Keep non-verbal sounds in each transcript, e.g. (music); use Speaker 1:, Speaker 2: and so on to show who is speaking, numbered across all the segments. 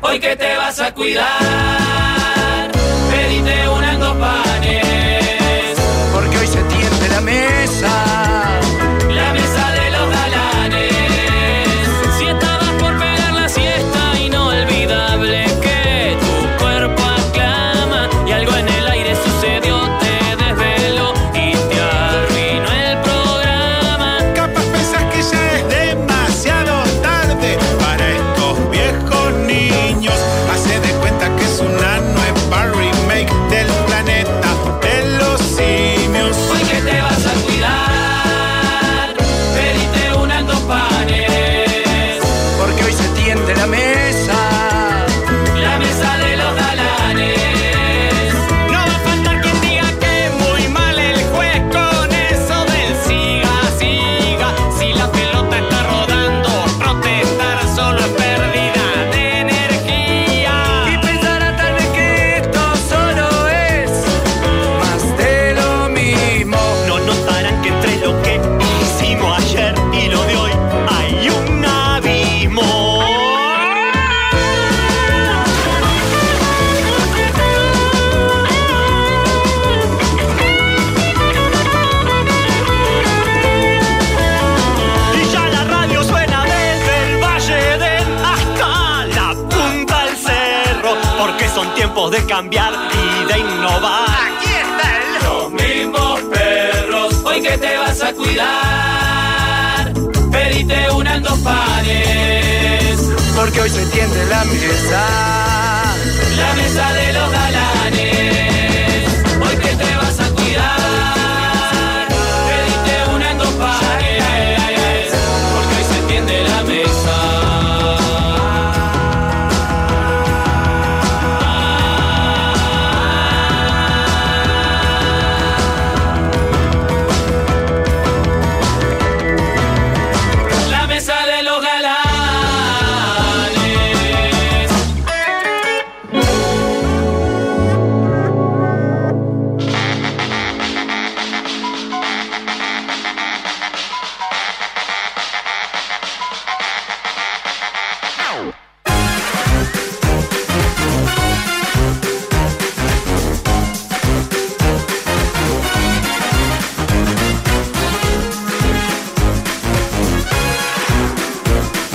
Speaker 1: hoy que te vas a cuidar, pedite una en dos panes,
Speaker 2: porque hoy se tiende la mesa.
Speaker 1: la mesa de los galanes. Si estabas por pegar la siesta, inolvidable que tu cuerpo aclama, y algo en el aire sucedió, te desveló y te arruinó el programa.
Speaker 3: Capaz pensás que ya es demasiado tarde para estos viejos niños. Hace de cuenta que es una nueva remake del planeta de los simios.
Speaker 1: Hoy que te vas a cuidar, pedite una en dos panes,
Speaker 2: Porque hoy se tiende la mesa.
Speaker 1: la mesa de los galanes. No va a faltar quien diga que muy mal el juez con eso del siga, siga. Si la pelota está rodando, protestar solo es pérdida de
Speaker 2: Y
Speaker 1: energía.
Speaker 2: pensará tal vez que esto solo es más de lo mismo.
Speaker 4: No notarán que entre lo que hicimos ayer y lo de hoy hay un abismo. Y ya la radio suena desde el Valle del hasta la punta del cerro, porque son tiempos de cambiar y de innovar.
Speaker 1: Los mismos perros, hoy que te vas a cuidar, pedite una en dos panes.
Speaker 2: Porque hoy se tiende la mesa.
Speaker 1: La mesa de los galanes, hoy que te vas a cuidar, pediste una en dos pares, porque hoy se tiende la mesa. La mesa de los galanes.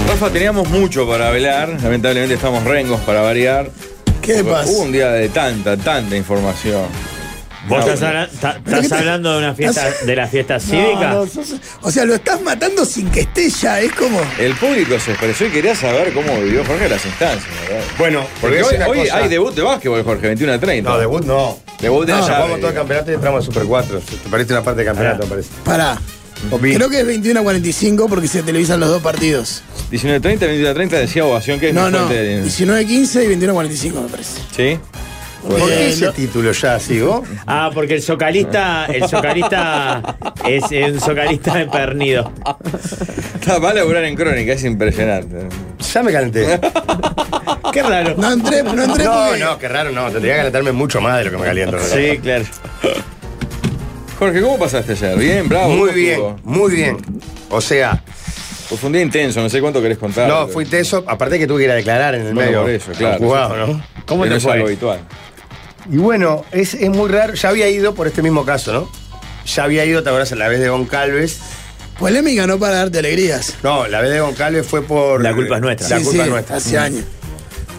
Speaker 5: Rafa, teníamos mucho para velar. Lamentablemente estamos rengos para variar.
Speaker 6: ¿Qué pasa?
Speaker 5: Hubo un día de tanta, tanta información.
Speaker 7: Vos
Speaker 5: No,
Speaker 7: estás,
Speaker 5: bueno.
Speaker 7: habla- ta- estás
Speaker 6: te-
Speaker 7: hablando de una fiesta,
Speaker 6: (laughs) No sé.
Speaker 7: de la fiesta cívica.
Speaker 6: No, no, sos- o sea, lo estás matando sin que esté ya, es como.
Speaker 5: El público se expresó y quería saber cómo vivió Jorge las instancias, ¿verdad?
Speaker 8: Bueno,
Speaker 5: Porque
Speaker 8: les voy
Speaker 5: hoy,
Speaker 8: a decir una
Speaker 5: hoy
Speaker 8: cosa.
Speaker 5: hay debut de básquetbol, Jorge, 21 a 30.
Speaker 8: No, debut no.
Speaker 5: Debut de
Speaker 8: No,
Speaker 5: allá.
Speaker 8: jugamos todo el campeonato y entramos a Super 4. Te perdiste una parte del campeonato, me parece.
Speaker 6: Pará.
Speaker 8: Opi.
Speaker 6: Creo que es 21 a 45 porque se televisan los dos partidos.
Speaker 5: 19 a 30, 21 a 30, decía ovación que es
Speaker 6: No,
Speaker 5: mi
Speaker 6: no.
Speaker 5: fuente
Speaker 8: (laughs)
Speaker 5: de-
Speaker 6: 19 a 15 y 21 a 45, me parece.
Speaker 5: ¿Sí?
Speaker 8: ¿Por
Speaker 6: Eh,
Speaker 8: qué ese
Speaker 6: lo-
Speaker 8: título ya sigo?
Speaker 7: Ah, porque el socalista, el socalista es un socalista empernido.
Speaker 5: Va a laburar en crónica, es impresionante.
Speaker 8: Ya me calenté.
Speaker 7: Qué raro.
Speaker 6: No entré, no entré
Speaker 8: No,
Speaker 6: porque-
Speaker 8: no, qué raro, no. Tendría que calentarme mucho más de lo que me caliento. en realidad.
Speaker 5: Sí, claro. Jorge, ¿cómo pasaste ayer? Bien, bravo.
Speaker 8: Muy
Speaker 5: ¿cómo
Speaker 8: bien,
Speaker 5: estuvo?
Speaker 8: muy bien. O sea,
Speaker 5: Pues fue un día intenso, no sé cuánto querés contar.
Speaker 8: no, fui teso. Aparte que tuve que ir a declarar en el
Speaker 5: Bueno,
Speaker 8: medio.
Speaker 5: por eso, claro.
Speaker 8: Juzgado, ¿no?
Speaker 5: ¿Cómo
Speaker 7: ¿Cómo te
Speaker 5: es algo
Speaker 7: fue?
Speaker 5: habitual.
Speaker 8: Y bueno, es, es muy raro. Ya había ido por este mismo caso, ¿no? Ya había ido, te acuerdas, la vez de Goncalves.
Speaker 6: Polémica no para darte alegrías.
Speaker 8: No, la vez de Goncalves fue por.
Speaker 7: La culpa es nuestra.
Speaker 8: La
Speaker 6: Sí,
Speaker 8: culpa
Speaker 6: sí,
Speaker 8: es nuestra. Mm.
Speaker 6: Hace años.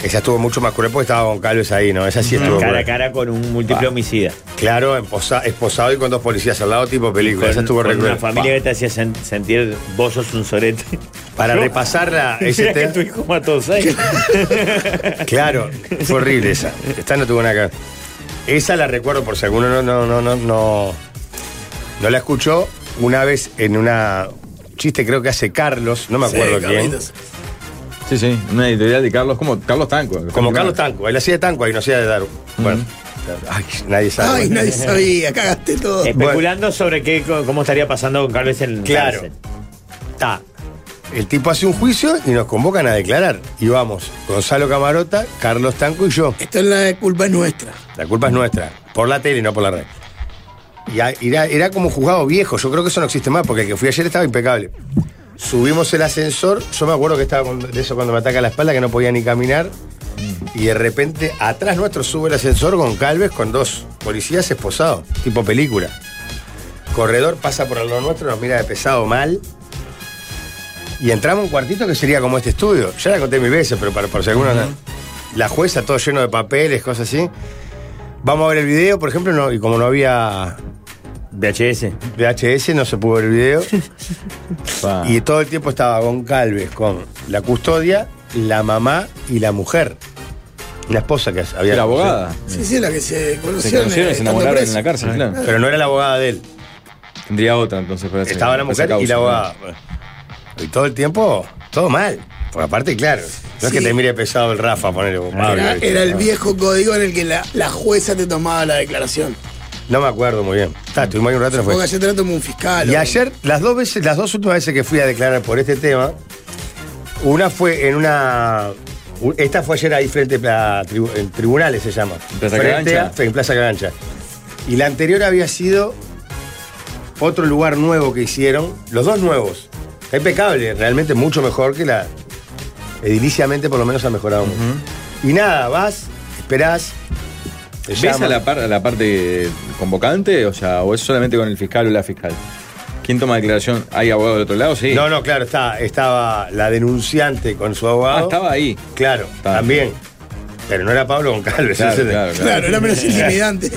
Speaker 8: Esa estuvo mucho más cruel porque estaba Goncalves ahí, ¿no? Esa sí estuvo.
Speaker 7: Cara a
Speaker 8: cruel.
Speaker 7: cara con un múltiple
Speaker 8: Ah.
Speaker 7: homicida.
Speaker 8: Claro, emposa- esposado y con dos policías al lado, tipo película. Esa
Speaker 7: Con,
Speaker 8: estuvo
Speaker 7: con
Speaker 8: re
Speaker 7: una
Speaker 8: cruel.
Speaker 7: familia
Speaker 8: Pa.
Speaker 7: que te hacía sen- sentir vos sos un sorete.
Speaker 8: (laughs) Para repasarla,
Speaker 7: (laughs)
Speaker 8: ese
Speaker 7: Decía que
Speaker 8: tema-
Speaker 7: tu hijo mató
Speaker 8: (laughs)
Speaker 7: seis.
Speaker 8: Claro, fue horrible esa. Esta no tuvo nada que ver. Esa la recuerdo por si alguno no, no, no, no, no, no la escuchó una vez en una chiste creo que hace Carlos, no me acuerdo
Speaker 6: Sí,
Speaker 8: quién.
Speaker 6: Carlitos.
Speaker 5: Sí, sí, una editorial de Carlos, como Carlos Tanco.
Speaker 8: Como Carlos Tanco, él hacía de Tanco y no hacía de Daru. Bueno, ay, nadie sabe.
Speaker 6: Ay, nadie sabía, cagaste todo.
Speaker 8: Eh.
Speaker 7: Especulando sobre qué, co- cómo estaría pasando con Carlos en
Speaker 8: Claro.
Speaker 7: cárcel.
Speaker 8: Está. El tipo hace un juicio y nos convocan a declarar. Y vamos, Gonzalo Camarota, Carlos Tanco y yo.
Speaker 6: Esto es la culpa es nuestra.
Speaker 8: La culpa es nuestra. Por la tele, no por la red. Y a- era, era como un juzgado viejo. Yo creo que eso no existe más, porque el que fui ayer estaba impecable. Subimos el ascensor. Yo me acuerdo que estaba con- de eso cuando me ataca la espalda, que no podía ni caminar. Y de repente, atrás nuestro sube el ascensor con Calves con dos policías esposados, tipo película. Corredor pasa por al lado nuestro, nos mira de pesado mal. Y entramos a un cuartito que sería como este estudio. Ya la conté mil veces, pero para, por si alguna. La jueza, todo lleno de papeles, cosas así. Vamos a ver el video, por ejemplo, no- y como no había
Speaker 7: VHS.
Speaker 8: VHS, no se pudo ver
Speaker 6: (laughs)
Speaker 8: el video.
Speaker 5: Pa.
Speaker 6: Ah.
Speaker 8: Y todo el tiempo estaba con Calves, con la custodia, la mamá y la mujer. La esposa que había.
Speaker 5: Era abogada.
Speaker 6: Sí, sí, la que se
Speaker 5: Se
Speaker 6: conocieron.
Speaker 5: conocieron y
Speaker 6: eh,
Speaker 5: se
Speaker 6: estando
Speaker 5: enamoraron en
Speaker 6: presos.
Speaker 5: la cárcel, claro.
Speaker 8: Pero no era la abogada de él.
Speaker 5: Tendría otra entonces para esa-
Speaker 8: Estaba la
Speaker 5: para esa
Speaker 8: mujer
Speaker 5: causa, Ah.
Speaker 8: y la
Speaker 5: ¿no?
Speaker 8: abogada. Y todo el tiempo, todo mal. Porque aparte, claro, no es
Speaker 6: Sí.
Speaker 8: que te mire pesado el Rafa, ponele. o Pablo,
Speaker 6: Era,
Speaker 8: ¿viste?
Speaker 6: era el viejo código en el que la, la jueza te tomaba la declaración.
Speaker 8: No me acuerdo muy bien. Está, estuvimos ahí un rato, no fue.
Speaker 6: Porque ayer te la tomó un fiscal.
Speaker 8: Y
Speaker 6: o-
Speaker 8: ayer, las dos veces, las dos últimas veces que fui a declarar por este tema, una fue en una. u- Esta fue ayer ahí frente a tribu- en tribunales se llama.
Speaker 5: Plaza
Speaker 8: frente
Speaker 5: Cagancha.
Speaker 8: a- en Plaza Cagancha. Y la anterior había sido otro lugar nuevo que hicieron, los dos nuevos. Está impecable, realmente mucho mejor que la. Ediliciamente por lo menos ha mejorado mucho. Y nada, vas, esperás. te
Speaker 5: ¿Ves
Speaker 8: llaman.
Speaker 5: a la, par- a la parte convocante? O sea, ¿o es solamente con el fiscal o la fiscal? ¿Quién toma declaración? ¿Hay abogado del otro lado? Sí.
Speaker 8: No, no, claro, está, estaba la denunciante con su abogado.
Speaker 5: Ah, estaba ahí.
Speaker 8: Claro,
Speaker 5: Está.
Speaker 8: también. Pero no era Pablo Goncalves.
Speaker 5: Claro,
Speaker 8: ese de-
Speaker 5: claro,
Speaker 6: Claro, era menos
Speaker 7: (laughs)
Speaker 6: intimidante.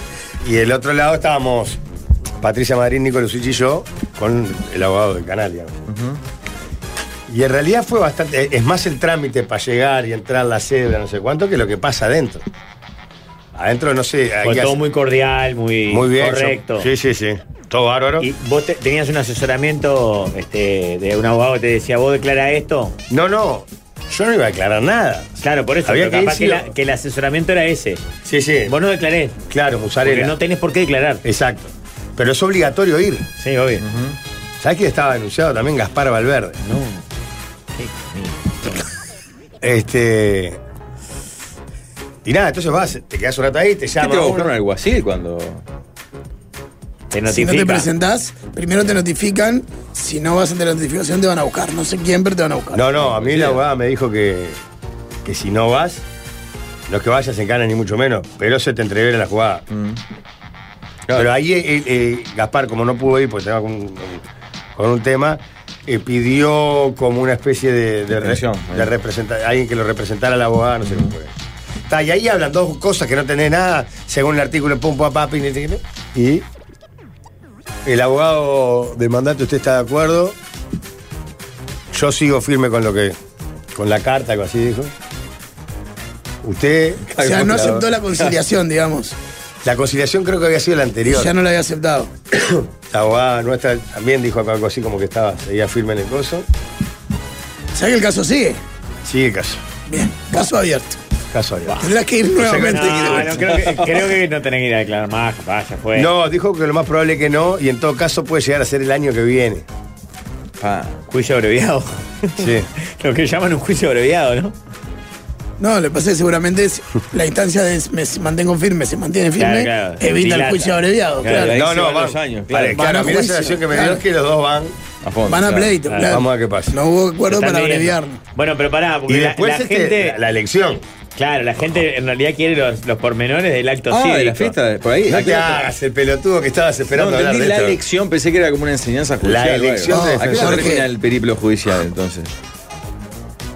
Speaker 8: Y del otro lado estábamos Patricia Madrid, Nicolás Uchi y yo con el abogado del canal, digamos. Y en realidad fue bastante. e-, Es más el trámite para llegar y entrar a la cebra, no sé cuánto, que lo que pasa adentro. Adentro, no sé. hay
Speaker 7: Fue
Speaker 8: que
Speaker 7: todo
Speaker 8: hacer-
Speaker 7: muy cordial, muy,
Speaker 8: muy bien. yo-
Speaker 7: correcto.
Speaker 8: Sí, sí, sí. Todo bárbaro.
Speaker 7: Y vos te- tenías un asesoramiento este, de un abogado que te decía, vos declara esto.
Speaker 8: No, no. Yo no iba a declarar nada.
Speaker 7: Claro, por eso.
Speaker 8: Había
Speaker 7: pero
Speaker 8: que
Speaker 7: capaz que,
Speaker 8: decirlo.
Speaker 7: la- que el asesoramiento era ese.
Speaker 8: Sí, sí.
Speaker 7: Vos no declarés.
Speaker 8: claro,
Speaker 7: Porque
Speaker 8: Musarela.
Speaker 7: no tenés por qué declarar.
Speaker 8: Exacto. Pero es obligatorio ir.
Speaker 7: Sí, obvio.
Speaker 8: ¿Sabes quién estaba denunciado también? Gaspar Valverde.
Speaker 7: No.
Speaker 8: Este. Y nada, entonces vas, te quedas un rato ahí, te
Speaker 5: ¿Qué
Speaker 8: llaman.
Speaker 5: te va a buscar un alguacil cuando.?
Speaker 7: Te
Speaker 6: Si
Speaker 7: notifica.
Speaker 6: no te presentás, primero te notifican. Si no vas ante la notificación, te van a buscar. No sé quién, pero te van a buscar.
Speaker 8: No, no, a mí la abogada me dijo que, que si no vas, no es que vayas en cana ni mucho menos, pero se te entrevera la jugada. Pero ahí eh, eh, Gaspar, como no pudo ir porque estaba con, un- con un tema, eh, pidió como una especie de, de, re-
Speaker 5: Detención,
Speaker 8: de
Speaker 5: ahí.
Speaker 8: representa- alguien que lo representara a la abogada, no sé cómo fue. Está, y ahí hablan dos cosas que no tenés nada, según el artículo Pum Pum Papi. ni- ni- ni- Y el abogado demandante, ¿usted está de acuerdo? Yo sigo firme con lo que. con la carta, algo así dijo. Usted.
Speaker 6: O sea, no
Speaker 7: (laughs)
Speaker 6: aceptó la conciliación, digamos.
Speaker 8: La conciliación creo que había sido la anterior.
Speaker 6: Ya no la había aceptado.
Speaker 8: La abogada nuestra también dijo algo así como que estaba, seguía firme en el coso.
Speaker 6: ¿Sabes que el caso sigue?
Speaker 8: Sigue el caso.
Speaker 6: Bien, caso abierto.
Speaker 8: Caso ahí.
Speaker 6: Tendrás que ir nuevamente.
Speaker 7: No, no, creo, que, creo que no tenés que ir a declarar más, capaz, ya fue.
Speaker 8: No, dijo que lo más probable que no, y en todo caso puede llegar a ser el año que viene.
Speaker 5: Pa.
Speaker 7: Juicio abreviado. (laughs)
Speaker 8: Sí.
Speaker 7: Lo que llaman un juicio abreviado, ¿no?
Speaker 6: No, lo que pasa es que seguramente es- la instancia de me mantengo firme, se mantiene
Speaker 7: Claro,
Speaker 6: firme,
Speaker 7: claro.
Speaker 6: evita el
Speaker 7: Dilata.
Speaker 6: juicio abreviado.
Speaker 5: Claro,
Speaker 6: Claro,
Speaker 5: ahí
Speaker 8: no,
Speaker 5: se
Speaker 8: no,
Speaker 5: van
Speaker 8: van.
Speaker 5: los años,
Speaker 8: Vale,
Speaker 5: claro.
Speaker 8: claro,
Speaker 6: Van a
Speaker 8: mirá esa
Speaker 6: juicio,
Speaker 8: relación que me dio
Speaker 6: claro.
Speaker 8: es que los dos van.
Speaker 5: A fondo.
Speaker 6: Van a
Speaker 5: claro.
Speaker 6: pleito,
Speaker 7: Claro,
Speaker 6: claro.
Speaker 8: vamos a ver qué pasa.
Speaker 6: No hubo acuerdo
Speaker 7: Están
Speaker 6: para
Speaker 7: leyendo.
Speaker 6: abreviarlo.
Speaker 7: Bueno, pero pará,
Speaker 8: Y
Speaker 7: porque la-
Speaker 8: después
Speaker 7: la,
Speaker 8: este,
Speaker 7: gente.
Speaker 8: la, la elección.
Speaker 7: Claro, la gente en realidad quiere los, los pormenores del acto
Speaker 5: Ah,
Speaker 7: cívico.
Speaker 5: de la fiesta, por ahí.
Speaker 8: No
Speaker 5: Ah,
Speaker 8: te
Speaker 5: claro.
Speaker 8: hagas el pelotudo que estabas
Speaker 5: No,
Speaker 8: esperando hablar
Speaker 5: entendí
Speaker 8: de
Speaker 5: la
Speaker 8: esto.
Speaker 5: elección, pensé que era como una enseñanza judicial. o algo.
Speaker 8: elección
Speaker 6: de
Speaker 5: ¿A qué hora
Speaker 6: defensor
Speaker 5: termina
Speaker 6: que-
Speaker 5: el periplo judicial entonces?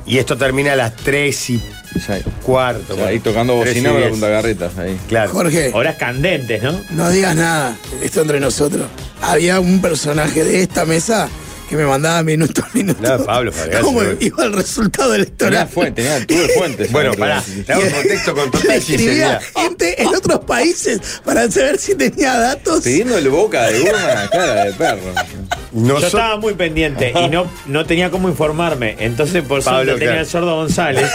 Speaker 8: Y esto termina a las 3 y
Speaker 5: O sea,
Speaker 8: cuarto.
Speaker 5: o sea, ahí
Speaker 8: bueno,
Speaker 5: tocando
Speaker 8: 3 y
Speaker 5: bocina para
Speaker 8: 10.
Speaker 5: puntagarretas ahí.
Speaker 8: Claro.
Speaker 6: Jorge,
Speaker 7: Horas candentes, ¿no?
Speaker 6: no digas nada, esto entre nosotros. Había un personaje de esta mesa que me mandaba (laughs) minuto a minuto.
Speaker 8: No, Pablo Fabregas,
Speaker 6: ¿Cómo
Speaker 8: seguro.
Speaker 6: iba el resultado
Speaker 5: Tenía
Speaker 6: electoral?
Speaker 5: fuente, tenía,
Speaker 6: (laughs)
Speaker 5: tuve fuentes.
Speaker 8: Bueno, pará, te hago un contexto con
Speaker 6: Le
Speaker 8: total
Speaker 6: escribía
Speaker 8: sinceridad.
Speaker 6: gente en otros países para saber si tenía datos.
Speaker 5: Pidiendo el boca de goma, cara de perro.
Speaker 7: Yo
Speaker 8: Nosotros-
Speaker 7: estaba muy pendiente y no, no tenía cómo informarme. Entonces, por
Speaker 8: Pablo,
Speaker 7: suerte, tenía
Speaker 8: claro.
Speaker 7: el sordo González.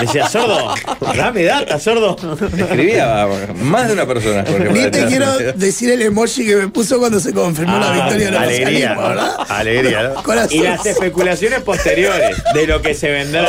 Speaker 7: Le decía, sordo, dame data, sordo.
Speaker 5: Escribía a más de una persona, Jorge.
Speaker 6: Ni
Speaker 5: para
Speaker 6: te
Speaker 5: atrás.
Speaker 6: quiero decir el emoji que me puso cuando se confirmó la
Speaker 7: Ah,
Speaker 6: victoria del
Speaker 8: alegría,
Speaker 6: oficialismo, ¿verdad?
Speaker 8: alegría, ¿no?
Speaker 7: Y
Speaker 6: Corazón.
Speaker 7: las especulaciones posteriores de lo que se vendrá.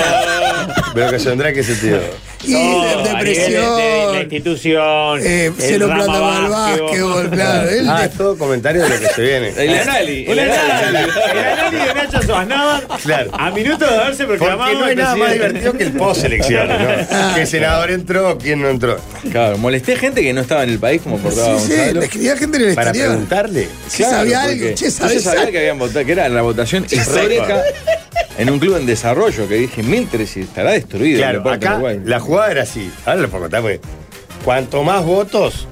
Speaker 8: Pero que Sandra, ¿qué sentido?
Speaker 6: Y
Speaker 7: Todo,
Speaker 6: de-
Speaker 7: a nivel de- de- la
Speaker 6: depresión.
Speaker 7: institución.
Speaker 6: eh,
Speaker 7: este, el
Speaker 6: cero
Speaker 7: rama
Speaker 6: plata para el básquetbol, claro. Él
Speaker 8: Ah,
Speaker 6: de-
Speaker 8: es todo comentario de lo que se viene.
Speaker 5: El análisis.
Speaker 7: El análisis el análisis de Nacho Suaznaban
Speaker 8: Claro.
Speaker 7: a minutos de haberse
Speaker 8: Porque
Speaker 7: proclamado
Speaker 8: no hay nada más
Speaker 7: presidente.
Speaker 8: divertido que el post-elección, ¿no? ¿Qué senador entró? ¿Quién no entró?
Speaker 5: Claro, molesté gente que no estaba en el país como portaba
Speaker 6: Sí, sí,
Speaker 5: Gonzalo.
Speaker 6: le escribía gente en el
Speaker 8: Para
Speaker 6: exterior.
Speaker 8: preguntarle.
Speaker 6: Si
Speaker 5: Claro,
Speaker 6: sabía
Speaker 5: porque
Speaker 6: algo, che,
Speaker 5: yo
Speaker 6: ¿sabés
Speaker 5: sabía
Speaker 6: algo?
Speaker 5: que, habían votado, que era la votación histórica en un club en desarrollo que dije, Miltres estará destruido. el
Speaker 8: Claro,
Speaker 5: deporte
Speaker 8: acá
Speaker 5: uruguayo".
Speaker 8: la jugada era así. Ahora lo puedo contar porque cuanto más votos,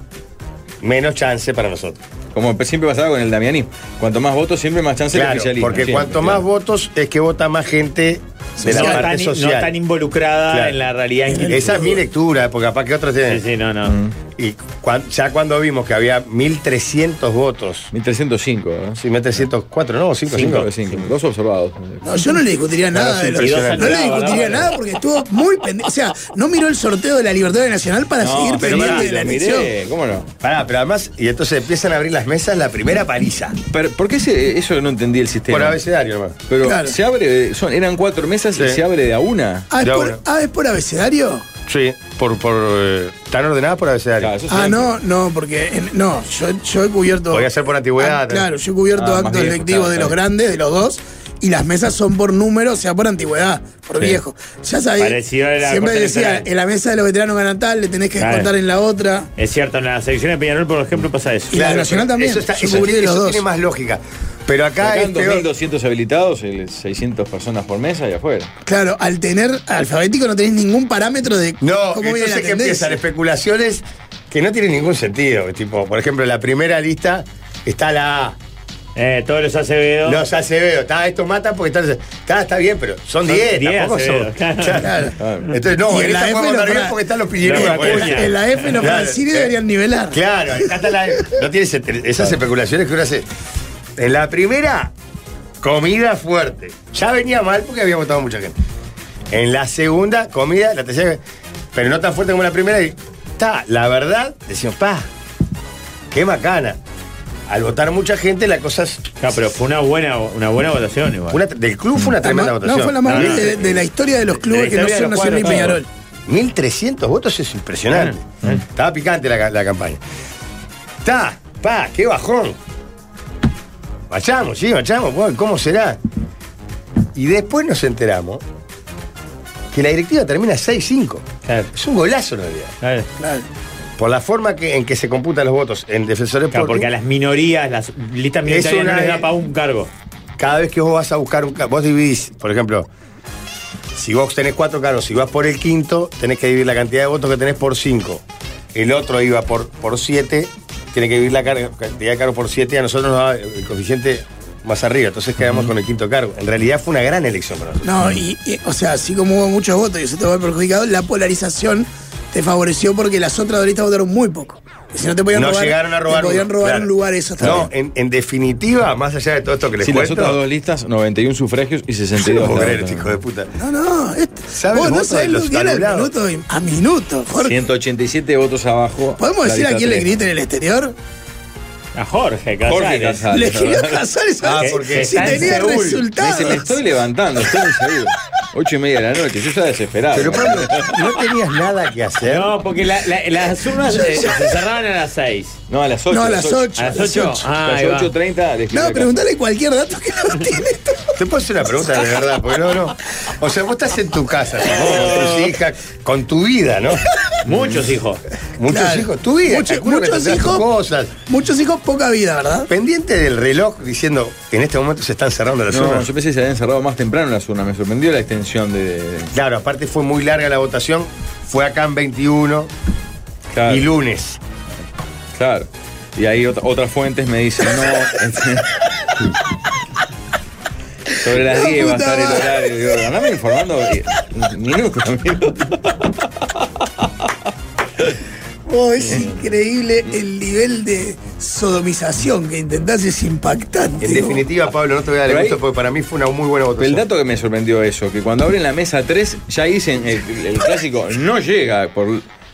Speaker 8: menos chance para nosotros.
Speaker 5: Como siempre pasaba con el Damianismo. Cuanto más votos, siempre más chance de
Speaker 8: Claro,
Speaker 5: oficialismo.
Speaker 8: porque
Speaker 5: siempre,
Speaker 8: cuanto
Speaker 5: claro.
Speaker 8: más votos es que vota más gente de la
Speaker 7: no,
Speaker 8: parte
Speaker 7: tan, in- no
Speaker 8: social.
Speaker 7: tan involucrada
Speaker 8: Claro.
Speaker 7: en la realidad. en que-
Speaker 8: Esa es mi lectura, porque capaz que otros
Speaker 7: Sí,
Speaker 8: tienen.
Speaker 7: sí, no, no.
Speaker 8: Y cuan- ya cuando vimos que había 1.300 votos,
Speaker 5: 1305, ¿no?
Speaker 8: sí, 1.304, ¿no? 5, 5.
Speaker 5: 5 Dos observados.
Speaker 6: No, yo no le discutiría nada de lo
Speaker 8: sí,
Speaker 7: Y
Speaker 8: sí,
Speaker 7: dos
Speaker 8: sí.
Speaker 6: No le
Speaker 7: saludaban,
Speaker 6: discutiría
Speaker 7: ¿no?
Speaker 6: nada porque estuvo muy pendiente. O sea, no miró el sorteo de la Libertad Nacional para seguir pendiente
Speaker 5: pará,
Speaker 6: de la
Speaker 5: lo
Speaker 6: elección.
Speaker 5: miré, ¿cómo no?
Speaker 8: Pará, pero además, y entonces empiezan a abrir las mesas la primera paliza.
Speaker 5: Pero, ¿Por qué se- eso no entendí el sistema?
Speaker 8: Por abecedario, hermano.
Speaker 5: Pero
Speaker 6: Claro.
Speaker 5: se abre, de- son, eran cuatro mesas y
Speaker 8: Sí.
Speaker 5: se abre de a una.
Speaker 6: Ah, ¿es
Speaker 8: Ya,
Speaker 6: por,
Speaker 8: bueno.
Speaker 6: ah, ¿es por abecedario?
Speaker 8: Sí, por. por eh, ¿Están ordenadas por abecedario?
Speaker 5: Claro, eso
Speaker 6: Ah,
Speaker 5: sí.
Speaker 6: no, no, porque en- no, yo, yo he cubierto.
Speaker 8: Podría ser por antigüedad,
Speaker 6: Ah,
Speaker 8: también.
Speaker 6: claro, yo he cubierto
Speaker 5: Ah, más
Speaker 6: actos
Speaker 5: viejo,
Speaker 6: electivos
Speaker 5: claro,
Speaker 6: de
Speaker 5: claro.
Speaker 6: los grandes, de los dos, y las mesas son por número, o sea, por antigüedad, por viejo. Ya sabés,
Speaker 7: Parecido a la
Speaker 6: siempre
Speaker 7: Corte
Speaker 6: decía,
Speaker 7: Electoral.
Speaker 6: en la mesa de los veteranos ganan tal, le tenés que
Speaker 7: Claro.
Speaker 6: descontar en la otra.
Speaker 7: Es cierto, en la selección de Peñarol, por ejemplo, pasa eso.
Speaker 6: Y la Nacional también,
Speaker 8: Eso, está-
Speaker 6: yo
Speaker 8: eso-
Speaker 6: cubrí de los
Speaker 8: eso
Speaker 6: dos.
Speaker 8: tiene más lógica. Pero acá
Speaker 5: Acá
Speaker 8: este es
Speaker 5: en
Speaker 8: peor.
Speaker 5: 2.200 habilitados, el 600 personas por mesa y afuera.
Speaker 6: Claro, al tener alfabético no tenés ningún parámetro de
Speaker 8: No,
Speaker 6: cómo viene la
Speaker 8: entonces que
Speaker 6: tendencia.
Speaker 8: empiezan especulaciones que no tienen ningún sentido. Tipo, por ejemplo, la primera lista está la A.
Speaker 7: Eh, todos los Acevedo.
Speaker 8: Los Acevedo. Está, estos matan porque están. Está, está bien, pero son 10.
Speaker 7: 10
Speaker 8: Tampoco
Speaker 7: Acevedo,
Speaker 8: son.
Speaker 7: claro.
Speaker 8: (laughs) Claro.
Speaker 5: Claro.
Speaker 8: Entonces, no,
Speaker 6: Y en
Speaker 8: en
Speaker 6: la
Speaker 8: esta
Speaker 6: F
Speaker 8: podemos
Speaker 6: lo
Speaker 8: votar bien
Speaker 6: fra-
Speaker 8: porque están los piñeros.
Speaker 7: Lo
Speaker 8: por
Speaker 7: Acuña.
Speaker 8: ejemplo.
Speaker 6: En la F los
Speaker 8: Claro. eh,
Speaker 6: Francini deberían nivelar.
Speaker 8: Claro, acá está la- No tiene ese- esas especulaciones que uno hace. En la primera, comida fuerte. Ya venía mal porque había votado mucha gente. En la segunda, comida, la tercera, pero no tan fuerte como la primera. Y está, la verdad, decimos, pa, qué macana. Al votar mucha gente, la cosa es.
Speaker 7: No, pero fue una buena, una buena votación igual.
Speaker 8: una- del club fue una
Speaker 6: La ma-
Speaker 8: tremenda votación. Ah,
Speaker 6: No, fue la más
Speaker 7: No,
Speaker 6: grande
Speaker 7: no,
Speaker 6: de, de la historia de los
Speaker 8: De
Speaker 6: clubes
Speaker 8: la
Speaker 6: que no
Speaker 8: historia
Speaker 6: son
Speaker 8: de los
Speaker 6: Nacional y
Speaker 8: cuadros,
Speaker 6: Peñarol.
Speaker 8: 1300 votos es impresionante.
Speaker 7: Claro.
Speaker 8: Estaba picante la, ca- la campaña. Está, pa, qué bajón. Vayamos, sí, vayamos, bueno, ¿cómo será? Y después nos enteramos que la directiva termina 6-5.
Speaker 7: Claro.
Speaker 8: Es un golazo en realidad.
Speaker 7: Claro.
Speaker 6: Claro.
Speaker 8: Por la forma que- en que se computan los votos en Defensores
Speaker 7: Claro, porque a las minorías, las listas minoritarias
Speaker 8: una-
Speaker 7: no les da para un cargo.
Speaker 8: cada vez que vos vas a buscar un ca- vos dividís, por ejemplo, si vos tenés cuatro cargos, si vas por el quinto, tenés que dividir la cantidad de votos que tenés por cinco. El otro iba por, por siete, tiene que dividir la carga- cantidad de cargos por siete, y a nosotros nos da el coeficiente más arriba, entonces quedamos con el quinto cargo. En realidad fue una gran elección para nosotros.
Speaker 6: No, y, y, o sea, así como hubo muchos votos y eso te fue perjudicado, la polarización te favoreció porque las otras dos listas votaron muy poco. Y Si no te podían
Speaker 8: No
Speaker 6: robar,
Speaker 8: llegaron a robar.
Speaker 6: te podían
Speaker 8: uno,
Speaker 6: robar
Speaker 8: claro.
Speaker 6: un lugar, eso está
Speaker 8: No, eh,
Speaker 6: bien.
Speaker 8: en, en definitiva, más allá de todo esto que les
Speaker 5: Sí, las
Speaker 8: cuento.
Speaker 5: otras dos listas, 91 sufragios y
Speaker 8: yo
Speaker 5: 62.
Speaker 8: no puedo
Speaker 5: la
Speaker 8: creer, este
Speaker 5: otra.
Speaker 8: hijo de puta.
Speaker 6: No, no, este-
Speaker 8: ¿Sabe
Speaker 6: vos
Speaker 8: el
Speaker 6: no
Speaker 8: voto
Speaker 6: sabés
Speaker 8: de
Speaker 6: lo
Speaker 8: los
Speaker 6: que era el
Speaker 8: anulados?
Speaker 6: minuto y- a minuto, Jorge.
Speaker 5: 187 votos abajo.
Speaker 6: ¿Podemos
Speaker 5: la
Speaker 6: decir a
Speaker 5: lista
Speaker 6: quién le
Speaker 5: tres.
Speaker 6: griten en el exterior?
Speaker 7: A Jorge Casares.
Speaker 5: Jorge Casales.
Speaker 6: le escribió a Casares a
Speaker 8: (laughs) Ah,
Speaker 6: ver
Speaker 8: porque
Speaker 6: si
Speaker 7: está en
Speaker 6: tenía
Speaker 7: Seúl.
Speaker 5: Me dice, me estoy
Speaker 6: resultados.
Speaker 5: levantando, estoy inseguro. Ocho y media de la noche, yo estaba desesperado.
Speaker 8: Pero Pablo, no tenías nada que hacer.
Speaker 7: No, porque la- la- las urnas eh, se cerraban a las 6.
Speaker 5: no, a las 8.
Speaker 6: No, a las 8.
Speaker 7: A las 8.
Speaker 5: A
Speaker 7: Ah,
Speaker 5: las
Speaker 7: ahí va.
Speaker 5: 8.30 le escribí
Speaker 6: No,
Speaker 5: acá.
Speaker 6: preguntale cualquier dato que no tiene.
Speaker 8: Te puedo hacer una pregunta de verdad, porque no, no. O sea, vos estás en tu casa, supongo, con tus hijas, con tu vida, ¿no?
Speaker 7: Muchos hijos.
Speaker 8: Muchos
Speaker 6: Claro.
Speaker 8: hijos, tu vida,
Speaker 6: Mucho-
Speaker 8: calculo que
Speaker 6: muchos
Speaker 8: tendrás tus
Speaker 6: hijos.
Speaker 8: cosas.
Speaker 6: Muchos hijos, poca vida, ¿verdad?
Speaker 8: Pendiente del reloj diciendo en este momento se están cerrando las
Speaker 5: No,
Speaker 8: urnas.
Speaker 5: yo pensé que se habían cerrado más temprano las urnas. Me sorprendió la extensión de.
Speaker 8: Claro, aparte fue muy larga la votación, fue acá en 21
Speaker 5: Claro.
Speaker 8: y lunes.
Speaker 5: claro. Y ahí ot- otras fuentes me dicen, no.
Speaker 6: (laughs)
Speaker 5: este- (laughs) Sobre las
Speaker 6: La
Speaker 5: 10 va a
Speaker 6: puta
Speaker 5: estar el
Speaker 6: madre.
Speaker 5: horario. Digo, andame informando eh, un minuto, amigo.
Speaker 6: Oh, es increíble el nivel de sodomización que intentás, es impactante.
Speaker 8: En definitiva, Pablo, no te voy a dar el
Speaker 5: Pero ahí-
Speaker 8: gusto porque para mí fue una muy buena
Speaker 5: Pero el
Speaker 8: votación.
Speaker 5: dato que me sorprendió eso, que cuando abren la mesa 3, ya dicen el, el clásico no llega por,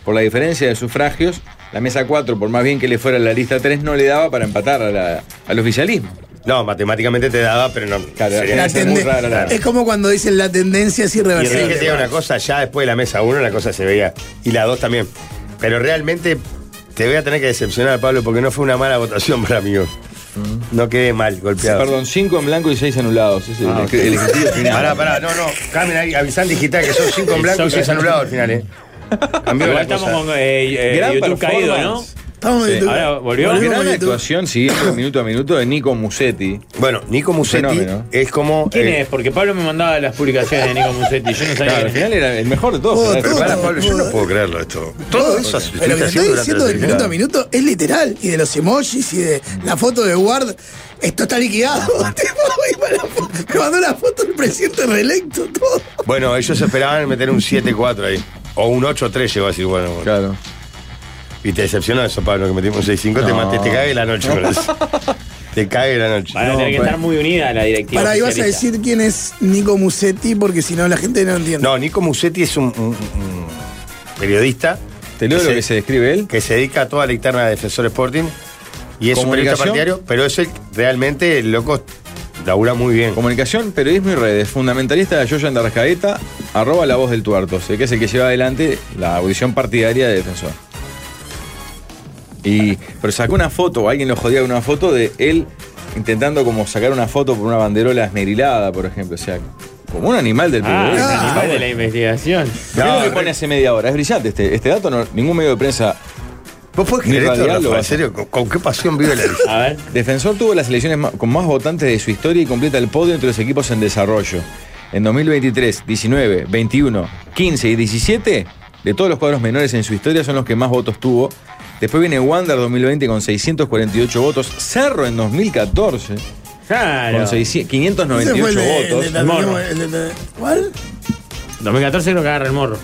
Speaker 5: por la diferencia de sufragios. La mesa 4, por más bien que le fuera la lista 3, no le daba para empatar a la- al oficialismo.
Speaker 8: No, matemáticamente te daba, pero no.
Speaker 5: Claro,
Speaker 8: sería
Speaker 5: la
Speaker 8: una cosa muy
Speaker 5: tende-
Speaker 8: rara, la-
Speaker 6: Es como cuando dicen la tendencia es
Speaker 8: Y es que te digo
Speaker 6: irreversible.
Speaker 8: una cosa, ya después de la mesa 1 la cosa se veía. Y la 2 también. Pero realmente te voy a tener que decepcionar, Pablo, porque no fue una mala votación para mí. hoy.
Speaker 6: Mm.
Speaker 8: No quedé mal, golpeado.
Speaker 5: Perdón, 5 en blanco y 6 anulados. Es el,
Speaker 8: Ah, ok.
Speaker 5: el ejercicio final.
Speaker 8: Pará, pará, no, no. Cambien ahí, avisan digital que son 5 en blanco y 6 anulados al final, ¿eh? Cambió
Speaker 7: Igual
Speaker 8: la
Speaker 7: estamos
Speaker 8: cosa.
Speaker 7: con eh, eh,
Speaker 5: Gran
Speaker 7: YouTube caído, ¿no?
Speaker 5: performance.
Speaker 6: Estamos en
Speaker 5: Sí.
Speaker 6: YouTube.
Speaker 7: Ahora volvió.
Speaker 6: Volvimos
Speaker 5: Gran
Speaker 6: con YouTube.
Speaker 5: actuación siguiendo minuto a minuto de Nico Musetti.
Speaker 8: Bueno, Nico Musetti
Speaker 5: Fenómeno.
Speaker 8: es como.
Speaker 7: ¿Quién
Speaker 8: eh,
Speaker 7: es? Porque Pablo me mandaba las publicaciones de Nico Musetti. Yo no sabía.
Speaker 5: Claro, al
Speaker 7: quién era.
Speaker 5: final era el mejor de todos.
Speaker 6: Oh,
Speaker 5: ¿verdad?
Speaker 8: Pero
Speaker 6: todo.
Speaker 8: pará, Pablo, yo no puedo creerlo esto. Todo eso se
Speaker 6: Pero lo que te
Speaker 8: está
Speaker 6: estoy
Speaker 8: haciendo durante
Speaker 6: diciendo
Speaker 8: la
Speaker 6: del minuto a
Speaker 8: temporada.
Speaker 6: minuto es literal. Y de los emojis y de la foto de Ward, esto está liquidado. (laughs) Tipo, y para la fo- Me mandó la foto del presidente reelecto, todo.
Speaker 8: Bueno, ellos esperaban meter un 7-4 ahí. O un 8-3 llegó así, bueno. bueno.
Speaker 5: Claro.
Speaker 8: Y te decepcionó eso, Pablo, que metimos un 6-5, te,
Speaker 5: No.
Speaker 8: maté, te cague la noche con eso. te cague la noche.
Speaker 7: Van a tener que
Speaker 5: pero-
Speaker 7: estar muy unida la directiva.
Speaker 6: Para ahí vas a
Speaker 7: oficialista.
Speaker 6: decir quién es Nico Musetti, porque si no la gente no entiende.
Speaker 8: No, Nico Musetti es un, un- un periodista
Speaker 5: Te leo
Speaker 8: Ese-
Speaker 5: lo que se describe él.
Speaker 8: que se dedica a toda la interna de Defensor Sporting y es un periodista
Speaker 5: Comunicación.
Speaker 8: partidario, pero es el realmente el loco labura muy bien.
Speaker 5: Comunicación, periodismo y redes. Fundamentalista de Yoyan de Arrascaeta, arroba la voz del tuerto. Sé que es el que lleva adelante la audición partidaria de defensor. Y, pero sacó una foto, o alguien lo jodía con una foto de él intentando como sacar una foto por una banderola esmerilada, por ejemplo. O sea, como un animal del
Speaker 7: Ah, es
Speaker 5: periodismo.
Speaker 7: un animal de la investigación.
Speaker 5: Mirá
Speaker 8: No,
Speaker 5: lo que pone hace media hora. Es brillante este, este dato. no- ningún medio de prensa
Speaker 8: ¿Vos podés
Speaker 5: Ni
Speaker 8: creer esto,
Speaker 5: radial
Speaker 8: Rafa?
Speaker 5: lo
Speaker 8: ¿En
Speaker 5: hace.
Speaker 8: serio? ¿Con, con qué pasión vive la
Speaker 7: A ver.
Speaker 5: Defensor tuvo las elecciones ma- con más votantes de su historia y completa el podio entre los equipos en desarrollo. En 2023, 19, 21, 15 y 17, de todos los cuadros menores en su historia son los que más votos tuvo. Después viene Wander 2020 con 648 votos, Cerro en 2014
Speaker 7: Claro.
Speaker 5: con 600
Speaker 6: Ese
Speaker 5: 598
Speaker 6: fue el de- el de-
Speaker 5: votos.
Speaker 6: el de-
Speaker 7: Morro.
Speaker 6: el de- ¿Cuál?
Speaker 7: 2014 creo que agarra el morro.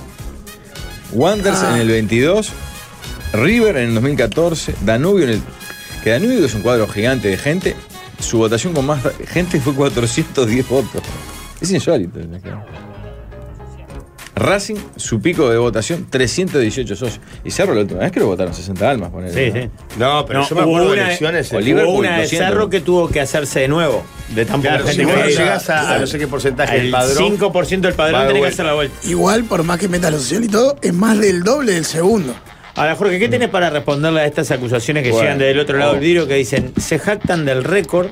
Speaker 5: Wanderers
Speaker 6: Ah.
Speaker 5: en el 22, River en el 2014, Danubio en el. Que Danubio es un cuadro gigante de gente. Su votación con más (laughs) gente fue 410 votos. Es insólito. ¿no? Racing, su pico de votación, 318 socios. Y Cerro la última vez que lo votaron 60 almas, ponele,
Speaker 7: Sí,
Speaker 5: ¿no?
Speaker 7: sí.
Speaker 8: No, pero
Speaker 7: (laughs) No,
Speaker 8: yo me
Speaker 7: hubo
Speaker 8: acuerdo de
Speaker 7: una-
Speaker 8: elecciones.
Speaker 5: o
Speaker 8: eh,
Speaker 5: Liverpool,
Speaker 7: Hubo una de
Speaker 5: 200.
Speaker 7: Cerro que tuvo que hacerse de nuevo. De tan
Speaker 8: Claro,
Speaker 7: poca
Speaker 8: si
Speaker 7: gente
Speaker 8: vos
Speaker 7: que había.
Speaker 8: llegas a, a no sé qué porcentaje del
Speaker 7: El
Speaker 8: padrón.
Speaker 7: 5% del
Speaker 8: va
Speaker 7: padrón
Speaker 8: de
Speaker 7: tiene que
Speaker 8: vuelta.
Speaker 7: hacer la vuelta.
Speaker 6: Igual, por más que metas lo social y todo, es más del doble del segundo.
Speaker 7: Ahora, Jorge, ¿qué tenés para responderle a estas acusaciones que
Speaker 5: Bueno.
Speaker 7: llegan desde el otro lado del
Speaker 5: Oh.
Speaker 7: vidrio que dicen se jactan del récord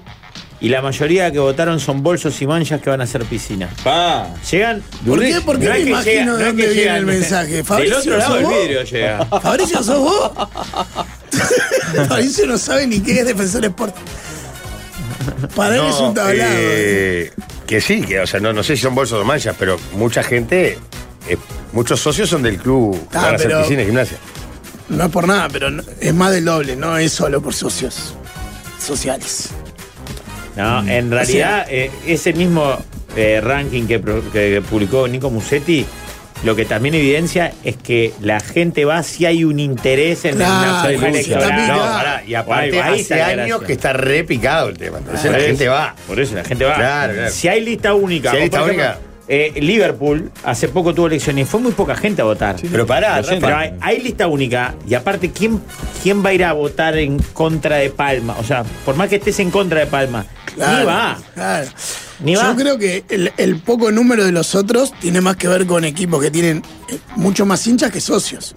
Speaker 7: y la mayoría que votaron son bolsos y manchas que van a hacer piscina?
Speaker 5: Pa.
Speaker 7: Llegan.
Speaker 6: ¿Por qué? ¿Por qué
Speaker 7: No
Speaker 6: me
Speaker 7: es que
Speaker 6: imagino
Speaker 7: llegan- no
Speaker 6: de
Speaker 7: es
Speaker 6: dónde
Speaker 7: que
Speaker 6: viene
Speaker 7: llegan-
Speaker 6: el mensaje?
Speaker 7: Del
Speaker 6: Fabricio,
Speaker 7: otro lado
Speaker 6: ¿sos
Speaker 7: del
Speaker 6: vos?
Speaker 7: vidrio (laughs) llega.
Speaker 6: Fabricio, ¿sos vos? (laughs) Fabricio no sabe ni qué es Defensor Sport. Para él es un tablado.
Speaker 8: eh, que sí, que, o sea, no, no sé si son bolsos o manchas, pero mucha gente, eh, muchos socios son del club
Speaker 6: Ah,
Speaker 8: para hacer
Speaker 6: pero-
Speaker 8: piscina y gimnasia.
Speaker 6: No es por nada, pero no- es más del doble, no es solo por socios sociales.
Speaker 8: Mm.
Speaker 7: No, en realidad, eh, ese mismo eh, ranking que, pro- que publicó Nico Musetti, lo que también evidencia es que la gente va si hay un interés en
Speaker 6: Claro,
Speaker 7: una
Speaker 6: sí,
Speaker 7: puja electoral.
Speaker 6: también
Speaker 8: No,
Speaker 6: va.
Speaker 8: pará, y aparte
Speaker 7: Ahí está
Speaker 8: hace
Speaker 7: la
Speaker 8: años
Speaker 7: gracia.
Speaker 8: que está repicado el tema. Entonces la
Speaker 7: Por eso,
Speaker 8: gente va.
Speaker 7: Por eso la gente va.
Speaker 8: Claro, claro.
Speaker 7: Si hay lista única.
Speaker 8: Si hay
Speaker 7: o por
Speaker 8: lista
Speaker 7: ejemplo, eh, Liverpool hace poco tuvo elecciones y fue muy poca gente a votar.
Speaker 8: Pero pará,
Speaker 7: Pero
Speaker 8: Rafa.
Speaker 7: hay, hay lista única y aparte, ¿quién, ¿quién va a ir a votar en contra de Palma? O sea, por más que estés en contra de Palma, ni va.
Speaker 6: claro.
Speaker 7: Ni
Speaker 6: Yo
Speaker 7: va.
Speaker 6: creo que el, el poco número de los otros tiene más que ver con equipos que tienen eh, mucho más hinchas que socios.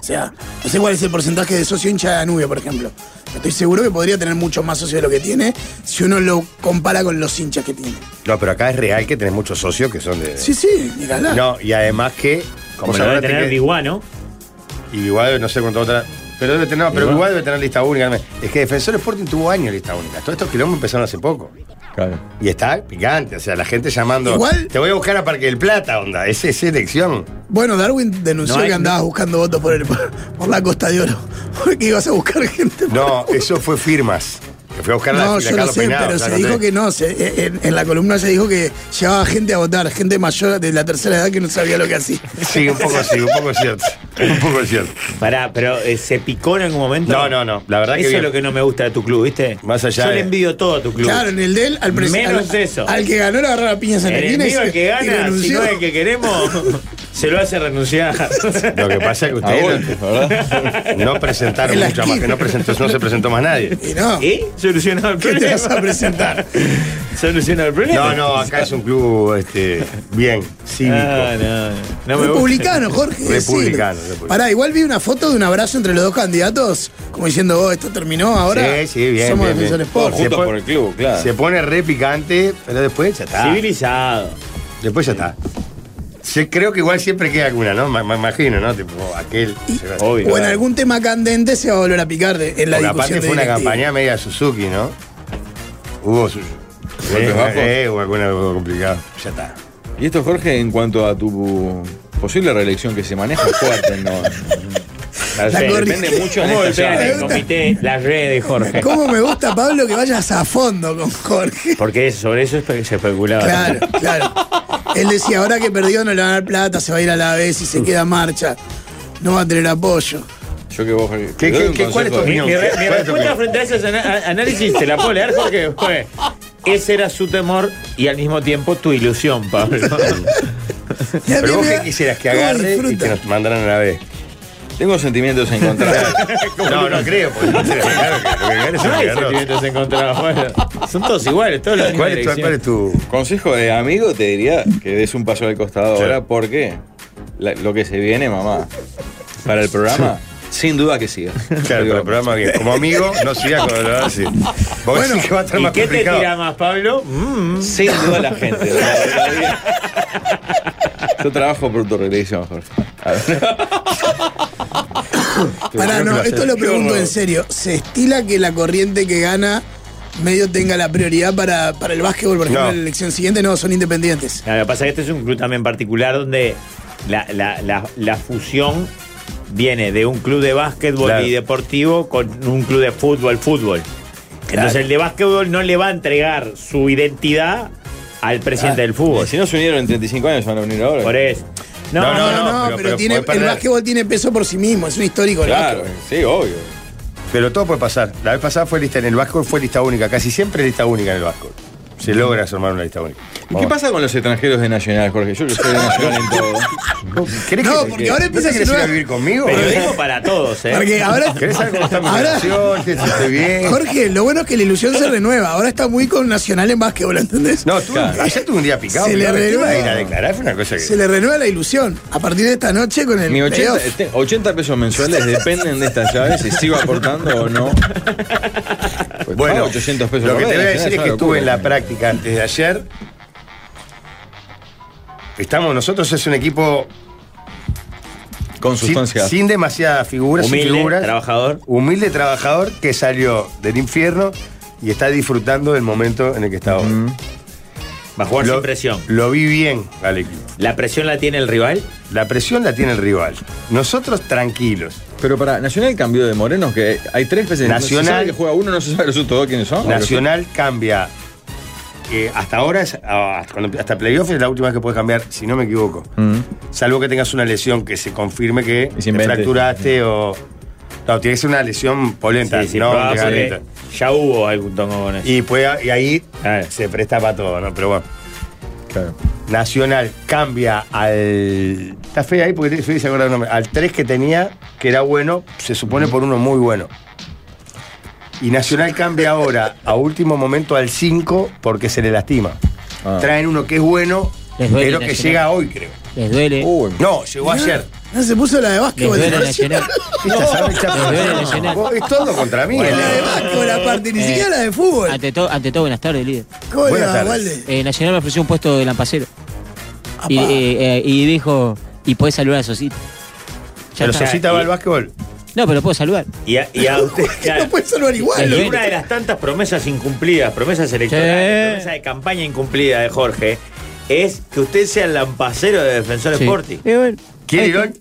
Speaker 6: O sea, no sé cuál es el porcentaje de socio hincha de Danubio, por ejemplo. Estoy seguro que podría tener mucho más socios de lo que tiene si uno lo compara con los hinchas que tiene.
Speaker 8: No, pero acá es real que tenés muchos socios que son de.
Speaker 6: Sí, sí, ni que hablar.
Speaker 8: No, y además que.
Speaker 7: Como
Speaker 8: vos
Speaker 7: lo debe
Speaker 8: acordate
Speaker 7: tener
Speaker 8: que-
Speaker 7: Liguano.
Speaker 8: Igual no sé cuánto otra. Pero debe tener, no, pero
Speaker 7: Igual.
Speaker 8: igual debe tener lista única. Es que Defensor Sporting tuvo años de lista única. Todos estos quilombos empezaron hace poco.
Speaker 5: Claro.
Speaker 8: Y está picante, o sea, la gente llamando.
Speaker 6: Igual-
Speaker 8: Te voy a buscar a Parque del Plata, onda. Esa es elección.
Speaker 6: Bueno, Darwin denunció
Speaker 7: No hay-
Speaker 6: que andabas buscando votos por, el, por, por la Costa de Oro. (laughs) Porque ibas a buscar gente. por-
Speaker 8: No, eso fue firmas. Que fui a buscar a la
Speaker 6: No,
Speaker 8: fila
Speaker 6: yo lo
Speaker 8: Carlos
Speaker 6: sé,
Speaker 8: Peinado,
Speaker 6: pero
Speaker 8: o sea,
Speaker 6: se
Speaker 8: no
Speaker 6: dijo
Speaker 8: sé.
Speaker 6: que no. se- eh, en, en la columna se dijo que llevaba gente a votar, gente mayor de la tercera edad que no sabía lo que hacía.
Speaker 8: Sí, un poco sí, un poco es cierto. Un poco es cierto.
Speaker 7: Pará, pero eh, se picó en algún momento.
Speaker 8: No, no, no, la verdad que
Speaker 7: Eso
Speaker 8: bien.
Speaker 7: es lo que no me gusta de tu club, ¿viste?
Speaker 8: Más allá
Speaker 7: Yo le
Speaker 8: de-
Speaker 7: envidio todo a tu club.
Speaker 6: Claro, en el del al presidente.
Speaker 7: Menos
Speaker 6: al,
Speaker 7: eso.
Speaker 6: al que ganó le agarró la piña
Speaker 7: El
Speaker 6: sanguínea y,
Speaker 7: enemigo
Speaker 6: se-
Speaker 7: el que
Speaker 6: y
Speaker 7: gana, si
Speaker 6: renunció. (laughs)
Speaker 7: no es el que queremos. se lo hace renunciar.
Speaker 8: Lo que pasa es que
Speaker 5: A
Speaker 8: ustedes
Speaker 5: golpes,
Speaker 7: (laughs)
Speaker 5: ¿verdad?
Speaker 8: no, no presentaron
Speaker 6: En la
Speaker 8: mucha más, que no, presentó, no se presentó más nadie.
Speaker 6: Y no,
Speaker 7: ¿Y? Solucionado el
Speaker 6: ¿qué te
Speaker 7: problema.
Speaker 6: vas
Speaker 7: (laughs)
Speaker 6: a presentar?
Speaker 7: Solucionado el problema.
Speaker 8: No, no, acá es un club este, bien, cívico.
Speaker 7: Ah, no, no. No me gusta.
Speaker 6: Republicano, Jorge. decilo.
Speaker 8: Republicano, republicano.
Speaker 6: Pará, igual vi una foto de un abrazo entre los dos candidatos, como diciendo, oh, esto terminó ahora.
Speaker 8: Sí, sí, bien,
Speaker 6: Somos
Speaker 8: bien, bien.
Speaker 6: defensores
Speaker 5: Todos
Speaker 6: pobres.
Speaker 8: Se
Speaker 5: juntos
Speaker 8: pone-
Speaker 5: por el club, claro.
Speaker 8: Se pone re picante, pero después ya está.
Speaker 7: Civilizado.
Speaker 8: Después ya está. Se, creo que igual siempre queda alguna, ¿no? Me me imagino, ¿no? Tipo, aquel. se va-
Speaker 7: Obvio.
Speaker 6: O en algún tema candente se va a volver a picar de- en la
Speaker 8: Porque
Speaker 6: discusión.
Speaker 8: aparte
Speaker 6: de
Speaker 8: fue una
Speaker 6: directiva.
Speaker 8: campaña media Suzuki, ¿no? Hubo su,
Speaker 5: ¿Golpes
Speaker 8: eh,
Speaker 5: bajos?
Speaker 8: eh, hubo alguna cosa complicada. Ya está.
Speaker 5: Y esto, Jorge, en cuanto a tu posible reelección que se maneja fuerte, ¿no?
Speaker 6: La corri-
Speaker 5: Depende mucho en
Speaker 7: ¿Cómo
Speaker 5: esta
Speaker 7: golpean
Speaker 5: llave.
Speaker 7: el comité, las redes, Jorge?
Speaker 6: ¿Cómo me gusta, Pablo, que vayas a fondo con Jorge?
Speaker 7: Porque sobre eso espe- se especulaba.
Speaker 6: Claro, claro. Él decía, ahora que perdió no le van a dar plata, se va a ir a la vez y se queda a marcha. No va a tener apoyo.
Speaker 5: Yo que vos, Jorge. te
Speaker 8: ¿Qué-
Speaker 5: doy
Speaker 8: qué-
Speaker 5: un
Speaker 8: qué- cuál es tu
Speaker 5: consejo.
Speaker 7: Mi,
Speaker 8: opinión?
Speaker 7: mi re- mi
Speaker 8: ¿Cuál es tu
Speaker 7: respuesta
Speaker 8: opinión?
Speaker 7: frente a esos ana- a- análisis te la puedo leer porque fue. Ese era su temor y al mismo tiempo tu ilusión, Pablo. (laughs)
Speaker 6: Y a mí
Speaker 8: Pero vos
Speaker 6: me
Speaker 8: qué
Speaker 6: da-
Speaker 8: quisieras que
Speaker 6: ¿cómo
Speaker 8: agarre y
Speaker 6: disfruta?
Speaker 8: que nos mandaran a
Speaker 6: (laughs)
Speaker 8: la vez.
Speaker 5: Tengo sentimientos
Speaker 8: (laughs)
Speaker 5: encontrados.
Speaker 8: No, no creo, porque no se claro que lo que agarre se
Speaker 7: No
Speaker 8: lo
Speaker 7: hay
Speaker 8: que agarre.
Speaker 7: sentimientos encontrados. bueno. son todos iguales, todos los
Speaker 8: ¿Cuál es tu- cuál es tu.?
Speaker 5: Consejo de amigo te diría que des un paso al costado
Speaker 8: Sí.
Speaker 5: ahora porque la- lo que se viene, mamá, para el programa, sin duda que sigas.
Speaker 8: Claro,
Speaker 5: Digo,
Speaker 8: pero el programa bien. Como amigo, no sigas con lo así. Vos
Speaker 6: Bueno,
Speaker 8: decís que va a estar
Speaker 7: ¿Y
Speaker 8: más
Speaker 7: qué te
Speaker 8: complicado.
Speaker 7: tira más, Pablo? Mm.
Speaker 5: Sin duda la gente.
Speaker 7: (laughs)
Speaker 5: ¿verdad? Yo trabajo por tu reelección, Jorge. A ver.
Speaker 6: Pará, no, esto lo pregunto en serio. ¿Se estila que la corriente que gana medio tenga la prioridad para, para el básquetbol, por ejemplo,
Speaker 8: No.
Speaker 6: en la elección siguiente? No, son independientes.
Speaker 7: No, lo que pasa es que este es un club también particular donde la, la- la- la fusión viene de un club de básquetbol
Speaker 8: Claro.
Speaker 7: y deportivo con un club de fútbol, fútbol. Entonces el de básquetbol no le va a entregar su identidad al presidente del fútbol.
Speaker 5: Si no se unieron en 35 años, se van a unir ahora.
Speaker 7: Por eso. No,
Speaker 8: No,
Speaker 6: No,
Speaker 7: no,
Speaker 6: no,
Speaker 8: no,
Speaker 6: pero,
Speaker 8: pero- pero
Speaker 6: tiene,
Speaker 8: podés
Speaker 6: el
Speaker 8: perder.
Speaker 6: básquetbol tiene peso por sí mismo, es un histórico el
Speaker 5: Claro,
Speaker 6: básquetbol.
Speaker 5: sí, obvio.
Speaker 8: Pero todo puede pasar. La vez pasada fue lista en el Vasco, fue lista única. Casi siempre es lista única en el Vasco. Se logra armar una lista única.
Speaker 5: ¿Y qué pasa con los extranjeros de Nacional, Jorge? Yo que
Speaker 8: (laughs)
Speaker 5: soy de Nacional en todo.
Speaker 8: ¿Querés
Speaker 6: No,
Speaker 8: que-
Speaker 6: porque ahora
Speaker 8: ¿no te
Speaker 6: empieza
Speaker 8: querés
Speaker 6: ese
Speaker 8: ir a
Speaker 6: nuevo-
Speaker 8: vivir conmigo?
Speaker 7: Periodismo para todos, ¿eh?
Speaker 6: Porque ahora,
Speaker 8: (laughs) ¿Querés saber cómo está mi
Speaker 6: Ahora-
Speaker 8: relación? ¿Te sentiste bien?
Speaker 6: Jorge, lo bueno es que la ilusión se renueva. Ahora está muy con Nacional en básquetbol, ¿entendés?
Speaker 8: No, tú, ayer tuve un día picado.
Speaker 6: Se le
Speaker 8: mirá,
Speaker 6: arregló.
Speaker 8: ¿qué va a ir a declarar? Fue una cosa que...
Speaker 6: Se le renueva la ilusión. A partir de esta noche con el
Speaker 5: Mis 80,
Speaker 6: playoff.
Speaker 5: este- 80 pesos mensuales dependen de estas llaves, si sigo aportando o no. Pues
Speaker 8: Bueno,
Speaker 5: pago 800 pesos
Speaker 8: lo
Speaker 5: por
Speaker 8: que te
Speaker 5: mes, ¿eh?
Speaker 8: voy
Speaker 5: Nacional
Speaker 8: a decir es
Speaker 5: una
Speaker 8: que estuve
Speaker 5: locura.
Speaker 8: en la práctica antes de ayer. Estamos, nosotros es un equipo
Speaker 5: Con
Speaker 8: sin,
Speaker 5: sustancia.
Speaker 8: sin demasiadas figuras, sin
Speaker 7: Humilde,
Speaker 8: figuras.
Speaker 7: trabajador.
Speaker 8: humilde trabajador que salió del infierno y está disfrutando del momento en el que está ahora.
Speaker 7: Va a jugar sin presión.
Speaker 8: Lo vi bien al equipo.
Speaker 7: ¿La presión la tiene el rival?
Speaker 8: La presión la tiene el rival. Nosotros tranquilos.
Speaker 5: Pero para Nacional cambió de Morenos, que hay tres veces.
Speaker 8: Nacional-
Speaker 5: No se sabe que juega uno, no se sabe los otros dos quiénes son.
Speaker 8: Nacional cambia. eh, hasta ahora, es- ah, hasta, cuando- hasta playoff es la última vez que puedes cambiar, si no me equivoco.
Speaker 5: Mm.
Speaker 8: Salvo que tengas una lesión que se confirme que
Speaker 5: Y se
Speaker 8: te
Speaker 5: invente.
Speaker 8: fracturaste o. No, tiene que ser una lesión polenta.
Speaker 7: Sí, sí,
Speaker 8: no,
Speaker 7: probable,
Speaker 8: ligerita.
Speaker 7: porque ya hubo algún tongo con eso.
Speaker 8: y, puede- y ahí
Speaker 5: Ah.
Speaker 7: Claro.
Speaker 8: se presta para todo, ¿no? Pero bueno.
Speaker 5: Claro.
Speaker 8: Nacional cambia al. Está fea ahí porque estoy se acuerda el nombre. Al 3 que tenía, que era bueno, se supone por uno muy bueno. Y Nacional cambia ahora a último momento al 5 porque se le lastima.
Speaker 5: Ah.
Speaker 8: Traen uno que es bueno,
Speaker 9: Les duele
Speaker 8: pero que
Speaker 9: Nacional.
Speaker 8: llega hoy, creo.
Speaker 9: Les Eh, duele.
Speaker 5: Uy,
Speaker 8: No, llegó ayer.
Speaker 6: No se puso la de
Speaker 9: les
Speaker 6: básquetbol.
Speaker 9: duele
Speaker 6: ¿no?
Speaker 9: Nacional.
Speaker 8: Esta sabe,
Speaker 9: Les duele
Speaker 8: chapa.
Speaker 9: Nacional.
Speaker 8: Vos, Es todo contra mí.
Speaker 6: La de básquetbol aparte, ni
Speaker 9: Eh,
Speaker 6: siquiera la de fútbol.
Speaker 9: Ante, todo, ante todo, buenas tardes, líder.
Speaker 6: ¿Cómo le
Speaker 8: buenas
Speaker 6: va,
Speaker 8: tardes.
Speaker 6: Valde?
Speaker 9: Eh, Nacional me ofreció un puesto de lampacero. Y,
Speaker 6: Apá.
Speaker 9: eh, eh, y dijo, y podés saludar a Sosita. Ya
Speaker 8: Pero
Speaker 9: está.
Speaker 8: Sosita va al básquetbol.
Speaker 9: No, pero puedo saludar.
Speaker 7: Y (laughs) a, y a usted, claro.
Speaker 6: No puede salvar igual.
Speaker 9: El
Speaker 7: Es
Speaker 9: duelo.
Speaker 7: una de las tantas promesas incumplidas, promesas electorales,
Speaker 9: Sí.
Speaker 7: promesa de campaña incumplida de Jorge, es que usted sea el lampacero de Defensor
Speaker 9: Sí.
Speaker 7: Sporting.
Speaker 9: Eh, bueno.
Speaker 8: ¿Quiere
Speaker 9: Ahí
Speaker 8: ir
Speaker 9: está.
Speaker 8: hoy?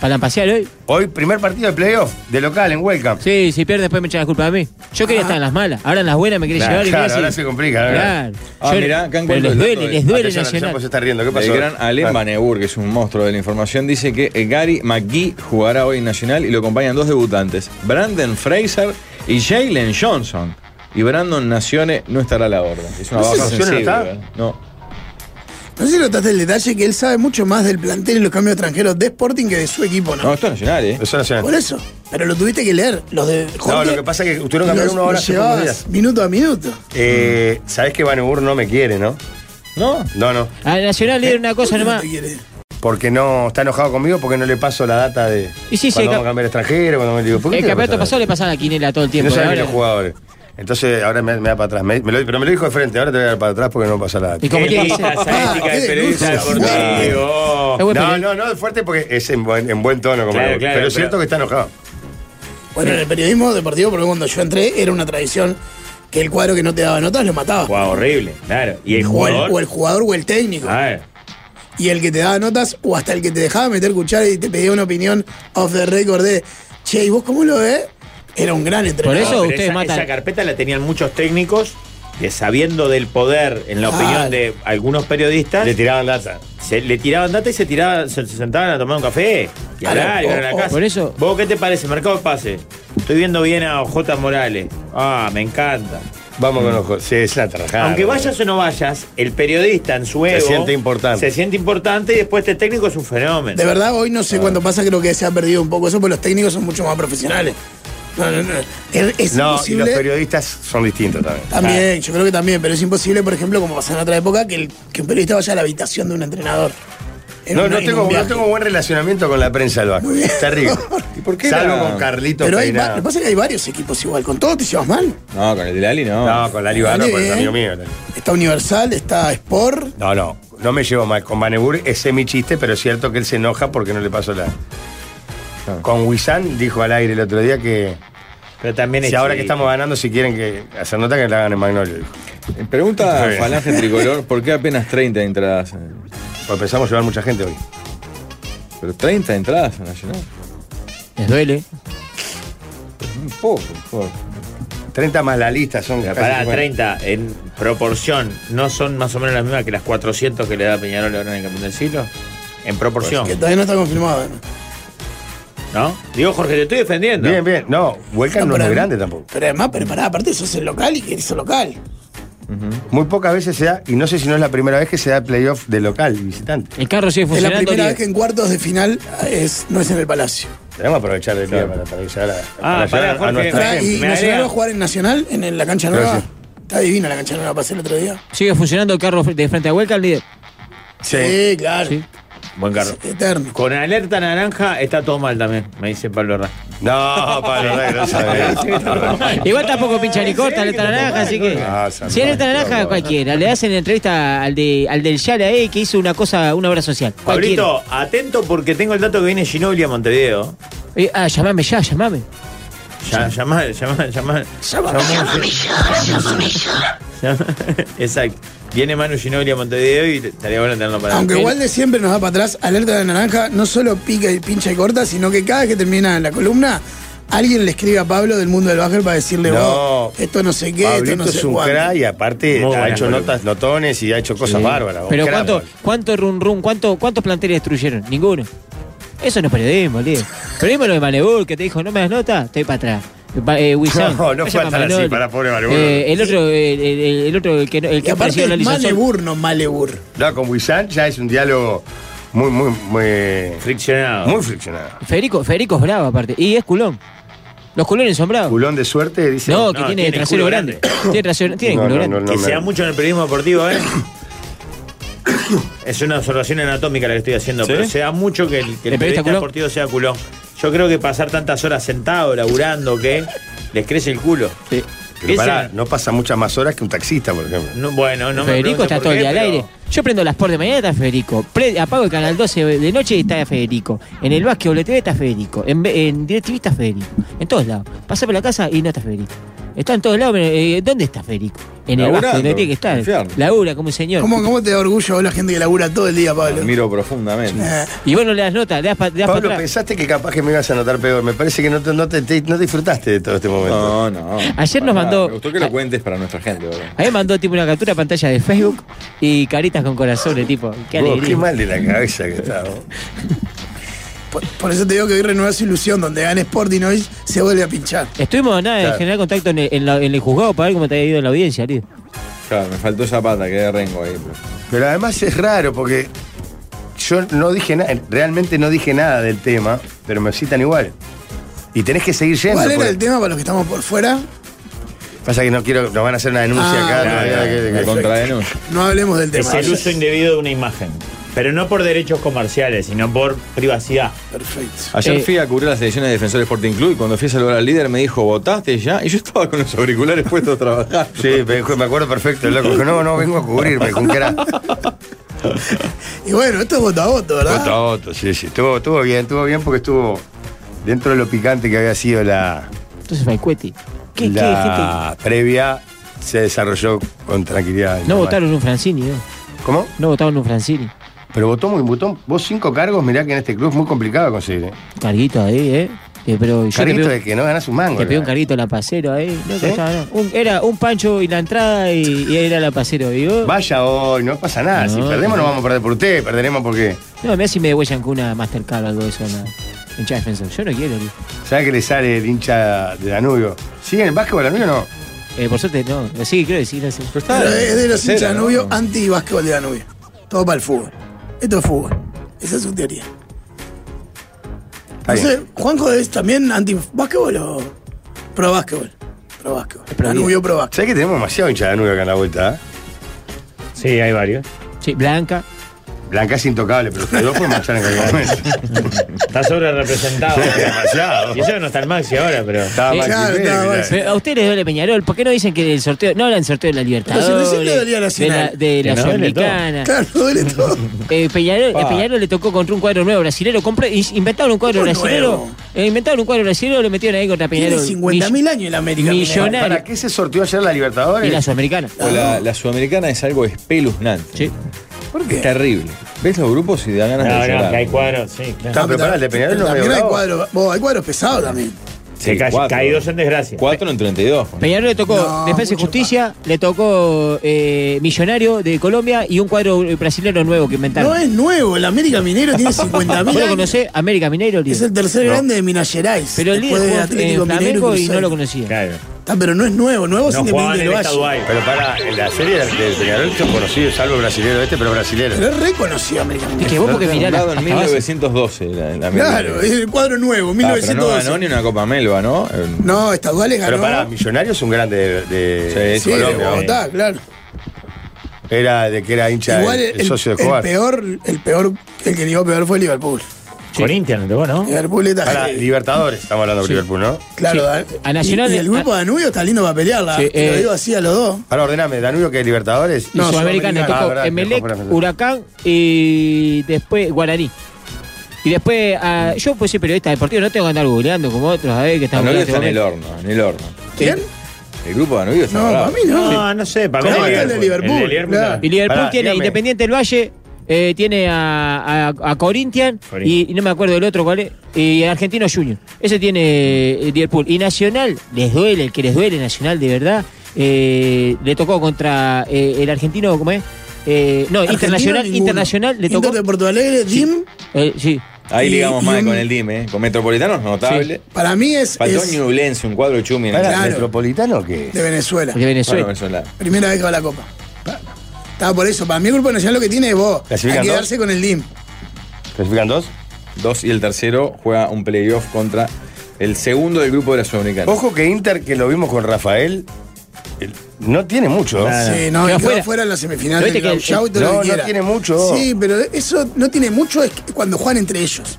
Speaker 9: ¿Para lampasear hoy?
Speaker 8: Hoy, primer partido de playoff, de local en Welcome.
Speaker 9: Sí, si pierde después me echan la culpa a mí. Yo quería estar en las malas. Ahora en las buenas me quería
Speaker 8: Ah. Claro,
Speaker 9: llevar y
Speaker 8: claro,
Speaker 9: mirá
Speaker 8: ahora
Speaker 9: si-
Speaker 8: se complica. ¿no?
Speaker 9: Claro.
Speaker 5: Ah,
Speaker 9: Yo-
Speaker 5: mirá, acá
Speaker 9: pero
Speaker 5: encuentro
Speaker 9: les
Speaker 5: el
Speaker 9: duele,
Speaker 5: dato de-
Speaker 9: les duele
Speaker 8: Atención, atención,
Speaker 9: Nacional.
Speaker 8: pues se está riendo. ¿Qué pasó? Ah,
Speaker 5: El gran Alem Banebur, que es un monstruo del información, dice que eh, Gary McGee jugará hoy en Nacional y lo acompañan dos debutantes, Brandon Fraser y Jalen Johnson. Y Brandon Nacione no estará a la orden. Es una
Speaker 8: ¿No
Speaker 5: baja
Speaker 8: Nacione no
Speaker 5: sensible.
Speaker 8: está?
Speaker 5: ¿verdad? No.
Speaker 6: No sé si notaste el detalle que él sabe mucho más del plantel y los cambios extranjeros de Sporting que de su equipo, ¿no?
Speaker 5: No, esto es nacional, ¿eh?
Speaker 8: Eso nacional.
Speaker 6: Por eso. Pero lo tuviste que leer. Los de
Speaker 8: No,
Speaker 6: Jorge,
Speaker 8: lo que pasa es que tuvieron que cambiar
Speaker 6: los-
Speaker 8: una hora
Speaker 6: los
Speaker 8: hace pocos
Speaker 6: llevabas
Speaker 8: días.
Speaker 6: Minuto a minuto.
Speaker 8: Eh, Sabés que Banebur no me quiere, ¿no?
Speaker 5: No.
Speaker 8: No, no.
Speaker 9: A Nacional le dieron una cosa
Speaker 6: ¿Por qué no
Speaker 9: nomás.
Speaker 6: te quiere?
Speaker 8: Porque no está enojado conmigo porque no le paso la data de
Speaker 9: Y sí, sí,
Speaker 8: cuando
Speaker 9: el
Speaker 8: vamos a
Speaker 9: cap-
Speaker 8: cambiar extranjero, cuando me digo, ¿por qué
Speaker 9: El
Speaker 8: te
Speaker 9: campeonato
Speaker 8: pasa
Speaker 9: pasado le pasaban la quinela todo el
Speaker 8: nada?
Speaker 9: tiempo.
Speaker 8: No saben
Speaker 9: y
Speaker 8: ni los
Speaker 9: ahora-
Speaker 8: jugadores. Entonces ahora me, me da para atrás. Me- me lo- pero me lo dijo de frente, ahora te voy a dar para atrás porque no pasa la data.
Speaker 9: ¿Y cómo
Speaker 7: Qué
Speaker 9: tiene que
Speaker 7: linda
Speaker 9: ser?
Speaker 7: esa
Speaker 6: Ah,
Speaker 7: ética
Speaker 6: qué
Speaker 7: de periodista
Speaker 6: denuncia,
Speaker 7: deportivo.
Speaker 9: Es buen
Speaker 8: No,
Speaker 9: periodista.
Speaker 8: no, no, fuerte porque es en buen, en buen tono, como
Speaker 7: Claro,
Speaker 8: algo.
Speaker 7: claro,
Speaker 8: Pero es cierto
Speaker 7: pero-
Speaker 8: que está enojado.
Speaker 6: Bueno, en el periodismo deportivo, porque cuando yo entré, era una tradición que el cuadro que no te daba notas lo mataba.
Speaker 7: Guau, horrible, claro. Y el
Speaker 6: O el,
Speaker 7: jugador.
Speaker 6: o el jugador o el técnico.
Speaker 8: Ah.
Speaker 7: A ver.
Speaker 6: Y el que te daba notas, o hasta el que te dejaba meter cuchara y te pedía una opinión off the record de, che, ¿y vos cómo lo ves? Era un gran
Speaker 9: Por
Speaker 6: entrenador.
Speaker 9: eso
Speaker 7: pero
Speaker 9: ustedes
Speaker 7: esa,
Speaker 9: matan.
Speaker 7: esa carpeta la tenían muchos técnicos que sabiendo del poder, en la
Speaker 6: Claro.
Speaker 7: opinión de algunos periodistas,
Speaker 8: Le tiraban data.
Speaker 7: se, le tiraban data y se, tiraban, se, se sentaban a tomar un café y
Speaker 6: Claro,
Speaker 7: hablar y
Speaker 6: o-
Speaker 7: ver a la
Speaker 6: o-
Speaker 7: casa.
Speaker 9: por eso-
Speaker 7: ¿Vos qué te parece? Mercado de pase. Estoy viendo bien a OJ Morales. Ah, me encanta.
Speaker 8: Vamos con ojos. Sí, es una tarajada.
Speaker 7: Aunque vayas o no vayas, el periodista en su
Speaker 8: Se
Speaker 7: ego
Speaker 8: siente importante.
Speaker 7: Se siente importante y después este técnico es un fenómeno.
Speaker 6: De verdad, hoy no sé
Speaker 8: Ah.
Speaker 6: cuánto pasa, creo que se ha perdido un poco eso, porque los técnicos son mucho más profesionales. No, no, no. Es, es
Speaker 8: No, y los
Speaker 6: imposible.
Speaker 8: periodistas son distintos también.
Speaker 6: también, yo creo que también, pero es imposible, por ejemplo, como pasaba en otra época, que, el- que un periodista vaya a la habitación de un entrenador. En
Speaker 8: No,
Speaker 6: una-
Speaker 8: no
Speaker 6: en
Speaker 8: tengo,
Speaker 6: un
Speaker 8: no
Speaker 6: viaje.
Speaker 8: tengo buen relacionamiento con la prensa del Vasco.
Speaker 6: Muy bien. (laughs)
Speaker 8: Terrible.
Speaker 5: ¿Y por qué
Speaker 8: Salvo
Speaker 5: era-
Speaker 8: con Carlitos
Speaker 6: Pero hay, va-
Speaker 8: Peinado.
Speaker 6: lo que pasa es que hay varios equipos igual, con todos te llevas mal.
Speaker 5: No, con el de Lali no.
Speaker 8: No, con Lali Barro,
Speaker 6: Dale,
Speaker 8: pues
Speaker 6: eh.
Speaker 8: amigo mío. Lali.
Speaker 6: Está Universal, está Sport.
Speaker 8: No, no, no me llevo mal. Con Banebur es mi chiste, pero es cierto que él se enoja porque no le paso la.
Speaker 6: Ah.
Speaker 5: Claro.
Speaker 8: Con Wisan dijo al aire el otro día que
Speaker 7: Pero también
Speaker 8: si
Speaker 7: es-
Speaker 8: ahora que estamos ganando, si quieren que hacer nota que la hagan en Magnolio. dijo.
Speaker 5: Eh, Pregunta
Speaker 8: Está
Speaker 5: a
Speaker 8: bien.
Speaker 5: Falange Tricolor, ¿por qué apenas 30 entradas? eh?
Speaker 8: Porque pensamos llevar mucha gente hoy.
Speaker 5: Pero 30 entradas en Nacional.
Speaker 9: Les duele.
Speaker 5: Un poco, un poco.
Speaker 8: 30 más la lista son casi
Speaker 7: Pará, 30
Speaker 8: 50.
Speaker 7: en proporción, ¿no son más o menos las mismas que las 400 que le da Peñarol ahora en el campeón del siglo? En proporción,
Speaker 8: Pues
Speaker 6: Que todavía no está confirmado. ¿eh? ¿no?
Speaker 7: ¿no? Digo, Jorge, te estoy defendiendo.
Speaker 8: Bien, bien. No, Huelca no,
Speaker 6: No,
Speaker 8: es
Speaker 6: pero-
Speaker 8: muy grande tampoco.
Speaker 6: Pero además, pero pará, aparte sos el local y querés el local.
Speaker 8: Muy pocas veces se da, y no sé si no es la primera vez que se da playoff de local y visitante.
Speaker 9: El carro sigue
Speaker 6: Es la
Speaker 9: funcionando.
Speaker 6: primera
Speaker 9: Oribe.
Speaker 6: vez que en cuartos de final eh, es, no es en el Palacio.
Speaker 8: Tenemos que aprovechar el día
Speaker 5: Claro.
Speaker 8: para, para llegar a,
Speaker 7: Ah,
Speaker 8: para
Speaker 7: pará,
Speaker 8: llegar a
Speaker 7: Jorge.
Speaker 8: nuestra
Speaker 6: Pará,
Speaker 7: bien,
Speaker 8: gente.
Speaker 6: y
Speaker 7: me
Speaker 6: Nacional
Speaker 7: agrega.
Speaker 6: va a jugar en Nacional, en, en la cancha nueva.
Speaker 8: Gracias.
Speaker 6: Está divina la cancha nueva, pasé el otro día.
Speaker 9: Sigue funcionando el carro de frente a Huelca, el líder.
Speaker 8: Sí.
Speaker 6: Sí, claro.
Speaker 9: Sí.
Speaker 7: Buen carro.
Speaker 6: Es Eterno.
Speaker 7: Con alerta naranja está todo mal también, me dice Pablo Herrán.
Speaker 8: No, Pablo, no, (laughs) gracias.
Speaker 9: Igual tampoco pincha ni corta, letra naranja, así que.
Speaker 8: Ah, San
Speaker 9: Si es letra
Speaker 8: Juan,
Speaker 9: naranja,
Speaker 8: claro.
Speaker 9: cualquiera. Le hacen entrevista al, de, al del Yala eh, que hizo una cosa, una obra social. Cualquiera.
Speaker 7: Pablito, atento porque tengo el dato que viene Ginobili a Montevideo.
Speaker 9: Eh, ah, llamame ya, llamame.
Speaker 7: Ya, llamá, llamá, llamá. Llamame ya, (laughs) Exacto. Viene Manu Ginobili a Montevideo y estaría bueno tenerlo para
Speaker 6: Aunque igual de siempre nos da para atrás, alerta de naranja, no solo pica y pincha y corta, sino que cada vez que termina la columna, alguien le escribe a Pablo del mundo del básquet para decirle,
Speaker 8: No.
Speaker 6: "Vos, esto no sé qué,
Speaker 8: Pablito
Speaker 6: esto no sé
Speaker 8: es un
Speaker 6: cuándo".
Speaker 8: crack y aparte
Speaker 7: Muy
Speaker 8: ha
Speaker 7: buena
Speaker 8: hecho
Speaker 7: columna.
Speaker 8: notas, notones y ha hecho cosas
Speaker 9: Sí.
Speaker 8: bárbaras.
Speaker 9: Pero
Speaker 8: Un crack,
Speaker 9: ¿cuánto,
Speaker 8: Pablo.
Speaker 9: cuánto run run, cuánto, cuántos planteles destruyeron? Ninguno. Eso no es periodismo, líder. Periodismo lo de Malebur, que te dijo, no me das nota, estoy para atrás. Va- eh,
Speaker 8: (laughs)
Speaker 9: Wissam,
Speaker 8: No, no
Speaker 9: vaya
Speaker 8: fue
Speaker 9: pa'
Speaker 8: tan así,
Speaker 9: Manolo.
Speaker 8: pará, pobre Malebur.
Speaker 9: Eh, el otro, el, el- el otro, el que, no- el
Speaker 6: Y
Speaker 9: que ha
Speaker 6: aparte
Speaker 9: aparecido en la
Speaker 6: es
Speaker 9: licencia.
Speaker 6: Malebur, no Malebur.
Speaker 8: No, con Wisan ya es un diálogo muy, muy, muy,
Speaker 7: Friccionado.
Speaker 8: muy friccionado.
Speaker 9: Federico, Federico es bravo aparte. Y es culón. Los culones son bravos.
Speaker 8: Culón de suerte, dice.
Speaker 9: No, que
Speaker 7: No,
Speaker 9: tiene,
Speaker 7: tiene
Speaker 9: trasero
Speaker 7: culo
Speaker 9: grande.
Speaker 7: grande.
Speaker 9: tiene trasero, tiene
Speaker 8: No,
Speaker 9: culo
Speaker 8: no,
Speaker 9: grande.
Speaker 8: no,
Speaker 7: Que
Speaker 8: me-
Speaker 7: se da mucho en el periodismo deportivo, ¿eh? es una observación anatómica la que estoy haciendo, pero se da mucho que el, que el
Speaker 9: ¿El periodista
Speaker 7: periodista
Speaker 9: culón?
Speaker 7: deportivo sea culón. Yo creo que pasar tantas horas sentado, laburando, que les crece el culo.
Speaker 9: Sí.
Speaker 8: Pero pará,
Speaker 7: Ese-
Speaker 8: no pasa muchas más horas que un taxista, por ejemplo.
Speaker 7: no, bueno, no me
Speaker 9: Federico
Speaker 7: pregunte
Speaker 9: está
Speaker 7: por
Speaker 9: todo el
Speaker 7: qué,
Speaker 9: día al
Speaker 7: pero-
Speaker 9: aire. Yo prendo las por de mañana está Federico. Pre- apago el canal 12 de noche y está Federico. En el básquetbol de TV está Federico. En, ve- en DirecTV está Federico. En todos lados. Pasá por la casa y no está Federico. Está en todos lados. pero, eh, ¿Dónde está Federico? En el
Speaker 5: Laburando,
Speaker 9: básquet donde tiene que estar.
Speaker 5: infierno.
Speaker 9: Labura como un señor.
Speaker 6: ¿Cómo, ¿Cómo te da orgullo a la gente que labura todo el día, Pablo?
Speaker 5: Admiro profundamente.
Speaker 6: Eh,
Speaker 9: Y vos no le das nota, le das pa- le das pa'
Speaker 8: Pablo,
Speaker 9: atrás.
Speaker 8: pensaste que capaz que me ibas a notar peor. Me parece que no, te, no, te- te- no disfrutaste de todo este momento.
Speaker 5: No, no.
Speaker 9: Ayer nos
Speaker 5: para nada.
Speaker 9: mandó-
Speaker 5: Me gustó que lo
Speaker 9: a-
Speaker 5: cuentes para nuestra gente, ¿verdad?
Speaker 9: A mí me mandó tipo una captura de pantalla de Facebook y caritas con corazones, tipo. Qué
Speaker 8: Vos,
Speaker 9: alegría.
Speaker 8: qué mal de la cabeza que está. vos.
Speaker 6: por, por eso te digo que hoy renueva su ilusión, donde gane Sporting hoy se vuelve a pinchar.
Speaker 9: Estuvimos nada en
Speaker 8: Claro.
Speaker 9: generar contacto en el, en la- en el juzgado para ver cómo te había ido en la audiencia, tío.
Speaker 5: Claro, me faltó Zapata, quedé rengo ahí. pero-
Speaker 8: Pero además es raro porque yo no dije nada, realmente no dije nada del tema, pero me citan igual. Y tenés que seguir yendo.
Speaker 6: ¿Cuál era
Speaker 8: porque-
Speaker 6: el tema para los que estamos por fuera?
Speaker 8: Pasa que no quiero, nos van a hacer una denuncia
Speaker 6: Ah,
Speaker 8: acá.
Speaker 7: claro,
Speaker 8: no,
Speaker 7: claro,
Speaker 8: que-
Speaker 5: La
Speaker 8: que-
Speaker 5: contradenuncia.
Speaker 6: No hablemos del tema.
Speaker 7: Es el uso indebido de una imagen. Pero no por derechos comerciales, sino por privacidad.
Speaker 6: Perfecto.
Speaker 5: Ayer
Speaker 9: Eh.
Speaker 5: fui a cubrir las elecciones de Defensor Sporting Club y cuando fui a saludar al líder me dijo, ¿votaste ya? Y yo estaba con los auriculares puestos a trabajar.
Speaker 8: Sí, me me acuerdo perfecto, el loco. dijo, No, no, vengo a cubrirme, con que era.
Speaker 6: Y bueno, esto es voto a voto, ¿verdad?
Speaker 8: Voto a voto, sí, sí. Estuvo, estuvo bien, estuvo bien porque estuvo dentro de lo picante que había sido la,
Speaker 9: Entonces Falcuetti. ¿Qué, qué gente?
Speaker 8: la previa, se desarrolló con tranquilidad.
Speaker 9: No votaron un Francini, ¿no?
Speaker 8: ¿Cómo?
Speaker 9: No votaron un Francini.
Speaker 8: Pero votó muy, votó. Vos cinco cargos, mirá que en este club es muy complicado conseguir. ¿eh?
Speaker 9: Carguito ahí, ¿eh? Eh, pero yo
Speaker 8: Carguito
Speaker 9: te
Speaker 8: de
Speaker 9: pego,
Speaker 8: que no ganás un mango.
Speaker 9: te pegué un
Speaker 8: ¿verdad?
Speaker 9: carguito la pasero ahí. No
Speaker 8: ¿Sí?
Speaker 9: costaba nada. Un- era un pancho y la entrada y, y era la pasero. Y vos-
Speaker 8: Vaya hoy, no pasa nada. si
Speaker 9: No,
Speaker 8: perdemos, no
Speaker 9: no.
Speaker 8: vamos a perder por usted, perderemos porque.
Speaker 9: No, me si me devuelvan con una Mastercard o algo de eso en la hinchada defensor. Yo no quiero. tío.
Speaker 8: ¿Sabes que le sale el hincha de Danubio? ¿Sigue en el básquetbol Danubio o no?
Speaker 9: Eh, por suerte no. Sí, creo que sí, no sé.
Speaker 5: Pero está-
Speaker 6: Pero es de los hinchas de
Speaker 5: tercera, ¿no?
Speaker 6: Danubio anti-básquetbol de Danubio. Todo para el fútbol. Esto es fútbol. Esa es su teoría.
Speaker 8: Está
Speaker 6: No
Speaker 8: bien.
Speaker 6: sé, ¿Juanjo es también anti-básquetbol o pro-básquetbol? Pro-básquetbol. Danubio pro-básquetbol.
Speaker 8: ¿Sabes que tenemos demasiado hincha de Danubio acá en la vuelta? ¿eh?
Speaker 7: Sí, hay varios.
Speaker 9: Sí, Blanca.
Speaker 8: Blanca es intocable, pero ustedes dos pueden marchar en cualquier momento.
Speaker 9: (laughs)
Speaker 7: Está sobre representado.
Speaker 8: demasiado.
Speaker 7: y eso no está el maxi ahora, pero.
Speaker 8: Estaba
Speaker 9: Sí,
Speaker 8: Maxi
Speaker 6: claro,
Speaker 8: Pérez,
Speaker 6: estaba
Speaker 8: mirá.
Speaker 6: Maxi.
Speaker 9: Pero Eh, a ustedes les duele Peñarol. ¿Por qué no dicen que el sorteo. No hablan del sorteo de la libertad?
Speaker 6: Pero si recién le dolía a
Speaker 9: de la,
Speaker 6: Nacional.
Speaker 7: Que nos
Speaker 9: de la
Speaker 7: duele todo.
Speaker 9: Sudamericana.
Speaker 6: Claro, duele
Speaker 8: (laughs)
Speaker 6: todo.
Speaker 9: Eh, Peñarol,
Speaker 7: Pa.
Speaker 9: eh, Peñarol le tocó contra un cuadro nuevo brasilero. Compró, in- inventaron un cuadro
Speaker 6: ¿Cómo
Speaker 9: brasilero.
Speaker 6: nuevo?
Speaker 9: eh, inventaron un cuadro brasilero, lo metieron ahí contra
Speaker 6: Tiene
Speaker 9: Peñarol.
Speaker 6: 50.000 años en la América.
Speaker 9: Millonario.
Speaker 6: Millonario.
Speaker 8: ¿Para qué se sorteó ayer la
Speaker 9: Y
Speaker 8: Libertadores?
Speaker 9: la Sudamericana.
Speaker 5: O la, la sudamericana es algo espeluznante.
Speaker 9: Sí.
Speaker 6: ¿Por qué?
Speaker 5: Es terrible. ¿Ves los grupos y te dan
Speaker 7: No,
Speaker 5: ganas
Speaker 7: no,
Speaker 5: de llorar?
Speaker 7: que hay cuadros, sí, claro.
Speaker 8: Está preparado el de Peñarol, no
Speaker 6: También
Speaker 8: veo
Speaker 6: hay
Speaker 8: bravo.
Speaker 6: cuadros, vos, hay cuadros pesados también.
Speaker 5: Sí,
Speaker 7: Se ca-
Speaker 5: cuatro.
Speaker 7: caídos en desgracia.
Speaker 5: Cuatro en 32.
Speaker 9: Peñarol le tocó
Speaker 6: No,
Speaker 9: Defensa y
Speaker 6: mucho
Speaker 9: Justicia, le tocó eh, Millonario de Colombia y un cuadro eh, brasilero nuevo que inventaron.
Speaker 6: No es nuevo, el América Minero
Speaker 9: (laughs)
Speaker 6: tiene 50.000
Speaker 9: ¿Vos lo
Speaker 6: años.
Speaker 9: conocés? América Mineiro, líder.
Speaker 6: Es el tercer grande de Minas Gerais.
Speaker 9: Pero el
Speaker 6: después
Speaker 9: líder
Speaker 6: de
Speaker 9: jugó
Speaker 6: Atlético Mineiro
Speaker 9: en Flamengo y no
Speaker 6: Cruzeiro.
Speaker 9: lo conocía.
Speaker 7: Claro.
Speaker 6: Está, Ah, pero no es nuevo, nuevo es
Speaker 7: No jugaban en
Speaker 6: Independiente del
Speaker 7: esta
Speaker 6: Valle.
Speaker 7: Dubai.
Speaker 8: Pero para, en la serie del del Peñarol son conocidos, salvo el brasilero este, pero brasilero.
Speaker 6: Pero es reconocido América
Speaker 9: Es
Speaker 6: Minero.
Speaker 9: que vos porque mirá la-
Speaker 5: Fundado en
Speaker 9: hasta base.
Speaker 5: 1912. La, la
Speaker 6: Claro,
Speaker 5: América.
Speaker 6: es el cuadro nuevo,
Speaker 5: Ah, pero no
Speaker 6: 1912.
Speaker 5: ganó ni una Copa Melba, ¿no? Eh,
Speaker 6: No, Estaduales ganó.
Speaker 8: Pero para, Millonarios es un grande de, de
Speaker 5: Sí,
Speaker 6: sí,
Speaker 5: Colombia, Ah,
Speaker 6: de Bogotá, claro.
Speaker 8: Era de que era hincha
Speaker 6: Igual
Speaker 8: el,
Speaker 6: el,
Speaker 8: el socio de
Speaker 6: el
Speaker 8: Escobar.
Speaker 6: peor, el peor, el que llegó peor fue Liverpool.
Speaker 7: Corinthians le tocó, ¿no?
Speaker 6: Liverpool está
Speaker 8: Para Libertadores, estamos hablando de Liverpool, ¿no?
Speaker 6: claro.
Speaker 9: Sí.
Speaker 6: da-
Speaker 9: A Nacional-
Speaker 6: y, y el grupo
Speaker 9: a-
Speaker 6: Danubio está lindo para pelearla.
Speaker 9: Sí,
Speaker 6: te lo
Speaker 9: eh,
Speaker 6: digo así a los dos.
Speaker 8: Ahora ordename, Danubio que es Libertadores.
Speaker 9: Y
Speaker 6: No,
Speaker 8: Sudamericana.
Speaker 9: Sudamericana,
Speaker 8: Ah,
Speaker 9: tocó
Speaker 8: verdad,
Speaker 9: Emelec,
Speaker 8: tocó para Emelec.
Speaker 9: Huracán y después Guaraní. Y después, ah, yo pues soy periodista deportivo, no tengo que andar googleando como otros, a ver que están
Speaker 5: Danubio está en el
Speaker 9: googleando.
Speaker 5: horno, en el horno.
Speaker 6: ¿Quién?
Speaker 5: El grupo de Danubio está
Speaker 6: No,
Speaker 5: bravo.
Speaker 6: para mí no.
Speaker 7: No, no sé, para
Speaker 6: ¿Cómo
Speaker 7: mí
Speaker 6: está el de Liverpool?
Speaker 7: El de Liverpool,
Speaker 6: Claro.
Speaker 7: está-
Speaker 9: Y Liverpool
Speaker 8: Pará,
Speaker 9: tiene
Speaker 8: dígame.
Speaker 9: Independiente del Valle, eh, tiene a, a, a Corinthians
Speaker 7: Corinthians.
Speaker 9: y, y no me acuerdo del otro cuál es, y Argentino Junior. Ese tiene eh, Liverpool. Y Nacional, les duele, el que les duele Nacional de verdad, eh, le tocó contra eh, el argentino, ¿cómo es? Eh, no,
Speaker 6: Argentino,
Speaker 9: Internacional,
Speaker 6: ninguno.
Speaker 9: Internacional le tocó.
Speaker 6: Inter de Porto Alegre, Jim,
Speaker 9: eh, sí.
Speaker 5: Ahí
Speaker 6: Y-
Speaker 5: ligamos
Speaker 6: y
Speaker 5: más
Speaker 6: un-
Speaker 5: con el DIME, ¿eh? Con Metropolitanos, notable.
Speaker 6: para mí es,
Speaker 5: Faltó
Speaker 6: es
Speaker 5: Ñublense, un cuadro chumi. en el-
Speaker 8: ¿Para
Speaker 5: Bueno,
Speaker 6: Claro.
Speaker 8: Metropolitano o qué?
Speaker 6: de Venezuela.
Speaker 9: De Venezuela.
Speaker 5: Venezuela.
Speaker 6: Primera vez que va a la Copa. Estaba por eso. Para mí el grupo nacional lo que tiene es vos. Hay
Speaker 8: ¿Clasifican
Speaker 6: que quedarse con el DIM.
Speaker 8: ¿Clasifican dos?
Speaker 5: Dos y el tercero juega un playoff contra el segundo del grupo de la Sudamericana.
Speaker 8: Ojo que Inter, que lo vimos con Rafael, el- no tiene mucho.
Speaker 6: Sí, no,
Speaker 9: Ah. Queda
Speaker 6: y quedó
Speaker 9: fuera.
Speaker 6: fuera en la semifinal.
Speaker 9: ¿No viste
Speaker 6: del
Speaker 9: que el-
Speaker 6: Gauchao y todo
Speaker 8: no,
Speaker 6: lo que
Speaker 8: no
Speaker 6: quiera.
Speaker 8: tiene mucho.
Speaker 6: Sí, pero eso no tiene mucho es que cuando juegan entre ellos.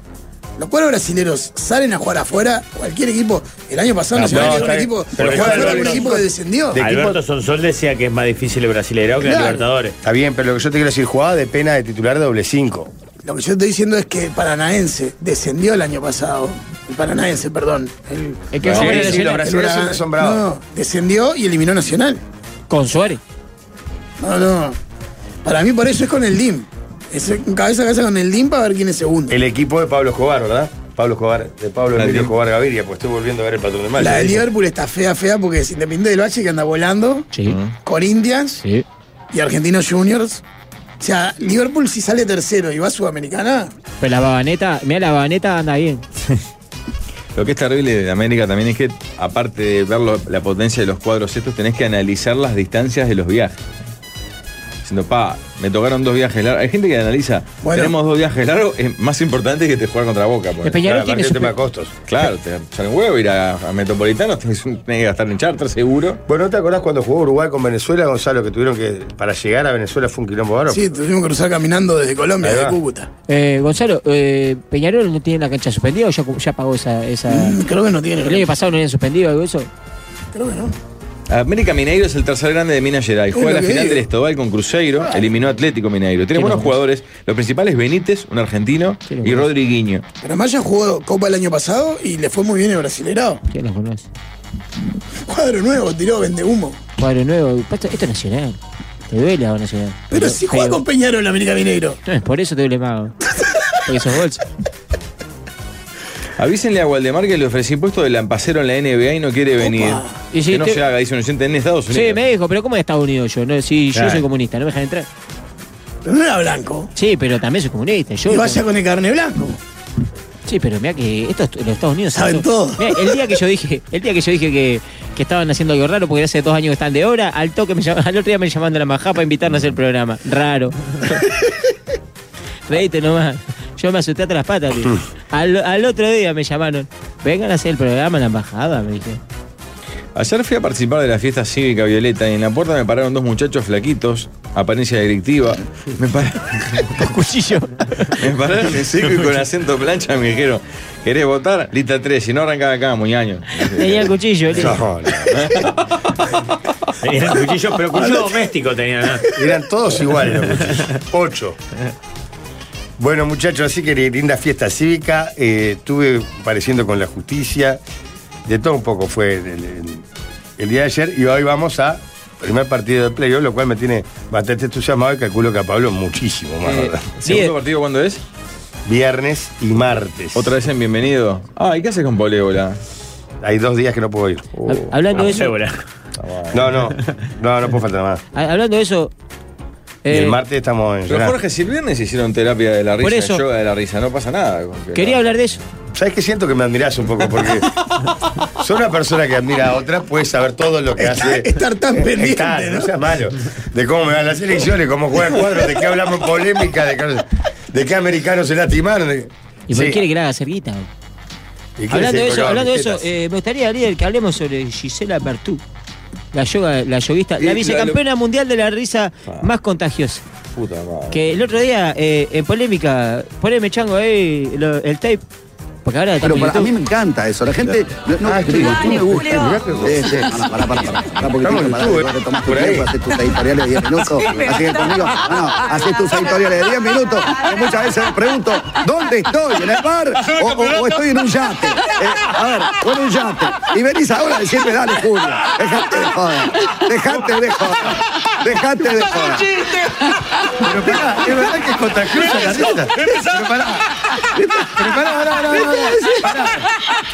Speaker 6: Los cuadros brasileños salen a jugar afuera. Cualquier equipo. El año pasado
Speaker 8: No,
Speaker 6: no, se
Speaker 8: Ah, no,
Speaker 6: ganó
Speaker 8: está
Speaker 6: un
Speaker 8: bien.
Speaker 6: equipo.
Speaker 8: Pero
Speaker 6: Pero
Speaker 8: juega
Speaker 6: fuera
Speaker 8: de
Speaker 6: un
Speaker 8: los
Speaker 6: equipo
Speaker 8: chicos
Speaker 6: que descendió.
Speaker 8: de-
Speaker 7: Alberto Sonsol decía que es más difícil el brasileirao que
Speaker 6: Claro.
Speaker 7: el Libertadores.
Speaker 8: Está bien, pero lo que yo te quiero decir, jugada de pena de titular de doble cinco.
Speaker 6: Lo que yo estoy diciendo es que el Paranaense descendió el año pasado. El Paranaense, perdón. El,
Speaker 9: El que
Speaker 5: Sí,
Speaker 9: jugó con
Speaker 5: sí,
Speaker 9: el
Speaker 5: los
Speaker 8: brasileños.
Speaker 9: Nacional,
Speaker 8: Brasileños
Speaker 6: Huracán-
Speaker 8: siempre son bravos.
Speaker 6: No, descendió y eliminó Nacional.
Speaker 9: con Suárez.
Speaker 6: No, no. Para mí por eso es con el DIM. Es un cabeza a cabeza con el DIM para ver quién es segundo.
Speaker 8: El equipo de Pablo Escobar, ¿verdad? Pablo Escobar, de Pablo
Speaker 5: La
Speaker 8: Emilio
Speaker 5: de-
Speaker 8: Escobar Gaviria, pues estoy volviendo a ver el patrón de mal.
Speaker 6: la de Liverpool está fea, fea, porque es Independiente del Valle que anda volando,
Speaker 9: Sí.
Speaker 6: Corinthians
Speaker 9: Sí.
Speaker 6: y Argentinos Juniors. O sea, Liverpool si sale tercero y va a Sudamericana,
Speaker 9: Pero la babaneta, mira la babaneta anda bien.
Speaker 5: Lo que es terrible de América también es que, aparte de ver lo- la potencia de los cuadros estos, tenés que analizar las distancias de los viajes. diciendo, pa, me tocaron dos viajes largos. Hay gente que analiza,
Speaker 6: Bueno.
Speaker 5: tenemos dos viajes largos, es más importante que te jugar contra Boca. por
Speaker 9: De Peñarol
Speaker 8: Claro,
Speaker 9: tiene
Speaker 8: aparte
Speaker 9: su-
Speaker 8: el tema de costos.
Speaker 5: Claro, te sale un huevo ir a, a Metropolitano, tenés, un- tenés que gastar en charter seguro.
Speaker 8: Bueno, ¿no te acordás cuando jugó Uruguay con Venezuela, Gonzalo, que tuvieron que, para llegar a Venezuela fue un quilombo bárbaro?
Speaker 6: Sí, tuvimos que cruzar caminando desde Colombia,
Speaker 8: Ahí
Speaker 6: desde
Speaker 8: va.
Speaker 6: Cúcuta.
Speaker 9: Eh, Gonzalo, eh, Peñarol no tiene la cancha suspendida o ya, ya pagó esa. esa...
Speaker 6: Mm, creo que no tiene.
Speaker 9: El año pasado no habían suspendido algo de eso.
Speaker 6: Creo que no.
Speaker 5: América Mineiro es el tercer grande de Minas Gerais. Juega
Speaker 6: lo
Speaker 5: la
Speaker 6: que
Speaker 5: final
Speaker 6: digo.
Speaker 5: del Estobal con Cruzeiro, eliminó a Atlético Mineiro. Tiene
Speaker 9: Ah. Qué
Speaker 5: buenos
Speaker 9: locura.
Speaker 5: jugadores, los principales Benítez, un argentino,
Speaker 9: Qué
Speaker 5: y
Speaker 9: locura.
Speaker 5: Rodriguinho.
Speaker 6: Pero Maya jugó Copa el año pasado y le fue muy bien el brasilerado.
Speaker 9: ¿Quién los conoce?
Speaker 6: (laughs) Cuadro nuevo, tiró, vende humo.
Speaker 9: Cuadro nuevo. Esto, esto es nacional. Te duele a nacional.
Speaker 6: Pero si juega con Peñarol, América Mineiro.
Speaker 9: No, es por eso te duele más. Porque sos bolsa.
Speaker 5: Avísenle a Waldemar que le ofrecí puesto de lampacero en la NBA y no quiere venir.
Speaker 9: Y si
Speaker 5: que no
Speaker 9: te-
Speaker 5: se haga, dice un oyente en Estados Unidos.
Speaker 9: Sí, me dijo, pero ¿cómo de Estados Unidos yo? No, si yo
Speaker 5: Claro.
Speaker 9: soy comunista, no me dejan entrar.
Speaker 6: Pero no era blanco.
Speaker 9: Sí, pero también soy comunista. Yo
Speaker 6: Y vaya con el carne blanco.
Speaker 9: Sí, pero mira que estos, los Estados Unidos
Speaker 6: Saben
Speaker 9: son-
Speaker 6: todo.
Speaker 9: Mirá, el día que yo dije, el día que yo dije que, que estaban haciendo algo raro porque hace dos años que están de hora, al toque me llamaron, (laughs) al otro día me llamaron de la majá para invitarnos a hacer el programa.
Speaker 8: (laughs)
Speaker 9: Raro. Reíte nomás. Yo me asusté hasta las patas.
Speaker 8: Mm.
Speaker 9: tío. Al, al otro día me llamaron. Vengan a hacer el programa en la embajada, me
Speaker 8: (laughs)
Speaker 9: dije.
Speaker 5: Ayer fui a participar de la fiesta cívica violeta y en la puerta me pararon dos muchachos flaquitos, apariencia directiva. Me pararon,
Speaker 9: Cuchillo.
Speaker 5: (laughs) me pararon en seco y con acento plancha me dijeron, ¿querés votar? Lista 3, si no arrancaba acá, muñaño.
Speaker 9: Tenía el cuchillo, tío.
Speaker 8: No, no.
Speaker 7: Tenían cuchillos, pero cuchillo doméstico tenían. ¿no?
Speaker 8: Eran todos iguales los muchachos. Ocho. Bueno, muchachos, así que linda fiesta cívica. eh, estuve pareciendo con la justicia. De todo un poco fue el, el- el día de ayer. Y hoy vamos a primer partido de playoff, lo cual me tiene bastante entusiasmado y calculo que a Pablo muchísimo más.
Speaker 5: Eh,
Speaker 8: ¿verdad?
Speaker 5: ¿Segundo
Speaker 9: Bien.
Speaker 5: partido cuándo es?
Speaker 8: Viernes y martes.
Speaker 5: Otra vez en bienvenido. Ah, ¿y qué haces con Polébola?
Speaker 8: Hay dos días que no puedo ir.
Speaker 5: Oh.
Speaker 9: Hab- Hablando de
Speaker 7: Ah,
Speaker 9: eso,
Speaker 7: cebola.
Speaker 8: No, no, no, no puedo faltar más.
Speaker 9: ha- hablando de eso.
Speaker 8: Y
Speaker 9: eh,
Speaker 8: el martes estamos en
Speaker 5: Pero
Speaker 8: Llorán.
Speaker 5: Jorge, si el viernes hicieron terapia de la risa,
Speaker 9: Por eso.
Speaker 5: yoga de la risa, no pasa nada. con que
Speaker 9: quería
Speaker 5: no.
Speaker 9: hablar de eso.
Speaker 8: ¿Sabes que siento que me admirás un
Speaker 6: (laughs)
Speaker 8: poco? Porque soy una persona que admira a otra, puedes saber todo lo que
Speaker 6: Está-
Speaker 8: hace.
Speaker 6: estar tan pendiente,
Speaker 8: Está, no
Speaker 6: ¿no?
Speaker 8: seas malo. De cómo me van las elecciones, cómo juega el cuadro, de qué hablamos en polémica, de qué, de qué americanos se lastimaron. de-
Speaker 9: Y
Speaker 8: Sí.
Speaker 9: por qué quiere que la haga cerguita.
Speaker 8: ¿Y ah, qué
Speaker 9: Hablando
Speaker 8: se
Speaker 9: de eso,
Speaker 8: colgaban
Speaker 9: hablando de eso,
Speaker 8: tetas?
Speaker 9: eh, me gustaría Ariel, que hablemos sobre Gisela Bertú, la yoga, la yoguista,
Speaker 5: Y
Speaker 9: la
Speaker 5: la-
Speaker 9: vicecampeona mundial de la risa más contagiosa.
Speaker 5: Puta madre.
Speaker 9: Que el otro día, eh, en polémica, poneme chango ahí lo- el tape. Porque ahora está
Speaker 10: Pero
Speaker 9: en
Speaker 10: para, a
Speaker 9: YouTube.
Speaker 10: mí me encanta eso. La gente. No, no,
Speaker 8: Ah,
Speaker 10: te digo, tú me gusta. Este, para, para, para, para, para, porque
Speaker 8: Estamos
Speaker 10: tienes
Speaker 8: en
Speaker 10: que parar,
Speaker 8: YouTube, eh.
Speaker 10: porque tomás tu
Speaker 8: por ahí.
Speaker 10: tiempo, haces tus editoriales de
Speaker 8: (laughs)
Speaker 10: 10 minutos. Así que conmigo, no, no, haces tus editoriales de 10 minutos. que muchas veces me pregunto, ¿dónde estoy? ¿En el
Speaker 8: (laughs)
Speaker 10: bar? O, o- o estoy en un yate. Eh, a ver, o en un yate. Y venís ahora a decirme, dale, Julio. Dejate de joder. Dejate de joder. Dejate de joder.
Speaker 8: Pero pará, es verdad que es contagiosa la teta. Pero pará. Pero pará, pará, pará, pará, pará.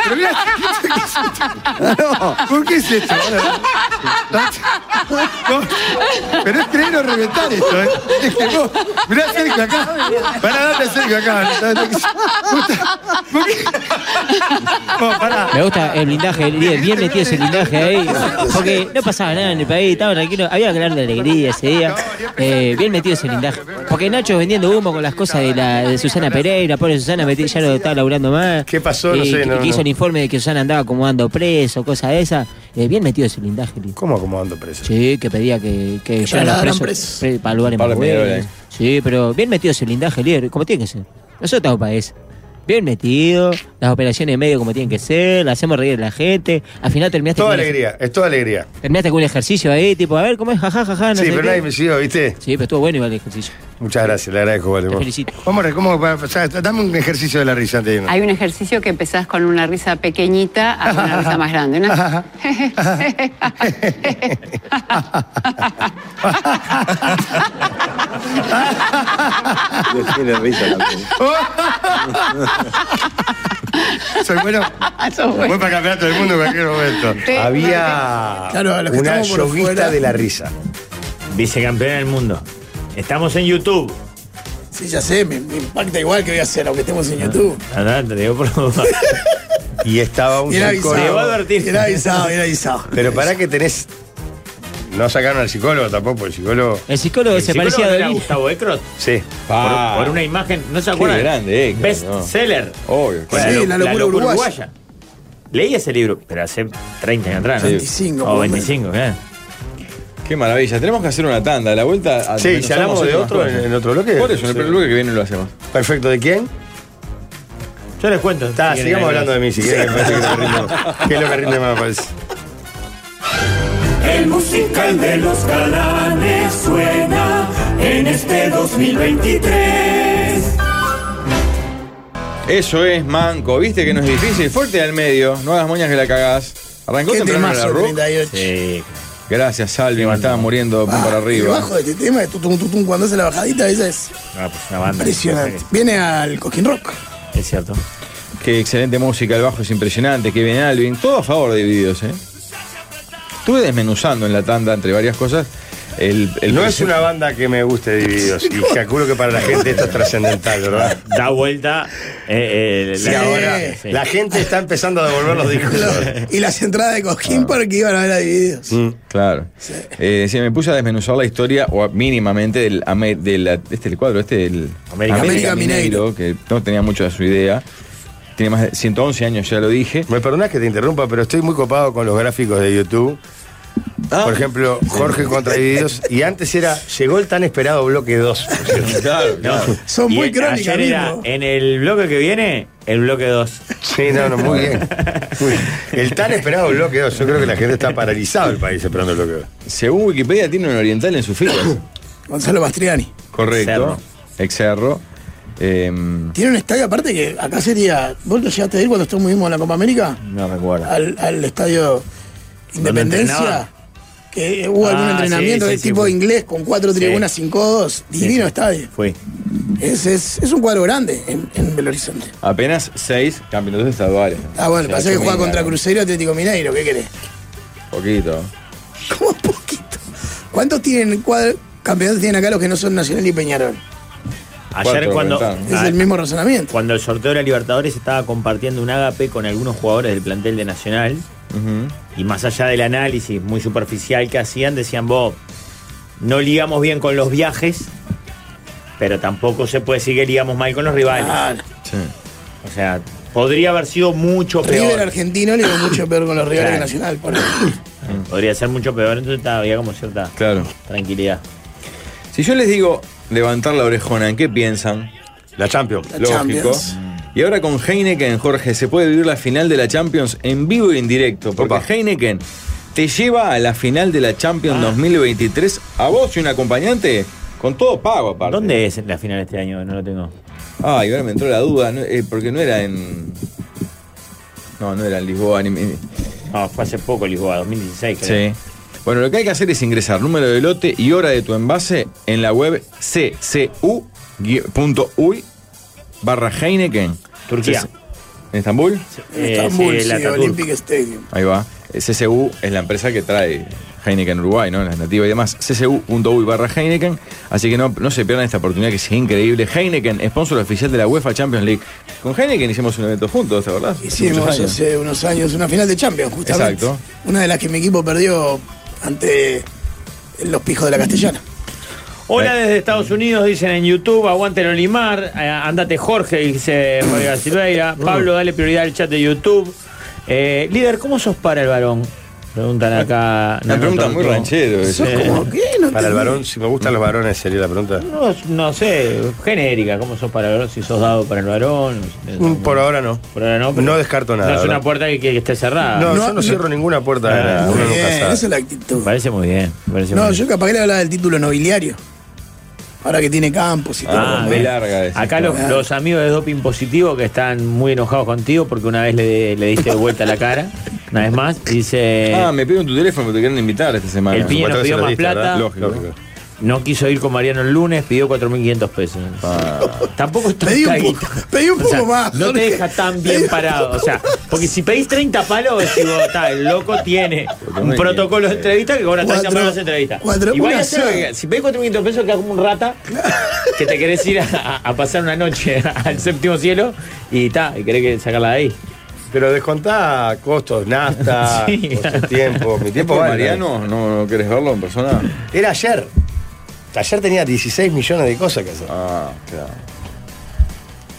Speaker 8: Pero mirá,
Speaker 10: No,
Speaker 8: ¿por qué es esto? Pará. No, Pero es creer o reventar esto, ¿eh? Es que vos, mirá cerca acá. Pará, date cerca acá. ¿Por qué? No, pará.
Speaker 9: Me gusta el blindaje, el el bien metido ese blindaje ahí. Porque no pasaba nada en el país, estaba tranquilo. Había que hablar de alegría ese día. Eh, bien metido ese blindaje. Porque Nacho vendiendo humo con las cosas de, la, de Susana Pereira. Pobre Susana, metí- ya no estaba laburando más.
Speaker 8: ¿Qué pasó? No
Speaker 9: Y
Speaker 8: sé,
Speaker 9: que-
Speaker 8: no,
Speaker 9: que hizo
Speaker 8: no.
Speaker 9: el informe de que Susana andaba acomodando preso, cosas de esas. Eh, bien metido ese blindaje, tío.
Speaker 8: ¿Cómo acomodando preso?
Speaker 9: Sí, que pedía que, que, llevaran
Speaker 6: trasladaran
Speaker 9: presos-
Speaker 6: presos.
Speaker 9: pre- para lugares
Speaker 5: Para
Speaker 9: más
Speaker 5: Peñarol,
Speaker 9: buenos.
Speaker 5: eh.
Speaker 9: Sí, pero bien metido ese blindaje, líder, como tiene que ser. Nosotros estamos para eso. Bien metido, las operaciones de medio como tienen que ser, la hacemos reír a la gente. Al final terminaste,
Speaker 8: Toda
Speaker 9: con, un-
Speaker 8: alegría, es toda alegría.
Speaker 9: terminaste con un ejercicio ahí, tipo, a ver cómo es, jajaja, ja, ja, no
Speaker 8: Sí,
Speaker 9: sé
Speaker 8: pero
Speaker 9: qué.
Speaker 8: nadie me siguió, ¿viste?
Speaker 9: Sí, pero estuvo bueno igual el ejercicio.
Speaker 8: Muchas gracias, le agradezco, vale.
Speaker 9: Te
Speaker 8: vos.
Speaker 9: felicito.
Speaker 8: Vamos, a ver, ¿cómo va a pasar? Dame un ejercicio de la risa antes de irnos.
Speaker 11: Hay un ejercicio que empezás con una risa pequeñita a una risa más grande. Una...
Speaker 10: tiene risa también.
Speaker 8: (laughs) Soy
Speaker 11: (laughs)
Speaker 8: bueno. Voy para el campeonato del mundo en cualquier momento.
Speaker 11: Sí,
Speaker 8: Había
Speaker 6: Claro, a los que
Speaker 8: una
Speaker 6: estamos por
Speaker 8: yoguista
Speaker 6: fuera.
Speaker 8: de la risa.
Speaker 7: Vicecampeona del mundo. Estamos en YouTube.
Speaker 6: Sí, ya sé, me, me impacta igual que voy a hacer, aunque estemos
Speaker 7: Ah.
Speaker 6: en YouTube.
Speaker 7: Andá, te digo por
Speaker 8: Y estaba un
Speaker 6: Bien
Speaker 8: chico.
Speaker 7: le voy a
Speaker 6: avisado.
Speaker 7: advertir.
Speaker 6: Bien avisado, bien avisado.
Speaker 8: Pero para que tenés. No sacaron al psicólogo tampoco, el psicólogo.
Speaker 9: El psicólogo
Speaker 7: El
Speaker 9: se
Speaker 7: psicólogo
Speaker 9: parecía a
Speaker 7: no era
Speaker 9: Dolina.
Speaker 7: Gustavo Ecrot.
Speaker 8: Sí.
Speaker 5: Ah.
Speaker 7: Por, por una imagen, ¿no se
Speaker 5: Qué
Speaker 7: acuerdan?
Speaker 5: grande, Ecrot,
Speaker 7: Best
Speaker 5: no.
Speaker 7: seller.
Speaker 5: Obvio.
Speaker 7: Con
Speaker 6: Sí,
Speaker 7: lo-
Speaker 6: La locura uruguaya.
Speaker 7: Leí ese libro, pero hace 30 años atrás, ¿no?
Speaker 6: 25,
Speaker 7: O
Speaker 6: por
Speaker 7: 25, claro.
Speaker 5: Qué maravilla. Tenemos que hacer una tanda. A la vuelta.
Speaker 8: Sí,
Speaker 5: almenzamos
Speaker 8: ¿y hablamos de
Speaker 5: otras
Speaker 8: otro
Speaker 5: cosas.
Speaker 8: en- en otro bloque?
Speaker 5: Por eso, en el
Speaker 8: Sí.
Speaker 5: primer bloque que viene lo hacemos.
Speaker 8: Perfecto, ¿de quién?
Speaker 7: Yo les cuento.
Speaker 8: Está, Ah, sigamos hablando de mí si quieren. me parece que es lo que (laughs) rinde más. que es lo que rinde más, me parece.
Speaker 2: El musical de los galanes suena en este 2023.
Speaker 5: Eso es, manco. ¿Viste que no es difícil? Fuerte al medio. No hagas moñas que la cagás. Arrancó
Speaker 6: ¿Qué
Speaker 5: temprano la
Speaker 6: temazo,
Speaker 5: rock.
Speaker 6: 38?
Speaker 7: Sí.
Speaker 5: Gracias, Salvi. Me estaba muriendo de pum para arriba.
Speaker 6: Debajo de este tema, de tutum, tutum, cuando hace la bajadita, esa es
Speaker 7: No, pues una banda.
Speaker 6: impresionante. Viene al Coquín Rock.
Speaker 7: Es cierto.
Speaker 5: Qué excelente música. El bajo es impresionante. Qué bien, Alvin. Todo a favor de videos, ¿eh? Estuve desmenuzando en la tanda, entre varias cosas, el. el
Speaker 8: No es una banda que me guste divididos. (laughs) Y calculo que para la gente esto es trascendental, (laughs) ¿verdad?
Speaker 7: Da vuelta. eh, eh,
Speaker 8: Y ahora
Speaker 7: sí.
Speaker 8: la gente está empezando a devolver los discos.
Speaker 6: (laughs) Y las entradas de Coquín porque iban a ver a divididos.
Speaker 7: Mm.
Speaker 5: Claro. Eh, sí, me puse a desmenuzar la historia, o a- mínimamente, del, ame- de la- este, el cuadro, este, del
Speaker 7: América-
Speaker 6: América Mineiro.
Speaker 5: que no tenía mucho de su idea. Tiene más de 111 años, ya lo
Speaker 8: (laughs)
Speaker 5: dije.
Speaker 8: Me perdonás que te interrumpa, pero estoy muy copado con los gráficos de YouTube. Por ejemplo, Jorge contra divididos. Y antes era, llegó el tan esperado bloque 2.
Speaker 5: Claro,
Speaker 7: No.
Speaker 6: Son
Speaker 7: Y
Speaker 6: muy
Speaker 7: en-
Speaker 6: crónicas,
Speaker 7: ayer era, eh,
Speaker 6: mismo.
Speaker 7: en el bloque que viene, el bloque 2.
Speaker 8: Sí, no, no, muy bien. Muy bien. El tan esperado bloque 2. Yo creo que la gente está paralizada el país esperando el bloque 2.
Speaker 5: Según Wikipedia, tiene un oriental en sus filas.
Speaker 6: Gonzalo Mastriani.
Speaker 5: Correcto.
Speaker 7: Cerro.
Speaker 5: Excerro. Eh,
Speaker 6: Tiene un estadio aparte que acá sería. ¿Vos no llegaste a ir cuando estuvimos en la Copa América?
Speaker 5: no recuerdo.
Speaker 6: Al, al estadio Independencia.
Speaker 7: entrenaba?
Speaker 6: Que hubo algún
Speaker 7: Ah,
Speaker 6: entrenamiento
Speaker 7: sí,
Speaker 6: de
Speaker 7: sí,
Speaker 6: tipo
Speaker 7: sí.
Speaker 6: inglés con cuatro tribunas, cinco dos. Divino
Speaker 7: sí.
Speaker 6: estadio.
Speaker 7: Fue.
Speaker 6: Es, es, es un cuadro grande en, en Belo Horizonte.
Speaker 5: Apenas seis campeonatos estaduales.
Speaker 6: Ah, bueno,
Speaker 5: O sea,
Speaker 6: pasa que juega
Speaker 5: mira,
Speaker 6: contra
Speaker 5: ¿no?
Speaker 6: Cruzeiro Atlético Mineiro, ¿qué querés? (laughs)
Speaker 5: Poquito.
Speaker 6: Como poquito. ¿Cuántos tienen cuadro, campeonatos tienen acá los que no son Nacional y Peñarol?
Speaker 5: Cuatro,
Speaker 7: Ayer cuando.
Speaker 5: ventana.
Speaker 6: Es
Speaker 7: Ah,
Speaker 6: el mismo razonamiento.
Speaker 7: Cuando el sorteo de la Libertadores estaba compartiendo un ágape con algunos jugadores del plantel de Nacional,
Speaker 5: Ujú.
Speaker 7: y más allá del análisis muy superficial que hacían, decían, vos, no ligamos bien con los viajes, pero tampoco se puede decir que ligamos mal con los rivales.
Speaker 6: Claro.
Speaker 5: Sí.
Speaker 7: O sea, podría haber sido mucho
Speaker 6: River
Speaker 7: peor.
Speaker 6: argentino le dio mucho peor con los rivales que Nacional.
Speaker 7: (coughs)
Speaker 6: por ejemplo.
Speaker 7: Podría ser mucho peor, entonces ta, había como cierta
Speaker 5: Claro.
Speaker 7: tranquilidad.
Speaker 5: Si yo les digo levantar la orejona, ¿en qué piensan?
Speaker 8: La Champions.
Speaker 6: La
Speaker 5: Lógico.
Speaker 6: Champions.
Speaker 5: Y ahora con Heineken, Jorge, se puede vivir la final de la Champions en vivo y en directo. Porque
Speaker 8: Opa.
Speaker 5: Heineken te lleva a la final de la Champions 2023 a vos y un acompañante con todo pago aparte.
Speaker 7: ¿Dónde es la final este año? No lo tengo.
Speaker 5: Ah, y ahora me entró la duda, no, eh, porque no era en. No, no era en Lisboa ni. ni-
Speaker 7: No, fue hace poco Lisboa, 2016. creo.
Speaker 5: Sí. Bueno, lo que hay que hacer es ingresar número de lote y hora de tu envase en la web ccu.uy barra Heineken.
Speaker 7: Turquía.
Speaker 5: ¿En Estambul?
Speaker 6: En
Speaker 7: Eh,
Speaker 6: Estambul,
Speaker 7: sí,
Speaker 6: sí,
Speaker 7: el Atatürk.
Speaker 6: Olympic Stadium.
Speaker 5: Ahí va. Eh, CCU es la empresa que trae Heineken Uruguay, ¿no? La nativa y demás. CCU.uy barra Heineken. Así que no, no se pierdan esta oportunidad que es increíble. Heineken, sponsor oficial de la UEFA Champions League. Con Heineken hicimos un evento juntos, ¿te acordás? Hace muchos
Speaker 6: Hicimos
Speaker 5: años.
Speaker 6: hace unos años una final de Champions, justamente.
Speaker 5: Exacto.
Speaker 6: Una de las que mi equipo perdió ante los pijos de la Castellana.
Speaker 7: Hola desde Estados Unidos, dicen en YouTube, aguántelo Limar, eh, andate Jorge, dice Rodrigo Silveira,
Speaker 8: Mm.
Speaker 7: Pablo, dale prioridad al chat de YouTube. Eh, líder, ¿cómo sos para el varón? Preguntan acá.
Speaker 5: Una
Speaker 7: Nato
Speaker 5: pregunta muy
Speaker 7: Torto.
Speaker 5: ranchero. esa.
Speaker 7: Eh,
Speaker 6: Sos como, ¿qué? No
Speaker 8: Para el
Speaker 6: entendí.
Speaker 8: varón, si me gustan los varones, sería la pregunta.
Speaker 7: No, no sé, genérica, ¿cómo sos para el varón? Si sos dado para el varón.
Speaker 8: Mm, Por ahora no.
Speaker 7: Por ahora no. pero
Speaker 8: No descarto nada,
Speaker 7: No es
Speaker 8: ¿verdad?
Speaker 7: una puerta que, que esté cerrada.
Speaker 8: No,
Speaker 6: No,
Speaker 8: yo no
Speaker 6: no.
Speaker 8: cierro ninguna puerta.
Speaker 7: Ah,
Speaker 8: de nada,
Speaker 6: Muy
Speaker 8: uno nunca
Speaker 6: bien,
Speaker 8: sabe.
Speaker 6: Eh, esa es la actitud.
Speaker 7: Me parece muy bien. me parece
Speaker 6: No,
Speaker 7: muy
Speaker 6: yo
Speaker 7: bien.
Speaker 6: capaz que le hablaba del título nobiliario. Ahora que tiene campos y todo.
Speaker 7: Ah,
Speaker 5: B
Speaker 7: bien.
Speaker 5: larga decís,
Speaker 7: Acá
Speaker 5: claro.
Speaker 7: los, los amigos de Doping Positivo que están muy enojados contigo porque una vez le, le diste de vuelta la cara, una vez más, dice...
Speaker 5: Ah, me pidieron tu teléfono, te quieren invitar esta semana.
Speaker 7: El piña nos
Speaker 8: Supuestamente
Speaker 7: pidió
Speaker 8: se lo
Speaker 7: más
Speaker 8: diste, ¿verdad?
Speaker 7: plata.
Speaker 5: Lógico.
Speaker 7: No quiso ir con Mariano el lunes, pidió 4.500 pesos. Tampoco está
Speaker 6: Pedí un poco, pedí (laughs) un
Speaker 7: O sea,
Speaker 6: poco más.
Speaker 7: No te
Speaker 6: Jorge.
Speaker 7: deja tan
Speaker 6: Pedí (laughs)
Speaker 7: bien
Speaker 6: un
Speaker 7: parado. O sea, porque si pedís 30 palos, decís vos, está, el loco tiene un protocolo de entrevista que cobra 30
Speaker 6: Cuatro,
Speaker 7: palos de entrevista.
Speaker 6: cuatro,
Speaker 7: y vaya
Speaker 6: una
Speaker 7: a hacer lo
Speaker 6: sola.
Speaker 7: que- si pedís 4.500 pesos, quedás como un rata que te (laughs) querés ir a, a- a pasar una noche al séptimo cielo y está, y querés que sacarla de ahí.
Speaker 8: Pero descontá costos, nafta,
Speaker 5: Sí.
Speaker 8: costos, tiempo. Mi tiempo
Speaker 7: Este
Speaker 5: ¿Es por
Speaker 8: vale.
Speaker 5: Mariano? ¿No, no querés verlo en persona?
Speaker 8: Era ayer. Ayer tenía 16 millones de cosas que hacer.
Speaker 5: Ah, claro.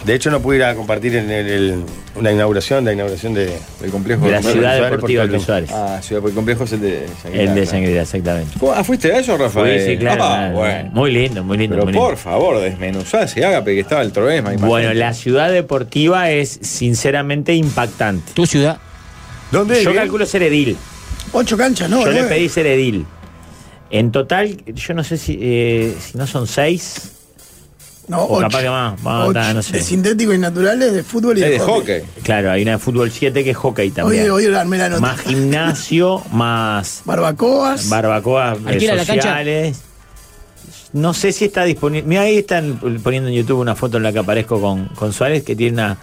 Speaker 8: De hecho, no pude ir a compartir en el, el- una inauguración, la inauguración de,
Speaker 5: del complejo
Speaker 7: De la Ciudad Deportiva Luis Suárez.
Speaker 5: Ah, ciudad, porque el complejo es el de Shangri-La,
Speaker 7: El de
Speaker 5: claro.
Speaker 7: Sangre, exactamente.
Speaker 5: ¿Cómo? Ah, ¿fuiste a eso, Rafael?
Speaker 7: Fui, sí, claro,
Speaker 5: Ah,
Speaker 7: claro,
Speaker 5: bueno.
Speaker 7: Muy lindo, muy lindo.
Speaker 5: Pero
Speaker 7: muy lindo.
Speaker 5: por favor, desmenuzase, Ágape, que estaba el Troesma.
Speaker 7: Bueno,
Speaker 5: imagínate.
Speaker 7: la ciudad deportiva es sinceramente impactante.
Speaker 9: Tu ciudad.
Speaker 8: ¿Dónde?
Speaker 7: Yo
Speaker 8: Miguel?
Speaker 7: calculo ser edil.
Speaker 6: Ocho canchas, ¿no?
Speaker 7: yo le
Speaker 6: nueve.
Speaker 7: pedí ser edil. En total, yo no sé si, eh, si no son seis.
Speaker 6: No,
Speaker 7: o
Speaker 6: ocho.
Speaker 7: capaz que más, más,
Speaker 6: Ocho.
Speaker 7: ta, no sé.
Speaker 6: De sintéticos y naturales, de fútbol y
Speaker 5: Es
Speaker 6: de,
Speaker 5: de hockey.
Speaker 7: Claro, hay una de fútbol 7 que es hockey también.
Speaker 6: Hoy, hoy la armé la nota.
Speaker 7: más gimnasio, más
Speaker 6: Barbacoas.
Speaker 7: barbacoas eh,
Speaker 9: Alquila la cancha.
Speaker 7: sociales. No sé si está disponible. Mira, ahí están poniendo en YouTube una foto en la que aparezco con, con Suárez, que tiene una,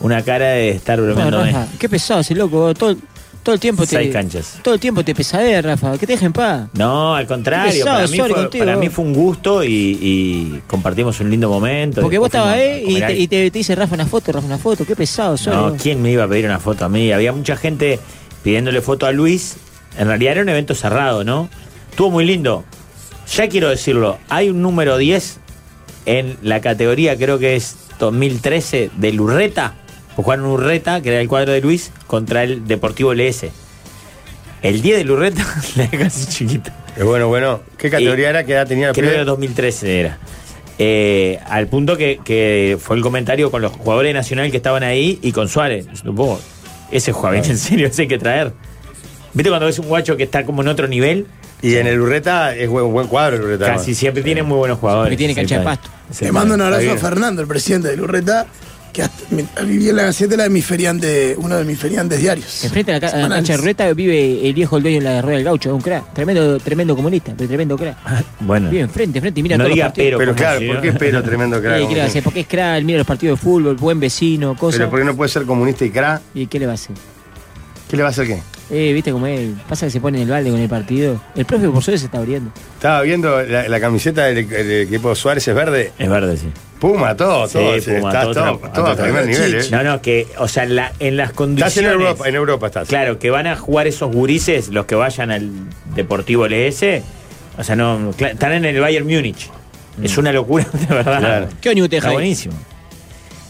Speaker 7: una cara de estar
Speaker 9: No,
Speaker 7: bromeándome.
Speaker 9: Rafa, qué pesado ese loco. Todo, todo el tiempo te.
Speaker 7: Seis canchas.
Speaker 9: Todo el tiempo te pesadea, Rafa. Que te dejen en paz.
Speaker 7: No, al contrario,
Speaker 9: Qué pesado,
Speaker 7: para, mí
Speaker 9: Suárez,
Speaker 7: fue,
Speaker 9: contigo.
Speaker 7: para mí fue un gusto y, y compartimos un lindo momento.
Speaker 9: Porque vos
Speaker 7: Después
Speaker 9: estabas
Speaker 7: fuimos a
Speaker 9: ahí y
Speaker 7: comer
Speaker 9: te,
Speaker 7: algo.
Speaker 9: y te- te dice Rafa una foto, Rafa una foto. Qué pesado, soy.
Speaker 7: No, ¿quién me iba a pedir una foto a mí? Había mucha gente pidiéndole foto a Luis. En realidad era un evento cerrado, ¿no? Estuvo muy lindo. Ya quiero decirlo, hay un número 10 en la categoría, creo que es 2013, de Lurreta. Pues jugaron Urreta, que era el cuadro de Luis, contra el Deportivo LS. El 10 de Lurreta, (laughs) la de casi chiquita.
Speaker 8: Eh, bueno, bueno. ¿Qué categoría era que edad tenía la
Speaker 7: Creo que
Speaker 8: pibe?
Speaker 7: 2013 era. Eh, al punto que, que fue el comentario con los jugadores de Nacional que estaban ahí y con Suárez. Vos, ese jugador en serio, ese hay que traer. ¿Viste cuando ves un guacho que está como en otro nivel?
Speaker 8: Y en el Urreta es buen, buen cuadro el Urreta.
Speaker 7: Casi siempre tiene muy buenos jugadores.
Speaker 9: Porque tiene cancha de pasto.
Speaker 6: Le mando un abrazo a
Speaker 8: bien.
Speaker 6: Fernando, el presidente de Lurreta, que hasta- me- viví en la Gaceta, era de mis feriantes, uno de mis feriantes diarios.
Speaker 9: Enfrente de la, ca- a la
Speaker 6: Semanales.
Speaker 9: cancha de ruleta vive el viejo el dueño de la rueda del gaucho, un crack. Tremendo, tremendo comunista, pero tremendo crack.
Speaker 7: (laughs) Bueno,
Speaker 9: Vive enfrente, enfrente y mira
Speaker 7: No
Speaker 9: todos
Speaker 7: diga
Speaker 9: los
Speaker 7: pero
Speaker 9: partidos.
Speaker 8: Pero
Speaker 7: como
Speaker 8: claro,
Speaker 7: si
Speaker 8: ¿por
Speaker 7: no-
Speaker 8: qué pero tremendo
Speaker 9: Eh,
Speaker 8: crack?
Speaker 9: ¿qué le va a hacer? Porque es crack, él mira los partidos de fútbol, buen vecino, cosas.
Speaker 8: Pero ¿por qué no puede ser comunista y cra?
Speaker 9: ¿Y qué le va a hacer?
Speaker 8: ¿Qué le va a hacer qué?
Speaker 9: Eh, viste cómo es, pasa que se pone en el balde con el partido. El profe por suerte se está abriendo.
Speaker 8: Estaba viendo la, la camiseta del, del equipo Suárez es verde.
Speaker 7: es verdad, sí.
Speaker 8: Puma, todo,
Speaker 7: Oh, Sí,
Speaker 8: todo.
Speaker 7: Puma,
Speaker 8: estás
Speaker 7: todo
Speaker 8: todo, todo,
Speaker 7: tra-
Speaker 8: a
Speaker 7: todo
Speaker 8: primer
Speaker 7: tra-
Speaker 8: nivel, ¿eh?
Speaker 7: No, no, que, o sea, en, la- en las condiciones.
Speaker 8: Estás en Europa, en Europa estás.
Speaker 7: Claro, que van a jugar esos gurises, los que vayan al Deportivo LS. O sea, no, no, cla- están en el Bayern Múnich. Es una locura, (laughs) de verdad.
Speaker 8: Mm. Claro.
Speaker 9: ¿Qué oñu
Speaker 7: Está
Speaker 9: te deja ahí?
Speaker 7: buenísimo.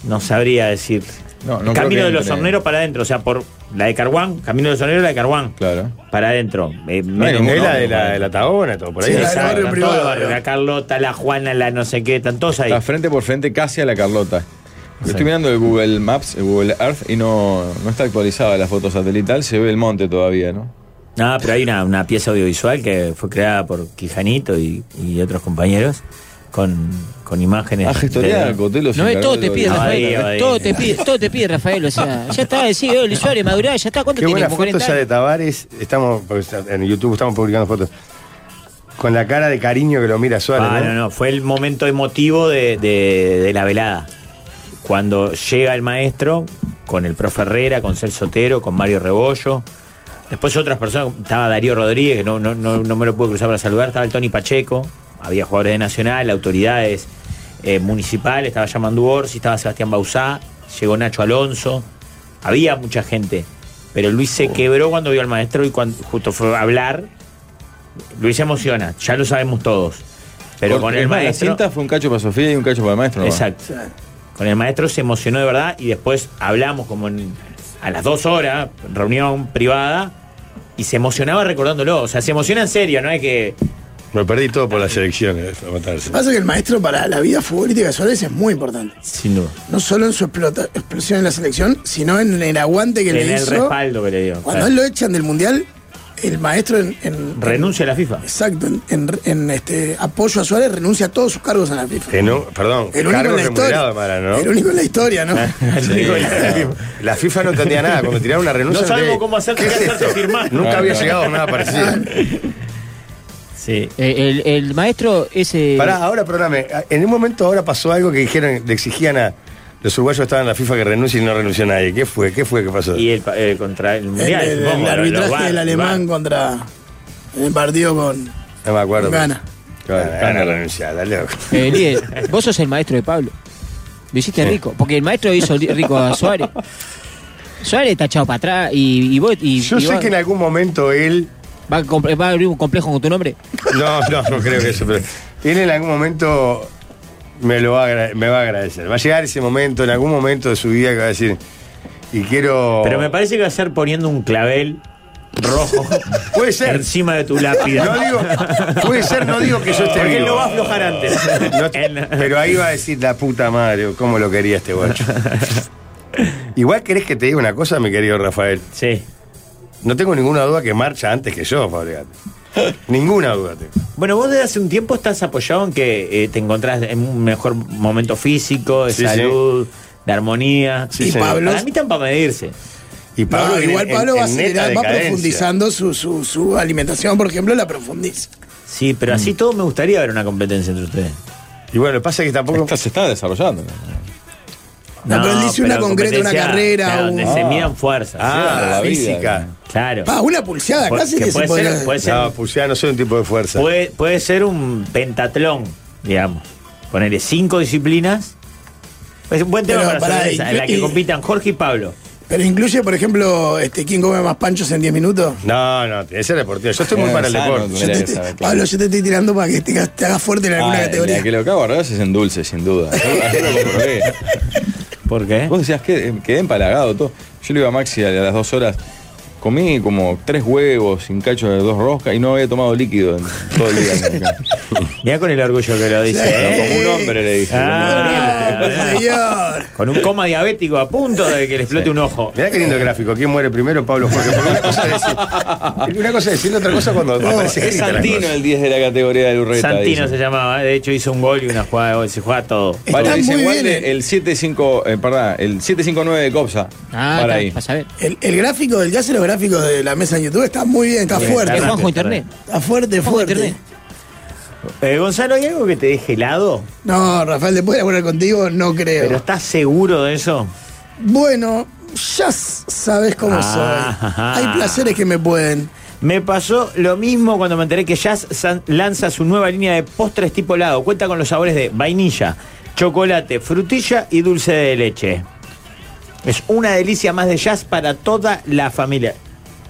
Speaker 7: No sabría decir.
Speaker 5: No, no creo
Speaker 7: camino
Speaker 5: que
Speaker 7: de los
Speaker 5: entre.
Speaker 7: horneros para adentro, o sea, por la de Carguán, camino de los horneros, la de Carguán.
Speaker 5: Claro.
Speaker 7: Para adentro. Eh,
Speaker 5: hay
Speaker 7: menos-
Speaker 5: ningún
Speaker 8: Es
Speaker 7: no,
Speaker 8: la de
Speaker 7: no,
Speaker 8: la,
Speaker 7: no.
Speaker 8: de la Tabona, todo por ahí.
Speaker 7: Sí,
Speaker 6: la del
Speaker 7: exacto,
Speaker 6: barrio
Speaker 7: están
Speaker 6: privado.
Speaker 7: todos los barrios, la Carlota, la Juana, la no sé qué, están todos ahí.
Speaker 5: Está frente por frente casi a la Carlota. Yo Estoy mirando el Google Maps, el Google Earth, y no, no está actualizada la foto satelital, se ve el monte todavía, ¿no?
Speaker 7: No, pero hay una, una pieza audiovisual que fue creada por Quijanito y, y otros compañeros con, con imágenes.
Speaker 5: Ah, gestoría,
Speaker 7: de-
Speaker 5: Cotelo. se
Speaker 9: No, eh,
Speaker 5: encargó
Speaker 9: todo
Speaker 5: de
Speaker 9: te pide
Speaker 5: todo.
Speaker 7: Abadía,
Speaker 9: Rafael. eh,
Speaker 7: abadía.
Speaker 9: Todo te pide, todo te pide Rafael, o sea, ya está, sí, eh, Luis Suárez, madurá, ya está, ¿cuánto
Speaker 8: Qué
Speaker 9: tiene?
Speaker 8: buena
Speaker 9: Como
Speaker 8: foto
Speaker 9: 40
Speaker 8: esa de
Speaker 9: años.
Speaker 8: Tavares. Estamos, porque está- en YouTube estamos publicando fotos. Con la cara de cariño que lo mira Suárez.
Speaker 7: Ah,
Speaker 8: ¿no?
Speaker 7: no, no, fue el momento emotivo de, de- de la velada. Cuando llega el maestro con el profe Herrera, con Celso Otero, con Mario Rebollo. Después otras personas, estaba Darío Rodríguez, que no, no, no, no me lo pude cruzar para saludar, estaba el Tony Pacheco, había jugadores de Nacional, autoridades eh, municipales, estaba Yamandu Orsi, estaba Sebastián Bausá, llegó Nacho Alonso, había mucha gente. Pero Luis se
Speaker 5: Oh.
Speaker 7: quebró cuando vio al maestro y cuando justo fue a hablar. Luis se emociona, ya lo sabemos todos. Pero
Speaker 5: Porque
Speaker 7: con el
Speaker 5: es más, La
Speaker 7: maestro.
Speaker 5: cinta fue un cacho para Sofía y un cacho para el maestro. nomás.
Speaker 7: Exacto. Con el maestro se emocionó de verdad y después hablamos como en- a las dos horas, reunión privada, y se emocionaba recordándolo. O sea, se emociona en serio, no es que.
Speaker 8: Me perdí todo por las elecciones. a matarse.
Speaker 6: Pasa que el maestro para la vida futbolística de Suárez es muy importante.
Speaker 7: Sin duda.
Speaker 6: No solo en su explota- explosión en la selección, sino en el aguante que
Speaker 7: En
Speaker 6: le
Speaker 7: el
Speaker 6: hizo.
Speaker 7: respaldo que le dio.
Speaker 6: Cuando
Speaker 7: claro.
Speaker 6: él lo echan del Mundial, el maestro en... en-
Speaker 7: Renuncia a la FIFA.
Speaker 6: Exacto, en, en- en, este apoyo a Suárez renuncia a todos sus cargos en la FIFA.
Speaker 8: Eh, no, perdón,
Speaker 6: El único en
Speaker 8: cargo
Speaker 6: la historia.
Speaker 8: remunerado para, ¿no?
Speaker 6: El único en la historia, ¿no?
Speaker 7: (laughs)
Speaker 8: Sí, claro. La FIFA no entendía nada. Cuando tiraron una renuncia.
Speaker 7: No sabemos
Speaker 8: entendí,
Speaker 7: cómo hacerte,
Speaker 8: ¿qué es
Speaker 7: qué hacerte
Speaker 8: esto?
Speaker 7: firmar.
Speaker 8: Nunca había
Speaker 5: Claro.
Speaker 8: llegado a nada parecido.
Speaker 7: Sí.
Speaker 9: Eh, el, el maestro ese.
Speaker 8: Pará, ahora, perdóname. En un momento ahora pasó algo que dijeron, le exigían a. Los uruguayos estaban en la FIFA que renuncien y no renunció nadie. ¿Qué fue? ¿Qué fue que pasó?
Speaker 7: Y el, pa- eh, contra el
Speaker 6: El,
Speaker 7: Mundial.
Speaker 6: el- el
Speaker 7: supongo, lo- lo
Speaker 6: arbitraje
Speaker 7: va-
Speaker 6: del
Speaker 7: lo
Speaker 6: alemán
Speaker 7: va.
Speaker 6: contra en el partido con
Speaker 8: No me acuerdo.
Speaker 6: Gana.
Speaker 8: Gana, gana renunciar, dale. loco.
Speaker 9: Eh, líder, vos sos el maestro de Pablo. Lo hiciste rico, porque el maestro hizo li- rico a Suárez. Suárez está echado para atrás y, y vos. Y,
Speaker 8: Yo
Speaker 9: y
Speaker 8: sé
Speaker 9: vos-
Speaker 8: que en algún momento él.
Speaker 9: va, a comple- va a abrir un complejo con tu nombre.
Speaker 8: No, no, no creo que eso, pero. Él en algún momento me lo va a, agra- me va a agradecer. Va a llegar ese momento, en algún momento de su vida, que va a decir. Y quiero.
Speaker 7: Pero me parece que va a ser poniendo un clavel rojo
Speaker 8: Puede ser.
Speaker 7: encima de tu lápida.
Speaker 8: (laughs) No digo, puede ser, no digo que yo esté
Speaker 7: Porque él
Speaker 8: vivo.
Speaker 7: lo va a aflojar antes. (laughs)
Speaker 8: No te- pero ahí va a decir la puta madre, cómo lo quería este guacho. Igual querés que te diga una cosa, mi querido Rafael.
Speaker 7: Sí.
Speaker 8: No tengo ninguna duda que marcha antes que yo, Fabregate. Ninguna duda tengo.
Speaker 7: Bueno, vos desde hace un tiempo estás apoyado en que eh, te encontrás en un mejor momento físico, de
Speaker 8: Sí,
Speaker 7: salud, de armonía.
Speaker 8: Sí,
Speaker 6: Y
Speaker 8: señor.
Speaker 6: Pablo-
Speaker 7: Para mí están para medirse.
Speaker 8: Y Pablo
Speaker 6: No,
Speaker 8: viene
Speaker 6: igual
Speaker 8: en-
Speaker 6: Pablo va,
Speaker 8: en neta
Speaker 6: acelerando, va
Speaker 8: decadencia.
Speaker 6: profundizando su, su, su alimentación, por ejemplo, la profundiza.
Speaker 7: Sí, pero
Speaker 6: Mm.
Speaker 7: así todo me gustaría ver una competencia entre ustedes.
Speaker 8: Y bueno, lo que pasa es que tampoco.
Speaker 5: Esta se está desarrollando.
Speaker 6: No, pero él dice una concreta, una
Speaker 7: competencia,
Speaker 6: carrera,
Speaker 7: claro, Donde
Speaker 6: un-
Speaker 7: se
Speaker 5: Ah.
Speaker 7: midan fuerzas.
Speaker 8: Ah,
Speaker 5: la vida,
Speaker 8: física.
Speaker 5: ¿no?
Speaker 7: Claro.
Speaker 6: Pa, una pulseada
Speaker 7: Pu-
Speaker 6: casi
Speaker 7: que
Speaker 6: que se
Speaker 7: puede,
Speaker 6: podrá-
Speaker 7: ser, puede, ser,
Speaker 8: No, pues ya no soy un tipo de fuerza.
Speaker 7: puede- puede ser un pentatlón, digamos. Ponerle cinco disciplinas. Es un buen tema para,
Speaker 6: Pero pará,
Speaker 7: saber
Speaker 6: y-
Speaker 7: esa, en la que
Speaker 6: y-
Speaker 7: compitan Jorge y Pablo.
Speaker 6: Pero incluye, por ejemplo, este, ¿quién come más panchos en 10 minutos?
Speaker 8: No, no, tiene que ser deportivo. Yo estoy muy
Speaker 5: Eh,
Speaker 8: para el
Speaker 5: sano,
Speaker 8: deporte.
Speaker 5: tenés-
Speaker 6: Yo te-
Speaker 5: Mirá,
Speaker 6: te-
Speaker 5: sabe, claro.
Speaker 6: Pablo, yo te estoy tirando para que te, hagas- te hagas fuerte en alguna
Speaker 5: Ah, en
Speaker 6: categoría.
Speaker 5: la que lo cago a rayos es en dulce, sin duda. Yo- ayer lo (laughs) comprobé.
Speaker 7: ¿Por qué?
Speaker 5: Vos decías que quedé empalagado todo. Yo le iba a Maxi a las dos horas. Comí como tres huevos, sin cacho de dos roscas y no había tomado líquido en todo el día. (laughs) nunca.
Speaker 7: Mirá con el orgullo que lo dice.
Speaker 6: Sí.
Speaker 5: Pero
Speaker 7: ¿eh?
Speaker 5: como un hombre le dije.
Speaker 7: Ah,
Speaker 6: Ah, señor.
Speaker 7: Con un coma diabético a punto de que le explote un ojo.
Speaker 8: Mirá qué lindo el gráfico. ¿Quién muere primero? Pablo Jorge. Porque una cosa es decir, una cosa es decir, otra cosa cuando aparece
Speaker 5: Es
Speaker 8: escrita la
Speaker 5: Santino
Speaker 8: cosa.
Speaker 5: el 10 de la categoría de Urreta.
Speaker 7: Santino
Speaker 5: dicen.
Speaker 7: se llamaba, ¿eh? de hecho hizo un gol y una jugada de gol, se juega todo.
Speaker 5: Vale,
Speaker 6: Está
Speaker 5: dice
Speaker 6: muy
Speaker 5: igual
Speaker 6: bien.
Speaker 5: de- el 75, eh, perdón, el 759 de Copsa.
Speaker 9: Ah,
Speaker 5: para
Speaker 9: está,
Speaker 5: ahí.
Speaker 9: para saber.
Speaker 6: El, el gráfico del que hace los gráficos de la mesa en YouTube está muy bien, está
Speaker 7: bien,
Speaker 6: fuerte.
Speaker 9: Es
Speaker 7: rápido,
Speaker 9: Juanjo
Speaker 7: está
Speaker 9: Internet.
Speaker 6: Está fuerte,
Speaker 9: Juanjo
Speaker 6: fuerte.
Speaker 9: Internet.
Speaker 7: Eh, Gonzalo, ¿hay algo que te deje helado?
Speaker 6: No, Rafael, después de laburar contigo, no creo.
Speaker 7: ¿Pero estás seguro de eso?
Speaker 6: Bueno, ya s- sabes cómo
Speaker 7: Ah.
Speaker 6: soy. Hay placeres que me pueden.
Speaker 7: Me pasó lo mismo cuando me enteré que Jazz san- lanza su nueva línea de postres tipo helado. Cuenta con los sabores de vainilla, chocolate, frutilla y dulce de leche. Es una delicia más de Jazz para toda la familia.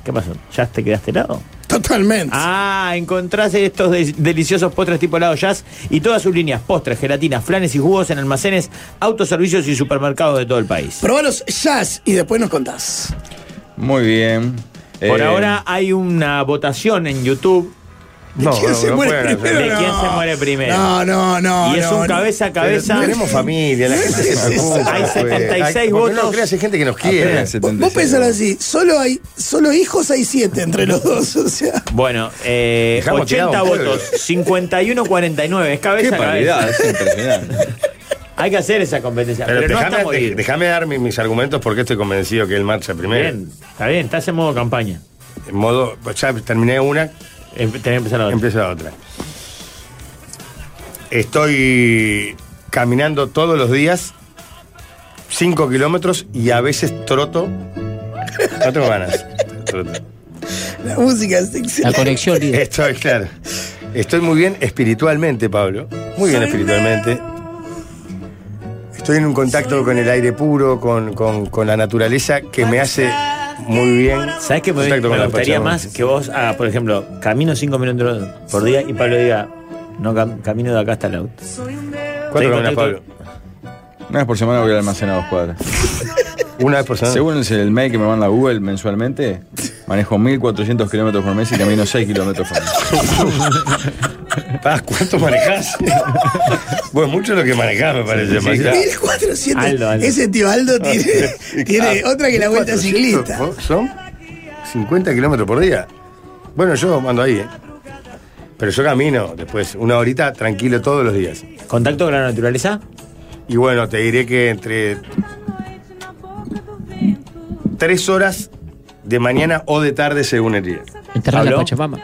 Speaker 7: ¿Qué pasó? ¿Jazz te quedaste helado?
Speaker 6: Totalmente.
Speaker 7: Ah, encontrás estos de- deliciosos postres tipo helado jazz y todas sus líneas, postres, gelatinas, flanes y jugos en almacenes, autoservicios y supermercados de todo el país.
Speaker 6: Probalos ya y después nos contás.
Speaker 5: Muy bien.
Speaker 7: Por
Speaker 5: Eh,
Speaker 7: ahora hay una votación en YouTube
Speaker 8: No,
Speaker 6: ¿Quién
Speaker 8: no,
Speaker 6: se
Speaker 8: no
Speaker 6: muere
Speaker 8: pueden hacer.
Speaker 6: primero?
Speaker 7: de quién
Speaker 6: no.
Speaker 7: se muere primero.
Speaker 6: No, no, no.
Speaker 7: Eh. y es
Speaker 6: no,
Speaker 7: un
Speaker 6: no.
Speaker 7: cabeza a
Speaker 8: Pero
Speaker 7: cabeza.
Speaker 8: Tenemos familia, la gente se
Speaker 6: Sí, sí, sí.
Speaker 8: preocupa,
Speaker 7: Hay
Speaker 8: pues.
Speaker 7: 76
Speaker 8: Hay- porque No
Speaker 7: votos.
Speaker 8: creas, hay gente que nos quiere.
Speaker 5: apenas
Speaker 6: Vos
Speaker 5: 76.
Speaker 6: vos pensás así, solo hay, solo hijos hay siete entre los dos, (laughs) o sea.
Speaker 7: Bueno, eh,
Speaker 8: Dejamos
Speaker 7: 80
Speaker 8: tirado un
Speaker 7: votos, 51-49, es
Speaker 5: Qué
Speaker 7: cabeza a
Speaker 5: paridad,
Speaker 7: cabeza.
Speaker 5: es impresionante.
Speaker 7: Hay que hacer esa competencia, pero,
Speaker 8: Pero
Speaker 7: no está
Speaker 8: déjame-
Speaker 7: morir.
Speaker 8: dej- déjame dar mi- mis argumentos porque estoy convencido que él marcha primero.
Speaker 7: Bien, está bien, estás en modo campaña.
Speaker 8: En modo, ya terminé una,
Speaker 7: Em- tenés que empezar la otra.
Speaker 8: Empieza la otra. Estoy caminando todos los días, 5 kilómetros, y a veces troto. No tengo ganas. Troto.
Speaker 6: La música es excelente.
Speaker 9: La conexión, líder.
Speaker 8: Estoy, claro. Estoy muy bien espiritualmente, Pablo. Muy bien espiritualmente. Estoy en un contacto con el aire puro, con, con- con la naturaleza, que me hace muy bien.
Speaker 7: ¿Sabes qué? Me,
Speaker 8: Contacto con
Speaker 7: me
Speaker 8: la
Speaker 7: gustaría
Speaker 8: Pachamama.
Speaker 7: más que vos, ah, por ejemplo, camino 5 minutos por día y Pablo diga, no cam- camino de acá hasta el auto.
Speaker 8: ¿Cuánto
Speaker 7: Estoy
Speaker 8: caminas,
Speaker 7: en
Speaker 8: Pablo?
Speaker 5: (laughs)
Speaker 7: contacto-
Speaker 5: Una vez por semana voy al almacén a dos cuadras.
Speaker 8: Una vez por semana.
Speaker 5: Según el, el mail que me manda Google mensualmente, manejo 1400 kilómetros por mes y camino 6 kilómetros por mes.
Speaker 8: Ah, ¿Cuánto manejás? (laughs) bueno, mucho lo que manejás, me parece. Maciel.
Speaker 6: 1400.
Speaker 7: Aldo, Aldo.
Speaker 6: Ese tío Aldo tiene, (laughs) tiene otra que la vuelta ciclista.
Speaker 8: Son 50 kilómetros por día. Bueno, yo ando ahí, ¿eh? Pero yo camino después, una horita tranquilo todos los días.
Speaker 7: ¿Contacto con la naturaleza?
Speaker 8: Y bueno, te diré que entre tres horas de mañana o de tarde según el día.
Speaker 9: Enterrar la
Speaker 7: ¿Habló?
Speaker 9: Pachamama.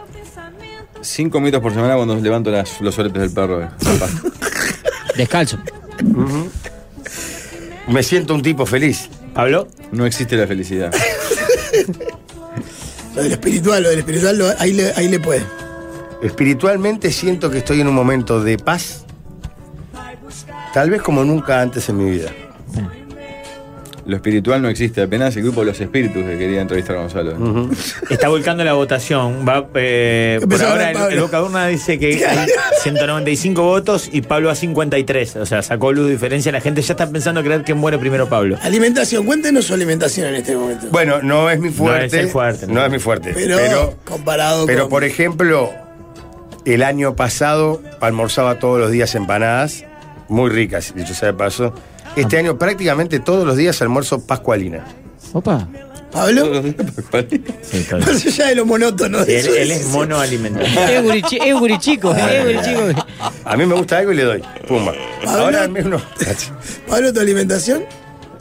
Speaker 5: 5 minutos por semana cuando levanto las- los soletes del perro. eh.
Speaker 9: Descalzo.
Speaker 8: Me siento un tipo feliz.
Speaker 7: ¿Pablo?
Speaker 5: No existe la felicidad.
Speaker 6: Lo del espiritual, lo del espiritual, lo- ahí, le, ahí le puede.
Speaker 8: Espiritualmente siento que estoy en un momento de paz, tal vez como nunca antes en mi vida.
Speaker 5: Lo espiritual no existe, apenas el grupo de los espíritus que quería entrevistar a Gonzalo.
Speaker 7: Está volcando la votación. Va, eh, por
Speaker 5: Empezó a
Speaker 7: ahora
Speaker 5: hablar
Speaker 7: el,
Speaker 5: Pablo.
Speaker 7: el Boca Urna dice que hay 195 votos y Pablo a 53. O sea, sacó luz de diferencia. La gente ya está pensando creer que muere primero Pablo.
Speaker 6: Alimentación, cuéntenos su alimentación en este momento.
Speaker 8: Bueno, no es mi fuerte.
Speaker 7: No es el fuerte,
Speaker 8: No, es mi fuerte.
Speaker 6: Pero,
Speaker 8: Pero,
Speaker 6: comparado
Speaker 8: pero,
Speaker 6: con.
Speaker 8: por ejemplo, el año pasado almorzaba todos los días empanadas, muy ricas, dicho sea de paso. Este año prácticamente todos los días almuerzo pascualina.
Speaker 9: Opa.
Speaker 6: ¿Pablo? Más allá de lo monótono. de
Speaker 7: Él,
Speaker 6: su
Speaker 7: él es
Speaker 6: decisión.
Speaker 7: mono alimentario.
Speaker 9: Es gurichi- es
Speaker 8: (laughs)
Speaker 9: gurichico, es gurichico.
Speaker 8: A mí me gusta algo y le doy. Pumba. Ahora armé uno. (laughs)
Speaker 6: Pablo, tu alimentación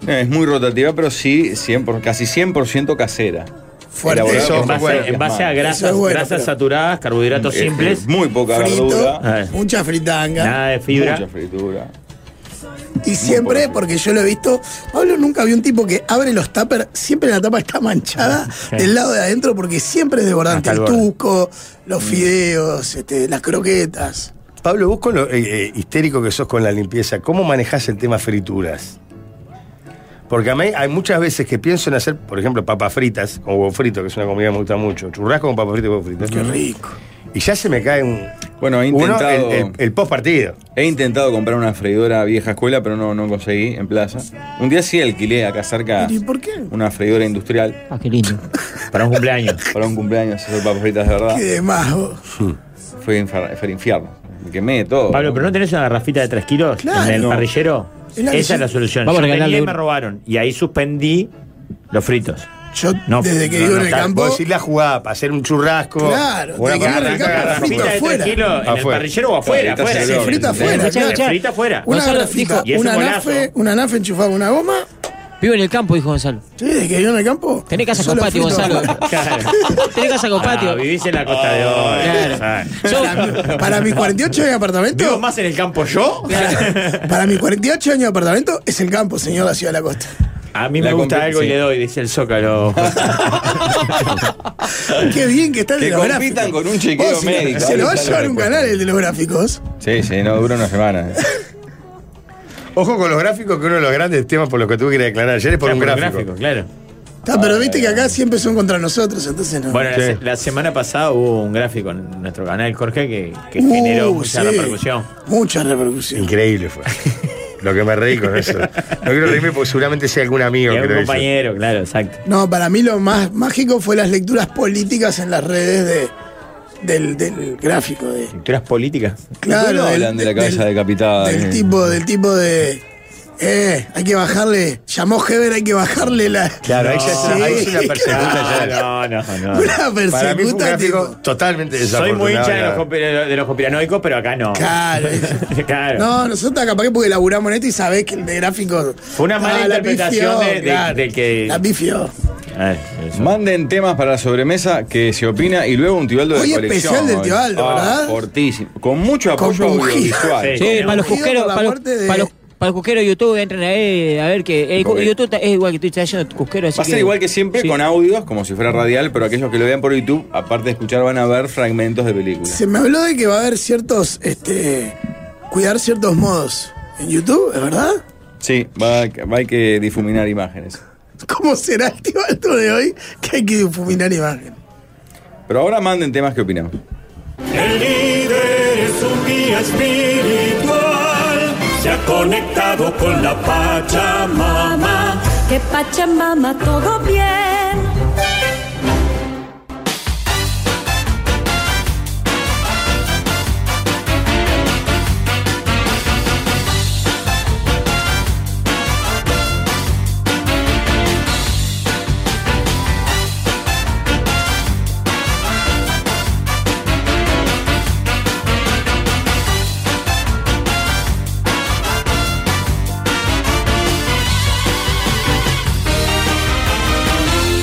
Speaker 5: Eh, Es muy rotativa, pero sí 100%, casi 100% casera.
Speaker 6: Fuerte.
Speaker 5: Elaborada por
Speaker 6: Eso,
Speaker 7: En base,
Speaker 5: propias
Speaker 7: en base a
Speaker 5: manos.
Speaker 7: grasas,
Speaker 6: Eso es bueno,
Speaker 7: grasas
Speaker 6: pero-
Speaker 7: saturadas, carbohidratos
Speaker 5: Eh,
Speaker 7: simples.
Speaker 5: Muy poca
Speaker 6: frito,
Speaker 5: verdura.
Speaker 7: Eh.
Speaker 6: mucha fritanga.
Speaker 7: Nada de fibra.
Speaker 5: Mucha fritura.
Speaker 6: Y siempre,
Speaker 5: poco.
Speaker 6: porque yo lo he visto, Pablo nunca vio un tipo que abre los tuppers, siempre la tapa está
Speaker 7: (laughs)
Speaker 6: manchada del lado de adentro porque siempre es desbordante.
Speaker 7: Hasta el
Speaker 6: El
Speaker 7: borde. Mm.
Speaker 6: tuco, los fideos, este, las croquetas.
Speaker 8: Pablo, vos con lo eh, eh, histérico que sos con la limpieza, ¿cómo manejás el tema frituras? Porque a mí hay muchas veces que pienso en hacer, por ejemplo, papas fritas con huevo frito, que es una comida que me gusta mucho. Churrasco con papas fritas y huevo frito.
Speaker 6: Qué rico.
Speaker 8: Y ya se me cae un.
Speaker 5: Bueno, he
Speaker 8: Uno, el,
Speaker 5: intentado,
Speaker 8: el- el post partido.
Speaker 5: he intentado comprar una freidora vieja escuela, pero no, no conseguí en plaza. Un día sí alquilé acá
Speaker 7: Ah.
Speaker 5: cerca
Speaker 6: ¿Y por qué?
Speaker 5: una freidora industrial
Speaker 9: Ah, qué lindo.
Speaker 7: Para un cumpleaños.
Speaker 5: para un cumpleaños, hacer papas fritas de verdad.
Speaker 6: Qué demás. vos.
Speaker 5: Fue, infar- fue el infierno. Me quemé todo.
Speaker 7: Pablo, pero no tenés una garrafita de 3 kilos
Speaker 6: Claro.
Speaker 7: en el
Speaker 6: No.
Speaker 7: parrillero.
Speaker 6: Es la que
Speaker 7: Esa es
Speaker 6: yo-
Speaker 7: la solución.
Speaker 9: Vamos a
Speaker 7: Yo
Speaker 9: regalarle
Speaker 7: tenía y
Speaker 9: una.
Speaker 7: me robaron. Y ahí suspendí los fritos.
Speaker 6: Yo,
Speaker 7: No,
Speaker 6: desde que
Speaker 7: no,
Speaker 6: vivo
Speaker 7: no,
Speaker 6: en el
Speaker 7: claro,
Speaker 6: campo,
Speaker 8: Vos decís la jugada para hacer un churrasco.
Speaker 6: Claro,
Speaker 8: una
Speaker 6: te quedas
Speaker 8: parrilla,
Speaker 6: en el campo,
Speaker 8: agarras
Speaker 6: frito
Speaker 7: Garrafita de 3
Speaker 6: afuera.
Speaker 7: kilos en el
Speaker 8: Afuera.
Speaker 7: parrillero o afuera.
Speaker 5: Claro,
Speaker 7: afuera.
Speaker 5: ahorita se
Speaker 7: sí.
Speaker 5: frita
Speaker 7: Sí.
Speaker 6: afuera,
Speaker 7: Sí.
Speaker 9: claro.
Speaker 7: Frita afuera.
Speaker 6: una
Speaker 9: Gonzalo
Speaker 6: grafita,
Speaker 7: dijo- y es un
Speaker 6: una
Speaker 7: golazo.
Speaker 6: nafe, una nafe enchufaba una goma.
Speaker 9: Vivo en el campo, dijo Gonzalo.
Speaker 6: Sí, desde que vivo en el campo.
Speaker 9: Tenés casa con
Speaker 6: solo
Speaker 9: patio,
Speaker 6: frito
Speaker 9: Gonzalo.
Speaker 6: (laughs) afuera.
Speaker 7: (laughs) Claro.
Speaker 9: Tenés casa con
Speaker 7: Ah,
Speaker 9: patio.
Speaker 7: vivís en la costa
Speaker 8: Oh,
Speaker 7: de oro.
Speaker 9: Claro.
Speaker 6: Para, mi- para mis 48 años de
Speaker 7: ¿Vivo
Speaker 6: apartamento.
Speaker 7: más en el campo yo?
Speaker 6: Para mis 48 años de apartamento es el campo, señor, la ciudad de la
Speaker 5: (laughs)
Speaker 6: costa.
Speaker 7: A mí
Speaker 5: La
Speaker 7: me gusta
Speaker 5: compe-
Speaker 7: algo y
Speaker 5: sí.
Speaker 7: le doy, dice el
Speaker 8: (laughs)
Speaker 7: Zócalo.
Speaker 6: Qué bien que está el de
Speaker 5: Que
Speaker 6: los
Speaker 5: compitan
Speaker 6: gráficos.
Speaker 5: con un chequeo
Speaker 6: Vos, Oh, si lo-
Speaker 5: médico.
Speaker 6: Se lo va a
Speaker 5: Dale,
Speaker 6: llevar
Speaker 5: dale,
Speaker 6: un
Speaker 5: pues.
Speaker 6: canal el de los gráficos.
Speaker 5: Sí, sí, no, duró una semana.
Speaker 8: Ojo con los gráficos, que uno de los grandes temas por los que tuve que ir a declarar ayer es por
Speaker 7: Claro,
Speaker 8: un gráfico.
Speaker 7: claro.
Speaker 6: Está, pero viste que acá siempre son contra nosotros, entonces no.
Speaker 7: Bueno, la,
Speaker 8: Sí.
Speaker 7: se- la semana pasada hubo un gráfico en nuestro canal, Jorge, que, que
Speaker 6: Uh,
Speaker 7: generó mucha
Speaker 6: sí.
Speaker 7: repercusión.
Speaker 6: Mucha repercusión.
Speaker 8: Increíble fue. Lo que me reí con eso. No quiero reírme porque seguramente sea algún
Speaker 7: Y
Speaker 8: amigo que
Speaker 7: un
Speaker 8: lo hizo.
Speaker 7: compañero, claro, exacto.
Speaker 6: No, para mí lo más mágico fue las lecturas políticas en las redes de, del, del gráfico. De,
Speaker 7: Estructuras políticas.
Speaker 5: ¿Por qué
Speaker 6: claro,
Speaker 5: no
Speaker 6: del-
Speaker 5: hablan de la
Speaker 6: del-
Speaker 5: cabeza
Speaker 6: del-
Speaker 5: decapitada?
Speaker 6: Del
Speaker 5: Eh.
Speaker 6: tipo, del tipo de. Eh, hay que bajarle. Llamó Heber, hay que bajarle la.
Speaker 8: Claro, ahí ya es una- ahí es una
Speaker 6: Sí,
Speaker 8: persecuta ya.
Speaker 7: No, no, no. no.
Speaker 6: Una
Speaker 8: Para mí fue un
Speaker 6: persecuta,
Speaker 8: gráfico
Speaker 6: tipo.
Speaker 8: totalmente
Speaker 7: Soy
Speaker 8: desafortunado.
Speaker 7: muy hincha de los,
Speaker 8: claro.
Speaker 7: conspira- de los conspiranoicos, pero acá no. (laughs)
Speaker 6: Claro.
Speaker 7: Claro.
Speaker 6: No, nosotros capaz que porque laburamos en esto y sabés que el de gráfico. Ah,
Speaker 7: Fue una mala
Speaker 6: la
Speaker 7: interpretación de- de- de que-
Speaker 6: La pifió.
Speaker 7: Ay, eso.
Speaker 5: Manden temas para la sobremesa que se opina y luego un Tibaldo de
Speaker 6: Hoy
Speaker 5: colección.
Speaker 6: especial del
Speaker 5: hoy.
Speaker 6: Tibaldo,
Speaker 5: Ah,
Speaker 6: ¿verdad?
Speaker 5: Fortísimo. Con mucho
Speaker 6: Con
Speaker 5: apoyo
Speaker 6: Pujía.
Speaker 5: audiovisual.
Speaker 7: Sí.
Speaker 9: Sí, para
Speaker 6: Conmovido
Speaker 9: los cusqueros,
Speaker 6: por la
Speaker 9: para los,
Speaker 6: muerte de-
Speaker 9: para los- para los cusqueros de YouTube, entren ahí a ver que eh,
Speaker 5: Ok.
Speaker 9: YouTube ta- es igual que tú estás haciendo cusqueros. así
Speaker 5: Va a ser igual que siempre
Speaker 9: sí.
Speaker 5: con audios, como si fuera radial, pero aquellos que lo vean por YouTube, aparte de escuchar, van a ver fragmentos de películas.
Speaker 6: Se me habló de que va a haber ciertos. Este, cuidar ciertos modos en YouTube, ¿es verdad?
Speaker 5: Sí, va, a- va a hay que difuminar imágenes.
Speaker 6: ¿Cómo será el tío alto de hoy que hay que difuminar imagen?
Speaker 5: Pero ahora manden temas que opinamos.
Speaker 4: El líder es un guía espiritual, se ha conectado con la Pachamama.
Speaker 12: Que Pachamama todo bien.
Speaker 1: Quiero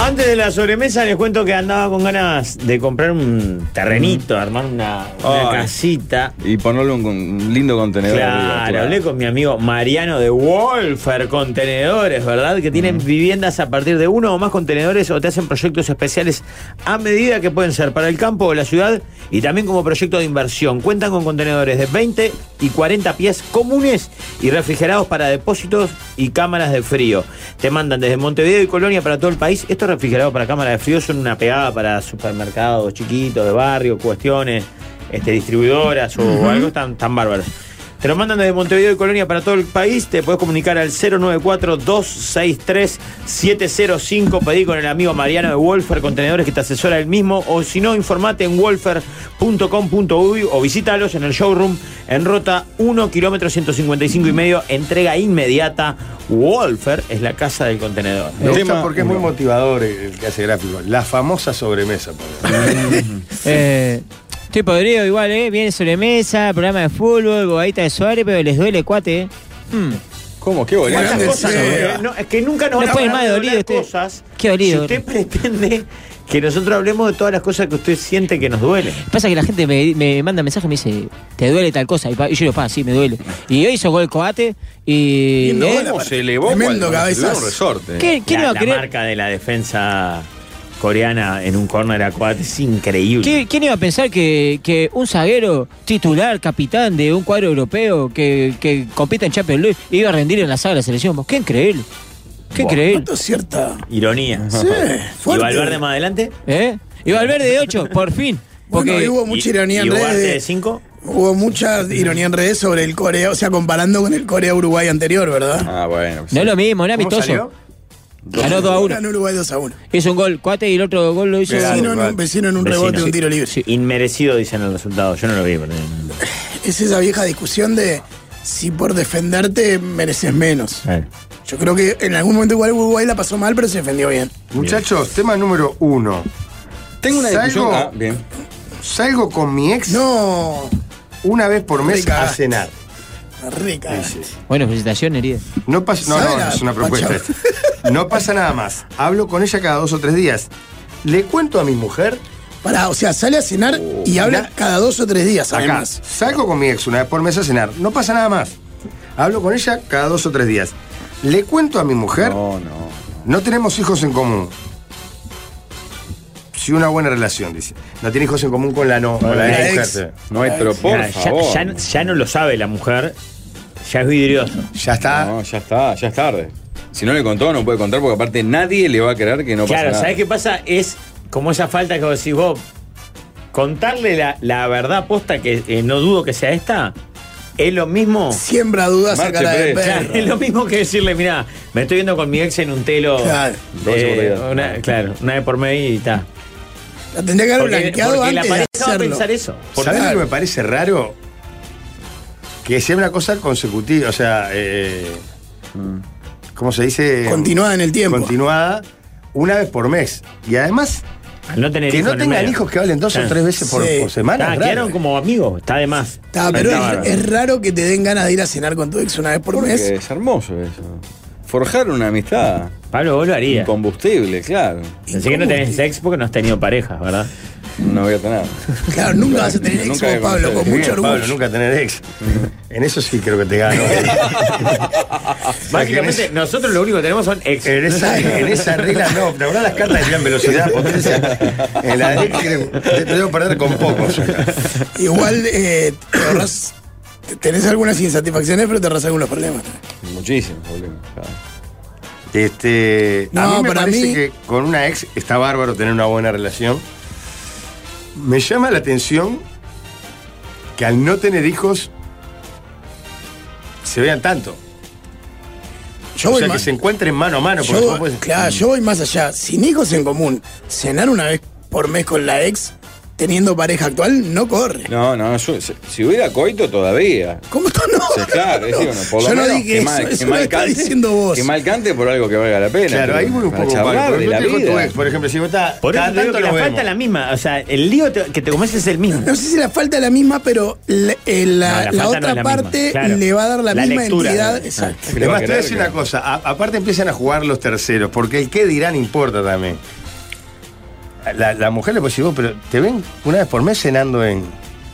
Speaker 7: antes de la sobremesa les cuento que andaba con ganas de comprar un terrenito, armar una, una
Speaker 5: Ay.
Speaker 7: casita.
Speaker 5: Y ponerle un, un lindo contenedor. arriba,
Speaker 7: Claro, hablé con mi amigo Mariano de Wolfer Contenedores, ¿verdad? Que tienen viviendas a partir de uno o más contenedores o te hacen proyectos especiales a medida que pueden ser para el campo o la ciudad y también como proyecto de inversión. Cuentan con contenedores de 20 y 40 pies comunes y refrigerados para depósitos y cámaras de frío. Te mandan desde Montevideo y Colonia para todo el país. Estos refrigerados para cámaras de frío son una pegada para supermercados chiquitos, de barrio, cuestiones, este, distribuidoras o
Speaker 13: Ujú.
Speaker 7: algo tan, tan bárbaros. Te lo mandan desde Montevideo y Colonia para todo el país. Te podés comunicar al 094-263-705. Pedí con el amigo Mariano de Wolfer Contenedores que te asesora el mismo. O si no, informate en wolfer.com.uy o visítalos en el showroom en Rota 1, kilómetro 155 y medio. Entrega inmediata. Wolfer es la casa del contenedor.
Speaker 8: Me gusta porque es muy motivador el el que hace gráfico. La famosa sobremesa. por ejemplo.
Speaker 9: Eh, estoy podrido igual, ¿eh? Viene sobremesa, programa de fútbol, bobadita de Suárez, pero les duele, cuate, ¿eh?
Speaker 5: ¿Cómo? ¿Qué
Speaker 9: boludo?
Speaker 7: Esas cosas, eh, no, es que nunca nos
Speaker 9: No
Speaker 7: van a
Speaker 9: puede
Speaker 7: parar
Speaker 9: más
Speaker 7: de
Speaker 9: dolido
Speaker 7: hablar
Speaker 9: usted.
Speaker 7: cosas.
Speaker 9: Qué dolido.
Speaker 7: Si usted pretende que nosotros hablemos de todas las cosas que usted siente que nos duele.
Speaker 9: Pasa que la gente me, me manda mensajes y me dice, ¿te duele tal cosa? Y, pa- y yo digo, pa, sí, me duele. Y hoy hizo gol coate y. ¿eh?
Speaker 5: ¿Cómo se elevó?
Speaker 9: Tremendo
Speaker 5: cual-
Speaker 9: cabezazo.
Speaker 5: elevó un resorte.
Speaker 9: ¿Qué- qué
Speaker 7: la,
Speaker 9: no va a
Speaker 7: la
Speaker 9: querer?
Speaker 7: marca de la defensa coreana en un córner a cuatro es increíble.
Speaker 9: ¿Qui- ¿Quién iba a pensar que, que un zaguero titular, capitán de un cuadro europeo que, que compite en Champions League iba a rendir en la saga de la selección? Vos, ¡Qué increíble! ¡Qué
Speaker 7: Buah.
Speaker 9: increíble!
Speaker 6: cierta.
Speaker 7: Ironía.
Speaker 9: Sí,
Speaker 7: ¿Y
Speaker 6: Eh,
Speaker 9: fuerte.
Speaker 7: Valverde más adelante?
Speaker 9: ¿Eh? Y Valverde de 8, por fin.
Speaker 6: Bueno, y hubo mucha ironía en redes. de-
Speaker 7: cinco?
Speaker 6: Hubo mucha ironía en redes sobre el Corea, o sea, comparando con el Corea-Uruguay anterior, ¿verdad?
Speaker 5: Ah, bueno.
Speaker 9: No es lo mismo, era
Speaker 6: ¿Cómo
Speaker 9: amistoso.
Speaker 6: salió?
Speaker 9: Ganó 2 a 1.
Speaker 6: Ganó Uruguay 2 a 1.
Speaker 9: Hizo un gol cuate y el otro gol lo hizo.
Speaker 6: Vecino en un- vecino en un rebote, un tiro libre.
Speaker 7: Sí, Inmerecido dicen el resultado. Yo no lo vi. pero- eh,
Speaker 6: Es esa vieja discusión de si por defenderte mereces menos.
Speaker 7: Eh.
Speaker 6: Yo creo que en algún momento igual Uruguay la pasó mal, pero se defendió bien.
Speaker 8: Muchachos, tema número uno.
Speaker 5: Tengo
Speaker 6: una
Speaker 8: salgo,
Speaker 6: discusión- ah,
Speaker 8: Salgo con mi ex.
Speaker 6: No.
Speaker 8: Una vez por mes a cenar.
Speaker 6: Rica.
Speaker 9: Bueno, felicitaciones, herida.
Speaker 8: No pasa, no, no, no, es una propuesta. No pasa nada más. Hablo con ella cada dos o tres días. Le cuento a mi mujer.
Speaker 6: Pará, o sea, sale a cenar y habla cada dos o tres días,
Speaker 8: Acá,
Speaker 6: además.
Speaker 8: Salgo con mi ex una vez por mes a cenar. No pasa nada más. Hablo con ella cada dos o tres días. Le cuento a mi mujer. No, no. No tenemos hijos en común. Sí, una buena relación, dice. No tiene hijos en común con la no. con la
Speaker 7: La
Speaker 8: ex.
Speaker 7: ex.
Speaker 8: mujer.
Speaker 5: No hay
Speaker 7: Mirá, Ah, ya- Ya, ya no lo sabe la mujer. Ya es vidrioso.
Speaker 8: Ya está.
Speaker 5: Ah, No, ya está, ya es tarde. Si no le contó, no puede contar porque aparte nadie le va a creer que no pasa
Speaker 7: claro,
Speaker 5: nada.
Speaker 7: ¿sabés qué pasa? Es como esa falta que vos decís vos. Contarle la, la verdad posta, que eh, no dudo que sea esta, es lo mismo.
Speaker 6: Siembra dudas
Speaker 7: a
Speaker 6: a cara de
Speaker 7: (laughs)
Speaker 6: perro.
Speaker 7: es lo mismo que decirle, mira, me estoy viendo con mi ex en un telo.
Speaker 6: Claro.
Speaker 7: eh, una, claro, una vez por medio y está.
Speaker 6: La tendría que haber
Speaker 7: Porque-
Speaker 6: blanqueado
Speaker 7: porque la
Speaker 6: antes de
Speaker 7: pareja va a
Speaker 6: hacerlo.
Speaker 7: pensar eso.
Speaker 8: ¿Por ¿Sabés lo que me parece raro? Que sea una cosa consecutiva, o sea, eh,
Speaker 7: Mm.
Speaker 8: ¿cómo se dice?
Speaker 6: Continuada en el tiempo.
Speaker 8: Continuada una vez por mes. Y además,
Speaker 7: Al no tener
Speaker 8: que
Speaker 7: hijos
Speaker 8: no
Speaker 7: en el
Speaker 8: tengan
Speaker 7: medio.
Speaker 8: hijos que hablen dos o
Speaker 7: Claro.
Speaker 8: tres veces por,
Speaker 7: Sí.
Speaker 8: por semana.
Speaker 7: Ah,
Speaker 8: es raro.
Speaker 7: quedaron como amigos, está de más.
Speaker 6: Está, pero es, es raro que te den ganas de ir a cenar con tu ex una vez por,
Speaker 5: Porque
Speaker 6: mes.
Speaker 5: es hermoso eso. Forjar una amistad.
Speaker 7: Pablo, vos lo harías.
Speaker 5: Combustible, claro.
Speaker 7: Así que no tenés ex porque no has tenido parejas, ¿verdad?
Speaker 5: No voy a tener.
Speaker 6: Claro, nunca vas a tener ex vos, Pablo, con mucho
Speaker 8: Bien,
Speaker 6: orgullo.
Speaker 8: Pablo, nunca tener ex. En eso sí creo que te gano.
Speaker 7: Básicamente, nosotros lo único que tenemos son ex.
Speaker 8: En esa, en esa regla no, pero ahora las cartas decían velocidad, potencia. En la derecha creo te- te debo perder con pocos.
Speaker 6: Igual eh, te ahorras- te- tenés algunas insatisfacciones, pero te ahorras algunos problemas.
Speaker 5: Muchísimo, problema. claro.
Speaker 8: Este, a
Speaker 6: No,
Speaker 8: mí me
Speaker 6: para
Speaker 8: parece
Speaker 6: mí-
Speaker 8: que con una ex está bárbaro tener una buena relación. Me llama la atención que al no tener hijos se vean tanto.
Speaker 6: Yo
Speaker 8: o
Speaker 6: voy
Speaker 8: sea, que
Speaker 6: más-
Speaker 8: se encuentren mano a mano. porque
Speaker 6: Yo,
Speaker 8: vos podés-
Speaker 6: claro, yo voy más allá. Sin hijos en común, cenar una vez por mes con la ex, teniendo pareja actual, no corre.
Speaker 5: No, no, yo, si- si hubiera coito todavía.
Speaker 6: ¿Cómo tú (laughs) no?
Speaker 5: claro, es decir, bueno, por lo
Speaker 6: Yo no
Speaker 5: menos
Speaker 6: dije
Speaker 5: que
Speaker 6: eso,
Speaker 5: mal-
Speaker 6: eso
Speaker 5: que
Speaker 6: lo
Speaker 5: mal
Speaker 6: estás
Speaker 5: cante-
Speaker 6: diciendo vos.
Speaker 5: Que mal cante por algo que valga la pena.
Speaker 8: Claro,
Speaker 5: pero
Speaker 8: ahí voy un
Speaker 5: para
Speaker 8: poco
Speaker 5: charlar
Speaker 8: mal, porque
Speaker 5: de
Speaker 8: no
Speaker 5: la
Speaker 8: te dijo tu
Speaker 5: vida.
Speaker 8: ex, por ejemplo, si vos estás.
Speaker 7: Por eso
Speaker 8: Eh, cada
Speaker 7: te digo
Speaker 8: tanto
Speaker 7: que la
Speaker 8: nos
Speaker 7: falta
Speaker 8: vemos.
Speaker 7: es la misma. O sea, el lío te- que te comes es el mismo.
Speaker 6: No sé si la falta es la misma, pero la, eh, la-
Speaker 7: No, la
Speaker 6: la
Speaker 7: falta no
Speaker 6: otra
Speaker 7: es la misma,
Speaker 6: parte
Speaker 7: claro.
Speaker 6: le va a dar la,
Speaker 7: La
Speaker 6: misma
Speaker 7: lectura,
Speaker 6: entidad.
Speaker 7: ¿no?
Speaker 6: Exacto.
Speaker 8: Además, te voy a decir una cosa. a- aparte empiezan a jugar los terceros, porque el qué dirán importa también. La, la mujer le puede decir, "Vos, pero te ven una vez por mes cenando en,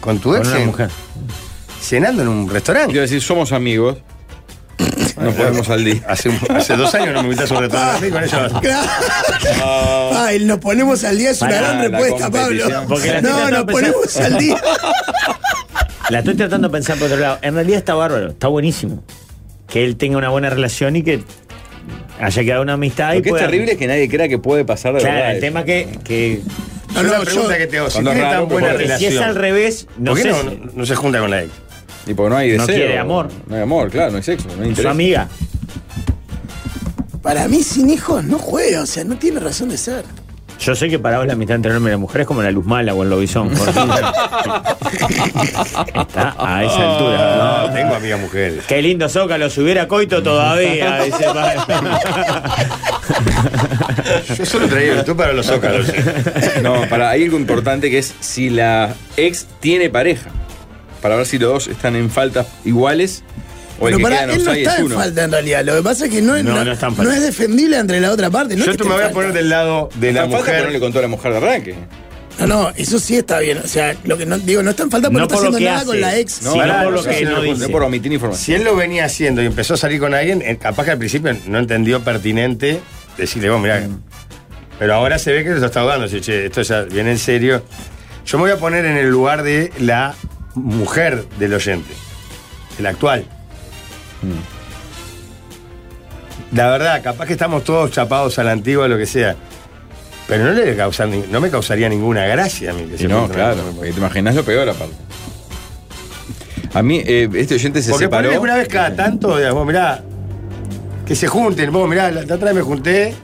Speaker 8: con tu
Speaker 5: Con
Speaker 8: ex.
Speaker 5: una
Speaker 8: en-
Speaker 5: mujer.
Speaker 8: Cenando en un restaurante.
Speaker 5: Quiero decir, somos amigos. Nos podemos al día.
Speaker 8: Hace, hace dos años no me invitas a un restaurante. Con ella.
Speaker 6: Ah, el nos ponemos al día es una
Speaker 7: Pará,
Speaker 6: gran
Speaker 7: la
Speaker 6: respuesta, Pablo.
Speaker 7: competición. Porque la
Speaker 6: No,
Speaker 7: gente
Speaker 6: nos
Speaker 7: está
Speaker 6: ponemos
Speaker 7: pensando-
Speaker 6: al
Speaker 7: (laughs)
Speaker 6: día.
Speaker 7: La estoy tratando de pensar por otro lado. En realidad está bárbaro, está buenísimo. Que él tenga una buena relación y que haya quedado una amistad.
Speaker 5: Lo
Speaker 7: y
Speaker 5: que es
Speaker 7: puedan-
Speaker 5: terrible es que nadie crea que puede pasar de
Speaker 7: Claro,
Speaker 5: verdad.
Speaker 7: el tema que. que
Speaker 8: Yo la pregunta que te hago, si
Speaker 5: Cuando
Speaker 8: tiene
Speaker 5: es raro,
Speaker 8: tan buena
Speaker 5: porque si es
Speaker 8: relación.
Speaker 7: al revés, no
Speaker 8: ¿por qué
Speaker 7: sé
Speaker 8: no,
Speaker 7: si-
Speaker 8: no se junta con la ex?
Speaker 5: Y porque no hay
Speaker 7: No
Speaker 5: deseo.
Speaker 7: quiere amor.
Speaker 5: No hay amor, claro, no hay sexo, no hay interés.
Speaker 7: su amiga.
Speaker 6: Para mí, sin hijos no juega, o sea, no tiene razón de ser.
Speaker 7: Yo sé que para vos la amistad entre hombres y las mujeres es como la luz mala o el lobizón. Está a esa altura.
Speaker 8: No, tengo amigas mujeres.
Speaker 7: Qué lindo Zócalo, si hubiera coito todavía. dice Pablo.
Speaker 5: Ah.
Speaker 8: Yo solo traía tú para
Speaker 5: (laughs)
Speaker 8: los zócalos.
Speaker 5: (laughs) No, para, hay algo importante que es si la ex tiene pareja. Para ver si los dos están en faltas iguales o el
Speaker 6: Pero
Speaker 5: que
Speaker 6: para
Speaker 5: queda en
Speaker 6: él no
Speaker 5: offside
Speaker 6: está
Speaker 5: es
Speaker 6: en
Speaker 5: uno.
Speaker 6: falta en realidad. Lo que pasa es que no, es-
Speaker 7: No,
Speaker 6: no-
Speaker 7: no está en
Speaker 6: no es defendible entre la otra parte. No es
Speaker 8: Yo
Speaker 6: que
Speaker 8: tú
Speaker 6: esté
Speaker 8: me voy
Speaker 6: en
Speaker 8: a poner
Speaker 6: falta.
Speaker 8: del lado de
Speaker 5: Está
Speaker 8: la
Speaker 5: en falta porque no le
Speaker 8: mujer.
Speaker 5: contó a la mujer de arranque.
Speaker 6: No, no, eso sí está bien. O sea, lo que no digo, no está en falta porque
Speaker 7: No
Speaker 6: no, está
Speaker 7: por lo
Speaker 6: haciendo
Speaker 7: que
Speaker 6: nada
Speaker 7: hace,
Speaker 6: con la ex.
Speaker 7: sino
Speaker 8: pará,
Speaker 7: por lo
Speaker 8: no sé si
Speaker 7: que
Speaker 8: no
Speaker 7: no
Speaker 8: le
Speaker 5: No
Speaker 7: dice.
Speaker 5: por omitir información.
Speaker 8: Si él lo venía haciendo y empezó a salir con alguien, eh, capaz que al principio no entendió pertinente decirle, vos, mirá.
Speaker 5: Mm.
Speaker 8: Pero ahora se ve que lo está ahogando. dice, Che, esto ya viene en serio. Yo me voy a poner en el lugar de la mujer del oyente, el actual.
Speaker 5: Mm.
Speaker 8: La verdad, capaz que estamos todos chapados a la antigua, lo que sea. Pero no le debe causar ni- no me causaría ninguna gracia a mí. Que
Speaker 5: Y
Speaker 8: se
Speaker 5: no,
Speaker 8: encuentre-
Speaker 5: claro, porque te imaginas lo peor aparte. A mí, eh, este oyente se
Speaker 8: Porque
Speaker 5: separó.
Speaker 8: ponele que una vez cada tanto, digamos, vos mirá, que se junten, vos mirá, la, la otra vez me junté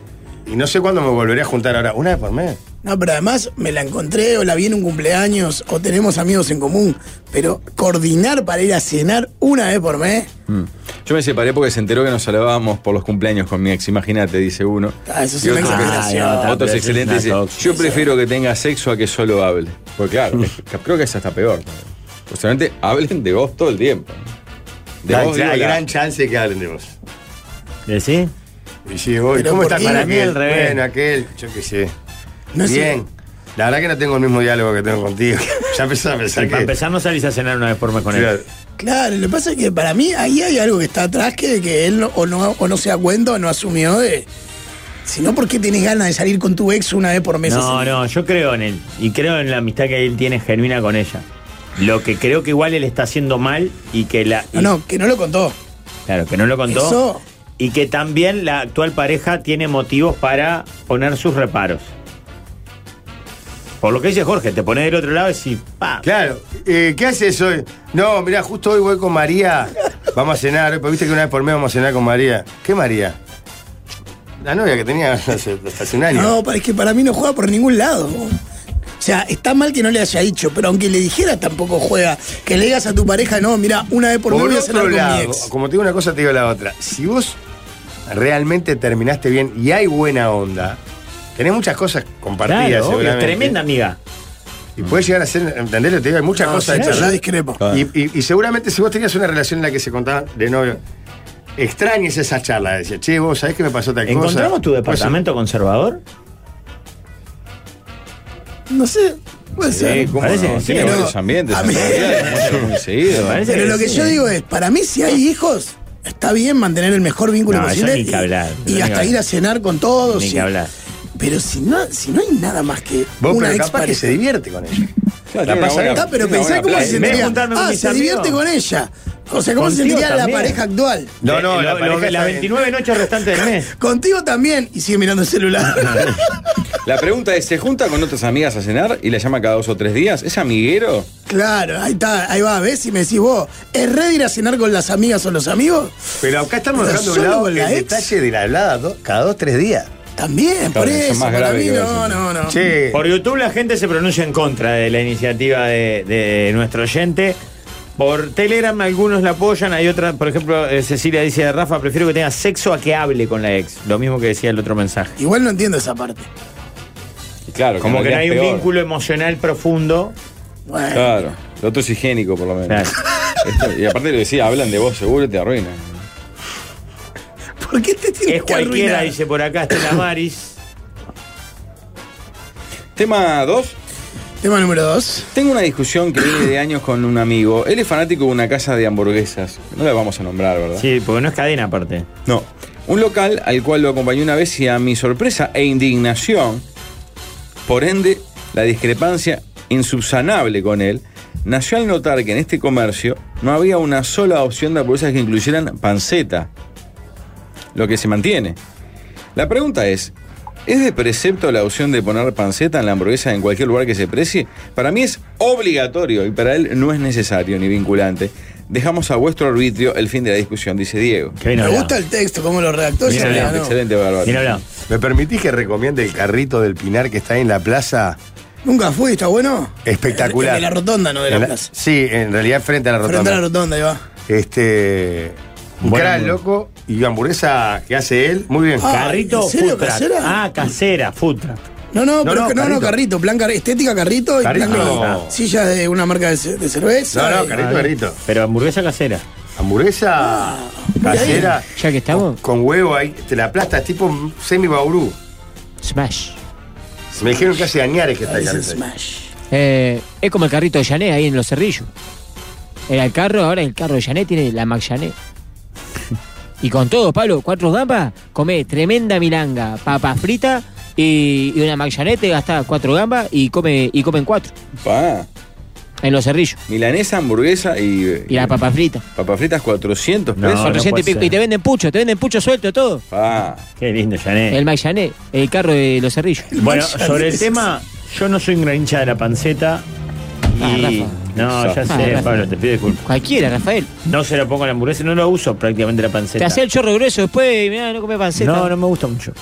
Speaker 8: y no sé cuándo me volveré a juntar ahora, una vez por mes.
Speaker 6: No, pero además me la encontré o la vi en un cumpleaños o tenemos amigos en común. Pero coordinar para ir a cenar una vez por mes,
Speaker 5: Mm. Yo me separé porque se enteró que nos saludábamos por los cumpleaños con mi ex, imagínate, dice uno.
Speaker 6: ah, eso es
Speaker 5: Y
Speaker 6: una
Speaker 5: otro que-
Speaker 6: exageración.
Speaker 7: Ah, no,
Speaker 5: Otro es
Speaker 7: pero eso es
Speaker 5: excelente
Speaker 7: una
Speaker 5: dice,
Speaker 7: tóxica.
Speaker 5: yo prefiero que tenga sexo a que solo hable. Pues claro, que- creo que esa está peor. Posiblemente hablen de vos todo el tiempo. De
Speaker 8: Hay-
Speaker 5: vos, digo,
Speaker 8: hay
Speaker 5: la-
Speaker 8: gran chance que hablen de vos.
Speaker 7: ¿Decís?
Speaker 8: Y si voy,
Speaker 6: Pero
Speaker 8: ¿cómo
Speaker 6: ¿por
Speaker 8: estás
Speaker 6: qué?
Speaker 8: con
Speaker 6: Para
Speaker 7: mí al
Speaker 8: aquel?
Speaker 7: revés.
Speaker 8: Bueno, aquel, yo qué sé.
Speaker 6: No sé.
Speaker 8: Bien. La verdad que no tengo el mismo diálogo que tengo contigo. (laughs) ya empezás a pensar
Speaker 7: Y para
Speaker 8: que...
Speaker 7: empezar no salís a cenar una vez por mes con él.
Speaker 6: Claro, lo que pasa es que para mí ahí hay algo que está atrás que, que él no- o, no, o no se da cuenta o no asumió de. Si no, ¿por qué tenés ganas de salir con tu ex una vez por mes?
Speaker 7: No, no, yo creo en él. Y creo en la amistad que él tiene genuina con ella. Lo que creo que igual él está haciendo mal y que la. y-
Speaker 6: No, no, que no lo contó.
Speaker 7: Claro, que no lo contó.
Speaker 6: Eso.
Speaker 7: Y que también la actual pareja tiene motivos para poner sus reparos. Por lo que dice Jorge, te pones del otro lado y decís, pa.
Speaker 8: Claro, eh, ¿qué haces hoy? No, mirá, justo hoy voy con María. Vamos a cenar, hoy, porque viste que una vez por mes vamos a cenar con María. ¿Qué María? La novia que tenía (laughs) hace, hace un año.
Speaker 6: No, para- es que para mí no juega por ningún lado. O sea, está mal que no le haya dicho, pero aunque le dijera tampoco juega. Que le digas a tu pareja, no, mira, una vez por mes
Speaker 8: Por
Speaker 6: voy a cenar
Speaker 8: otro
Speaker 6: con mi
Speaker 8: lado,
Speaker 6: ex.
Speaker 8: como te digo una cosa, te digo la otra. Si vos realmente terminaste bien y hay buena onda, tenés muchas cosas compartidas
Speaker 7: Claro, obvio,
Speaker 8: seguramente.
Speaker 7: tremenda amiga.
Speaker 8: Y puedes llegar a ser, ¿entendés? lo que Te digo, hay muchas
Speaker 6: No,
Speaker 8: cosas
Speaker 6: sí,
Speaker 8: de
Speaker 6: yo
Speaker 8: charlar.
Speaker 6: discrepo. Ah.
Speaker 8: Y, y- y seguramente si vos tenías una relación en la que se contaba de novio, extrañes esa charla. Decía, che, vos sabés que me pasó tal cosa.
Speaker 7: ¿Encontramos tu
Speaker 8: Pues,
Speaker 7: departamento conservador?
Speaker 6: No sé, puede ser.
Speaker 5: Sí, ¿cómo
Speaker 7: Parece
Speaker 5: no?
Speaker 7: que sí,
Speaker 5: Tiene
Speaker 6: pero-
Speaker 5: varios ambientes.
Speaker 6: a mí-
Speaker 5: mucho muy seguido.
Speaker 7: Me parece
Speaker 6: Pero lo que
Speaker 7: sí.
Speaker 6: yo digo es, para mí si hay hijos, está bien mantener el mejor vínculo
Speaker 7: No, eso
Speaker 6: posible
Speaker 7: ni que
Speaker 6: y-
Speaker 7: hablar,
Speaker 6: y,
Speaker 7: ni que
Speaker 6: hasta
Speaker 7: hablar.
Speaker 6: ir a cenar con todos.
Speaker 7: Ni
Speaker 6: y-
Speaker 7: que hablar.
Speaker 6: Pero si no, si no hay nada más que
Speaker 8: Vos,
Speaker 6: una
Speaker 8: pero
Speaker 6: ex
Speaker 8: capaz que se divierte con ella.
Speaker 5: Claro,
Speaker 8: La
Speaker 5: tiene una
Speaker 8: pasa-
Speaker 5: buena-
Speaker 6: Está, pero
Speaker 5: tiene una
Speaker 6: pensá
Speaker 5: buena
Speaker 6: cómo
Speaker 5: playa.
Speaker 6: se
Speaker 7: En vez de
Speaker 6: sentiría.
Speaker 7: juntarme con
Speaker 6: Ah,
Speaker 7: mis
Speaker 6: se divierte
Speaker 7: amigos.
Speaker 6: con ella. O sea, ¿cómo se
Speaker 7: Contigo
Speaker 6: sentiría la
Speaker 7: también.
Speaker 6: pareja actual?
Speaker 8: No, no,
Speaker 7: Eh,
Speaker 8: la
Speaker 7: lo-
Speaker 8: pareja
Speaker 7: lo-
Speaker 8: está
Speaker 7: las
Speaker 8: bien.
Speaker 7: 29 noches restantes del mes.
Speaker 6: Contigo también. Y sigue mirando el celular.
Speaker 5: La pregunta es, ¿se junta con otras amigas a cenar y la llama cada dos o tres días? ¿Es amiguero?
Speaker 6: claro, ahí está, ahí va, ves y me decís vos, ¿es re de ir a cenar con las amigas o los amigos?
Speaker 8: Pero acá estamos
Speaker 6: Pero
Speaker 8: dejando de
Speaker 6: solo
Speaker 8: lado
Speaker 6: con
Speaker 8: el
Speaker 6: la ex.
Speaker 8: detalle de la hablada do- cada dos, tres días.
Speaker 6: También,
Speaker 5: Claro,
Speaker 6: por
Speaker 5: eso es
Speaker 6: eso,
Speaker 5: más
Speaker 6: para
Speaker 5: grave
Speaker 6: mí
Speaker 5: que
Speaker 6: no,
Speaker 5: vos.
Speaker 6: no, no.
Speaker 8: Che,
Speaker 7: Por YouTube la gente se pronuncia en contra de la iniciativa de, de nuestro oyente. Por Telegram algunos la apoyan, hay otra, por ejemplo, eh, Cecilia dice, Rafa, prefiero que tenga sexo a que hable con la ex. Lo mismo que decía el otro mensaje.
Speaker 6: Igual no entiendo esa parte.
Speaker 5: Y Claro,
Speaker 7: Como
Speaker 5: en
Speaker 7: que no
Speaker 5: realidad
Speaker 7: hay
Speaker 5: es
Speaker 7: un
Speaker 5: peor.
Speaker 7: vínculo emocional profundo.
Speaker 6: Bueno.
Speaker 5: Claro, lo otro es higiénico por lo menos.
Speaker 6: (laughs)
Speaker 7: Claro.
Speaker 5: Esto- y aparte lo decía, hablan de vos seguro y te arruinan.
Speaker 6: ¿Por qué te tienes
Speaker 7: Es
Speaker 6: que
Speaker 7: cualquiera,
Speaker 6: arruinar? (laughs)
Speaker 7: dice por acá, Estela Maris.
Speaker 5: Tema 2.
Speaker 6: Tema número 2.
Speaker 5: Tengo una discusión que viene de años con un amigo. Él es fanático de una casa de hamburguesas. No la vamos a nombrar, ¿verdad?
Speaker 7: Sí, porque no es cadena aparte.
Speaker 5: No. Un local al cual lo acompañé una vez y a mi sorpresa e indignación, por ende, la discrepancia insubsanable con él, nació al notar que en este comercio no había una sola opción de hamburguesas que incluyeran panceta, lo que se mantiene. La pregunta es, ¿es de precepto la opción de poner panceta en la hamburguesa en cualquier lugar que se precie? Para mí es obligatorio y para él no es necesario ni vinculante. Dejamos a vuestro arbitrio el fin de la discusión, dice Diego.
Speaker 6: Me gusta el texto, cómo lo redactó.
Speaker 5: Bien
Speaker 6: ya me
Speaker 5: hablado,
Speaker 6: ganó.
Speaker 5: excelente, bárbaro.
Speaker 8: ¿Me permitís que recomiende el carrito del Pinar que está en la plaza?
Speaker 6: Nunca fui, está bueno. El
Speaker 8: Espectacular.
Speaker 6: de la rotonda, no de la
Speaker 8: En
Speaker 6: plaza.
Speaker 8: Sí, en realidad frente a la rotonda.
Speaker 6: Frente a la rotonda, ahí va.
Speaker 8: Este. Un
Speaker 6: Buen
Speaker 8: cara
Speaker 6: hamburguesa.
Speaker 8: loco y hamburguesa que hace él. Muy bien.
Speaker 6: Ah, Carrito ¿en serio, food truck. casera?
Speaker 7: Ah, casera, futra.
Speaker 6: No, no,
Speaker 8: No,
Speaker 6: pero
Speaker 8: no,
Speaker 6: es que- no, no,
Speaker 8: carrito.
Speaker 6: carrito. Plan car- estética carrito y
Speaker 8: Carrito.
Speaker 6: plan de-
Speaker 8: Ah.
Speaker 6: sillas de una marca de, ce- de cerveza.
Speaker 8: No, no,
Speaker 6: y-
Speaker 8: carrito, carrito.
Speaker 7: Pero hamburguesa casera.
Speaker 8: Hamburguesa
Speaker 6: Ah,
Speaker 8: casera.
Speaker 9: Ya que estamos.
Speaker 8: Con huevo ahí, te la aplastas, tipo un semi-baurú.
Speaker 9: Smash.
Speaker 8: Me dijeron que hace añares que está el carrito.
Speaker 9: Eh, es como el carrito de Jané ahí en los cerrillos. Era el carro, ahora el carro de Jané tiene la Mac Jané. Y con todo, Pablo, cuatro gambas, come tremenda milanga, papas fritas y, y una Mac Jané te gasta cuatro gambas y come y comen cuatro.
Speaker 5: Pa.
Speaker 9: En los cerrillos.
Speaker 5: Milanesa, hamburguesa y.
Speaker 9: Y la papa frita.
Speaker 5: Papas fritas 400
Speaker 7: No,
Speaker 5: pesos.
Speaker 7: no
Speaker 9: 400 y,
Speaker 7: puede
Speaker 9: pico.
Speaker 7: ser.
Speaker 9: Y te venden pucho, te venden pucho suelto todo.
Speaker 5: Pa.
Speaker 7: Qué lindo, Jané.
Speaker 9: El Mac Jané, el carro de los cerrillos.
Speaker 7: Bueno,
Speaker 9: Mac Jané.
Speaker 7: sobre el tema, yo no soy un gran hincha de la panceta. Y. no, ya
Speaker 9: Ah,
Speaker 7: sé,
Speaker 9: Rafa.
Speaker 7: Pablo, te pido disculpas.
Speaker 9: Cualquiera, Rafael.
Speaker 7: No se lo pongo a la hamburguesa, no lo uso prácticamente la
Speaker 9: Te
Speaker 7: panceta.
Speaker 9: hace el chorro grueso después y mirá, no come panceta.
Speaker 7: No, no me gusta mucho.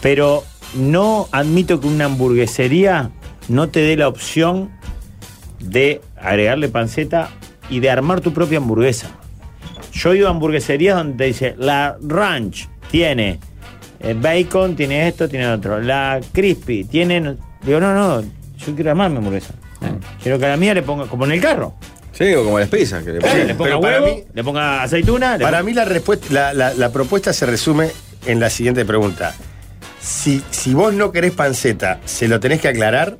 Speaker 7: Pero no admito que una hamburguesería no te dé la opción de agregarle panceta y de armar tu propia hamburguesa. Yo he ido a hamburgueserías donde te dice, la ranch tiene eh, bacon, tiene esto, tiene otro. La crispy tiene... Digo, no, no, yo quiero armar mi hamburguesa. Quiero que a la mía le ponga, como en el carro,
Speaker 5: Sí, o como las pizzas. Que le
Speaker 7: Sí,
Speaker 5: ponen.
Speaker 7: le ponga
Speaker 8: pero para
Speaker 7: huevo,
Speaker 8: mí-
Speaker 7: le ponga aceituna. le
Speaker 8: Para
Speaker 7: ponga-
Speaker 8: mí la, respuesta, la, la- la propuesta se resume en la siguiente pregunta. Si, si vos no querés panceta, ¿se lo tenés que aclarar?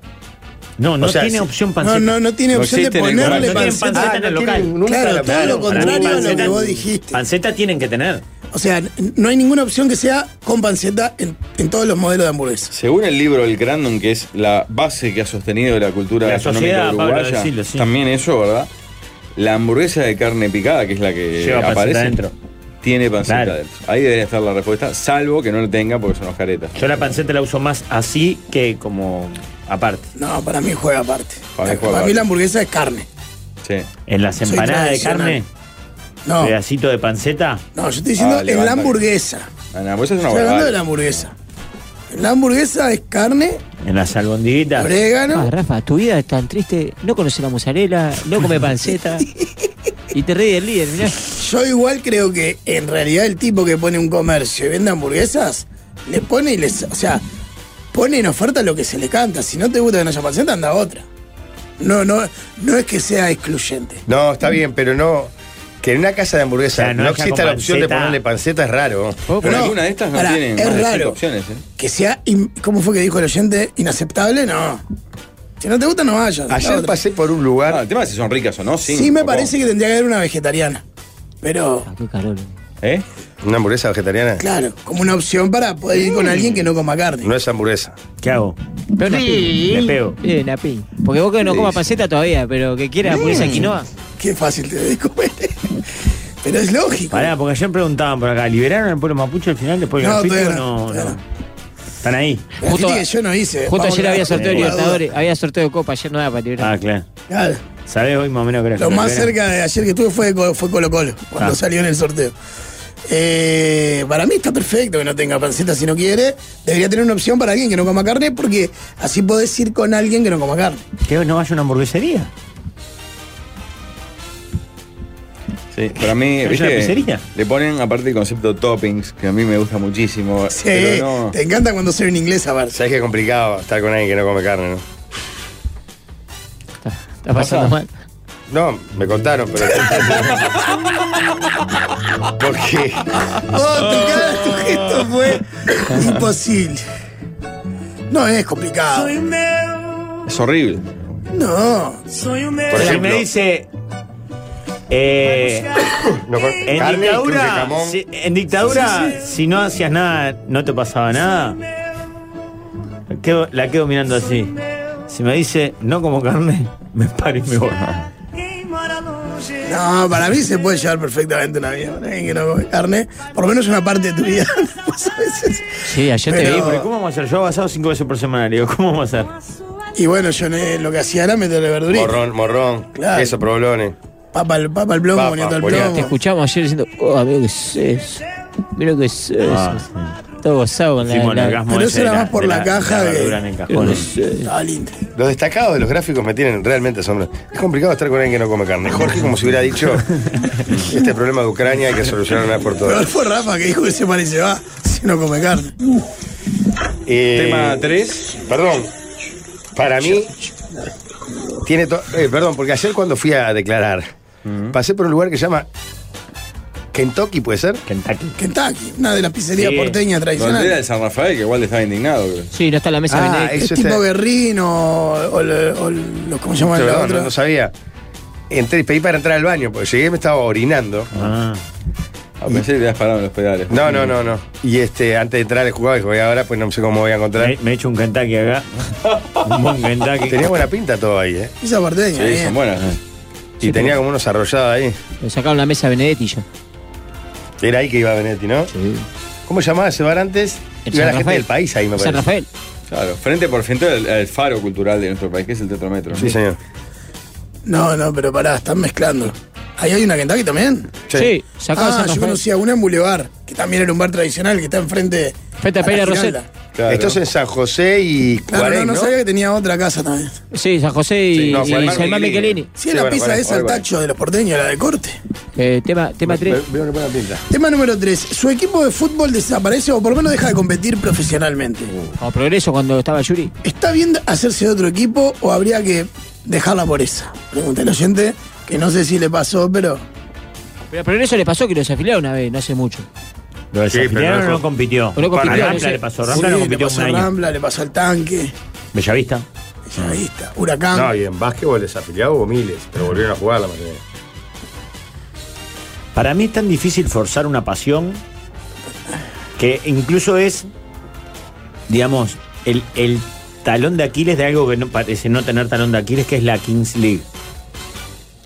Speaker 7: No, no
Speaker 8: o sea,
Speaker 7: tiene
Speaker 8: si-
Speaker 7: opción
Speaker 6: No,
Speaker 7: panceta.
Speaker 6: no, no tiene
Speaker 5: No
Speaker 6: opción de
Speaker 5: existe en el comercio.
Speaker 7: Ah,
Speaker 6: ponerle
Speaker 7: No tienen
Speaker 6: panceta.
Speaker 7: panceta en el local.
Speaker 8: tienen nunca
Speaker 6: Claro,
Speaker 8: la-
Speaker 6: todo lo
Speaker 7: para mí
Speaker 6: contrario a lo
Speaker 7: panceta-
Speaker 6: que vos dijiste.
Speaker 7: Panceta tienen que tener.
Speaker 6: O sea, n- no hay ninguna opción que sea con panceta en, en todos los modelos de hamburguesas.
Speaker 5: Según el libro El Crandon, que es la base que ha sostenido la cultura
Speaker 7: La
Speaker 5: gastronómica
Speaker 7: sociedad, Pablo,
Speaker 5: uruguaya,
Speaker 7: decilo, sí.
Speaker 5: también eso, ¿verdad? La hamburguesa de carne picada, que es la que
Speaker 7: Lleva panceta
Speaker 5: aparece,
Speaker 7: adentro.
Speaker 5: tiene panceta
Speaker 7: Claro.
Speaker 5: adentro. Ahí debería estar la respuesta, salvo que no la tenga porque son caretas.
Speaker 7: Yo la panceta la uso más así que como aparte.
Speaker 6: No, para mí juega aparte.
Speaker 5: Para mí juega
Speaker 6: Para
Speaker 5: aparte.
Speaker 6: mí la hamburguesa es carne.
Speaker 5: Sí.
Speaker 7: En las
Speaker 6: Soy
Speaker 7: empanadas de
Speaker 6: tradicional.
Speaker 7: carne,
Speaker 6: No,
Speaker 7: pedacito de panceta.
Speaker 6: no, yo estoy diciendo
Speaker 5: Ah,
Speaker 6: en la
Speaker 5: levanta. (laughs)
Speaker 6: hamburguesa.
Speaker 5: Ah, no, pues eso es una
Speaker 6: Estoy hablando de la
Speaker 5: barbaridad.
Speaker 6: hamburguesa. La hamburguesa es carne,
Speaker 7: En las albondiguitas.
Speaker 9: Ah,
Speaker 6: orégano.
Speaker 9: Rafa, tu vida es tan triste, no conoces la mozzarella, no
Speaker 8: (laughs)
Speaker 9: come panceta y te reí del líder, mirá.
Speaker 6: Yo igual creo que en realidad el tipo que pone un comercio y vende hamburguesas, le pone y les. O sea, pone en oferta lo que se le canta. Si no te gusta que no haya panceta, anda a otra. No, no, no es que sea excluyente.
Speaker 8: No, está bien, pero no... Que en una casa de hamburguesa
Speaker 7: O sea, no
Speaker 8: no,
Speaker 7: haya
Speaker 8: exista
Speaker 7: con
Speaker 8: la opción de
Speaker 7: panceta.
Speaker 8: ponerle panceta es raro.
Speaker 5: Pero
Speaker 6: No,
Speaker 5: alguna de estas no
Speaker 6: pará,
Speaker 5: tienen
Speaker 6: es
Speaker 5: más de cinco
Speaker 6: raro.
Speaker 5: opciones. ¿eh?
Speaker 6: Que sea, in- ¿cómo fue que dijo el oyente? Inaceptable, no. Si no te gusta, no vayas.
Speaker 8: Ayer
Speaker 6: Otra.
Speaker 8: pasé por un
Speaker 5: Ah,
Speaker 8: lugar...
Speaker 5: el tema es si son ricas o no, sí.
Speaker 6: Sí, me parece que tendría que haber una vegetariana. Pero,
Speaker 9: Ah, qué calor.
Speaker 5: ¿Eh?
Speaker 8: ¿Una hamburguesa vegetariana?
Speaker 6: claro, como una opción para poder ir con alguien que no coma carne.
Speaker 8: No es hamburguesa.
Speaker 7: ¿Qué hago?
Speaker 9: Pero una pi.
Speaker 7: Le pego.
Speaker 9: Eh, una pi. Porque vos que no comas panceta todavía, pero que quieras hamburguesa quinoa.
Speaker 6: Qué fácil te de comer. (laughs) Pero es lógico.
Speaker 7: Pará, porque ayer preguntaban por acá, ¿liberaron al pueblo mapuche al final después del
Speaker 6: No,
Speaker 7: grafito?
Speaker 6: todavía no,
Speaker 7: No, no,
Speaker 6: todavía
Speaker 7: Están ahí.
Speaker 6: La
Speaker 9: Justo-
Speaker 6: gente que yo no hice.
Speaker 9: Justo
Speaker 6: vamos
Speaker 9: ayer
Speaker 6: a-
Speaker 9: había sorteo de
Speaker 7: eh,
Speaker 9: Libertadores, había sorteo de Copa, ayer no era para
Speaker 7: Ah,
Speaker 9: liberar.
Speaker 7: claro.
Speaker 6: Claro.
Speaker 7: ¿Sabés hoy más o menos que era
Speaker 6: Lo más
Speaker 7: Cabrera?
Speaker 6: cerca de ayer que estuve fue, co- fue Colo Colo, cuando
Speaker 7: Ah.
Speaker 6: salió en el sorteo. Eh, para mí está perfecto que no tenga panceta si no quiere. Debería tener una opción para alguien que no coma carne, porque así podés ir con alguien que no coma carne.
Speaker 7: ¿Que no vaya a una hamburguesería?
Speaker 5: Sí, para mí,
Speaker 7: ¿Es una
Speaker 5: ¿viste?
Speaker 7: pizzería?
Speaker 5: Le ponen aparte el concepto toppings, que a mí me gusta muchísimo.
Speaker 6: Sí,
Speaker 5: pero no.
Speaker 6: te encanta cuando soy un inglés a ver.
Speaker 8: Sabes que es complicado estar con alguien que no come carne, ¿no?
Speaker 9: Está,
Speaker 8: Ah.
Speaker 9: está pasando mal.
Speaker 8: No, me contaron,
Speaker 7: (laughs)
Speaker 8: pero. Porque.
Speaker 6: Oh, tu cara, tu gesto fue imposible. No es complicado.
Speaker 2: Soy Mel
Speaker 5: Es horrible.
Speaker 6: No.
Speaker 2: Soy un
Speaker 7: Por ejemplo, me dice. eh, en
Speaker 2: carne, cruz de
Speaker 7: dictadura,
Speaker 2: jamón.
Speaker 7: si, en dictadura,
Speaker 2: Sí, sí,
Speaker 7: si no hacías nada, no te pasaba nada. La quedo, la quedo mirando así. Si me dice no como carne, (laughs) me paro y me voy.
Speaker 6: No, para mí se puede llevar perfectamente una vida. para alguien que no come carne, por lo menos una parte de tu vida. (laughs) Pues a veces-
Speaker 9: Sí, ayer
Speaker 6: te vi,
Speaker 7: ¿Cómo vamos a hacer? Yo hago asado cinco veces por semana. Le digo, ¿cómo vamos a hacer?
Speaker 6: Y bueno, yo ne- lo que hacía era meterle verdurita.
Speaker 8: Morrón, morrón.
Speaker 6: Claro.
Speaker 8: Eso, provolone.
Speaker 6: Papa al papa al plomo,
Speaker 8: Papa,
Speaker 6: bonito al
Speaker 8: boludo.
Speaker 6: plomo.
Speaker 9: Te escuchamos ayer diciendo, oh, mira qué es eso. Mira qué es eso.
Speaker 7: Ah,
Speaker 9: Todo gozado con la.
Speaker 7: Hicimos el
Speaker 9: la-
Speaker 7: orgasmo
Speaker 6: Pero
Speaker 7: ese
Speaker 6: eso era
Speaker 7: de
Speaker 6: más por
Speaker 7: de
Speaker 6: la caja
Speaker 7: de
Speaker 6: que-
Speaker 7: verdura en el
Speaker 9: Mira (laughs)
Speaker 7: cajón.
Speaker 9: qué es eso.
Speaker 6: Estaba lindo.
Speaker 8: Los destacados de los gráficos me tienen realmente asombro. Es complicado estar con alguien que no come carne. Jorge, como si hubiera dicho, este problema de Ucrania hay que solucionarlo una vez por
Speaker 6: Pero (laughs)
Speaker 8: todas.
Speaker 6: fue Rafa que dijo que se parece va si no come carne.
Speaker 8: Eh,
Speaker 5: Tema 3.
Speaker 8: Perdón, para mí tiene to- eh, perdón, porque ayer cuando fui a declarar, pasé por un lugar que se llama Kentucky, ¿puede ser?
Speaker 7: Kentucky.
Speaker 6: Kentucky, una de las pizzerías
Speaker 7: Sí.
Speaker 6: porteñas
Speaker 5: Donde era el
Speaker 6: tradicionales.
Speaker 5: San Rafael, que igual estaba indignado. creo.
Speaker 9: Sí, no está la mesa
Speaker 8: Ah,
Speaker 9: Benedetto.
Speaker 8: eso
Speaker 6: Es tipo
Speaker 8: está-
Speaker 6: Guerrino o, o lo- o lo- ¿Cómo se llama la
Speaker 8: Perdón,
Speaker 6: otra?
Speaker 8: no, no sabía. Entré y pedí para entrar al baño, porque llegué y me estaba orinando.
Speaker 7: Ah,
Speaker 5: Ah, pensé que te habías parado en los pedales.
Speaker 8: No, no, no, no. Y este, antes de entrar al jugaba, dijo, "Y ahora pues no sé cómo voy a encontrar.
Speaker 7: me, me he hecho un Kentucky acá. Un buen Kentucky.
Speaker 8: Tenía buena pinta todo ahí, ¿eh?
Speaker 6: Pizza porteña.
Speaker 5: Sí,
Speaker 6: eh.
Speaker 5: son buenas. ¿no?
Speaker 8: Y tenía como unos arrollados ahí.
Speaker 9: Le sacaron la mesa Benedetti ya.
Speaker 8: Era ahí que iba Benetti, ¿no? ¿Cómo llamaba ese bar antes?
Speaker 9: El
Speaker 8: Iba
Speaker 9: San
Speaker 8: la gente
Speaker 9: Rafael.
Speaker 8: del país ahí, me
Speaker 9: San
Speaker 8: parece.
Speaker 9: Rafael.
Speaker 5: Claro, frente por frente al, al faro cultural de nuestro país, que es el Teatro Metro.
Speaker 8: Sí, señor.
Speaker 6: No, no, pero pará, están mezclando. ¿Ahí hay una Kentucky también?
Speaker 9: Sí, sacaron
Speaker 6: Ah,
Speaker 9: San
Speaker 6: yo
Speaker 9: Rafael.
Speaker 6: conocía una en Boulevard, que también era un bar tradicional que está enfrente.
Speaker 9: Frente a
Speaker 6: la
Speaker 9: Pereira Rosell.
Speaker 6: Giralda.
Speaker 5: Claro.
Speaker 8: Esto es en San José y
Speaker 6: Claro,
Speaker 8: Cuarén,
Speaker 6: no, no, sabía que tenía otra casa también.
Speaker 9: Sí, San José y,
Speaker 5: Sí, no,
Speaker 9: y
Speaker 5: Juan Mar-
Speaker 9: Germán Michelini.
Speaker 6: Sí,
Speaker 8: Sí,
Speaker 6: la
Speaker 8: bueno,
Speaker 6: pizza
Speaker 8: bueno,
Speaker 6: esa al
Speaker 8: bueno.
Speaker 6: tacho de los porteños, la de corte.
Speaker 9: Eh, tema tema 3.
Speaker 8: Veo que buena pinta.
Speaker 6: Tema número 3. Su equipo de fútbol desaparece o por lo menos deja de competir profesionalmente.
Speaker 8: Uh.
Speaker 9: Como progreso cuando estaba Yuri.
Speaker 6: ¿Está bien hacerse de otro equipo o habría que dejarla por esa? Pregunta al oyente, que no sé si le pasó, pero.
Speaker 9: Pero a progreso le pasó que lo desafiliaron una vez, no hace mucho.
Speaker 7: Lo
Speaker 8: Sí, pero
Speaker 7: desafiliaron
Speaker 8: no
Speaker 7: o no
Speaker 8: fue-
Speaker 7: compitió.
Speaker 9: O no compitió,
Speaker 7: A
Speaker 9: no
Speaker 7: Rampla
Speaker 9: sé.
Speaker 7: le pasó. Rampla
Speaker 6: Sí,
Speaker 7: no
Speaker 6: le
Speaker 7: compitió
Speaker 6: pasó
Speaker 7: un
Speaker 6: a
Speaker 7: año.
Speaker 6: Rambla, le pasó al tanque,
Speaker 7: Bellavista.
Speaker 6: ya ahí está, Huracán.
Speaker 8: No, y en básquetbol desafiliado hubo miles, pero volvieron a jugar la mayoría.
Speaker 7: Para mí es tan difícil forzar una pasión que incluso es, digamos, el, el talón de Aquiles de algo que no parece no tener talón de Aquiles, que es la Kings League.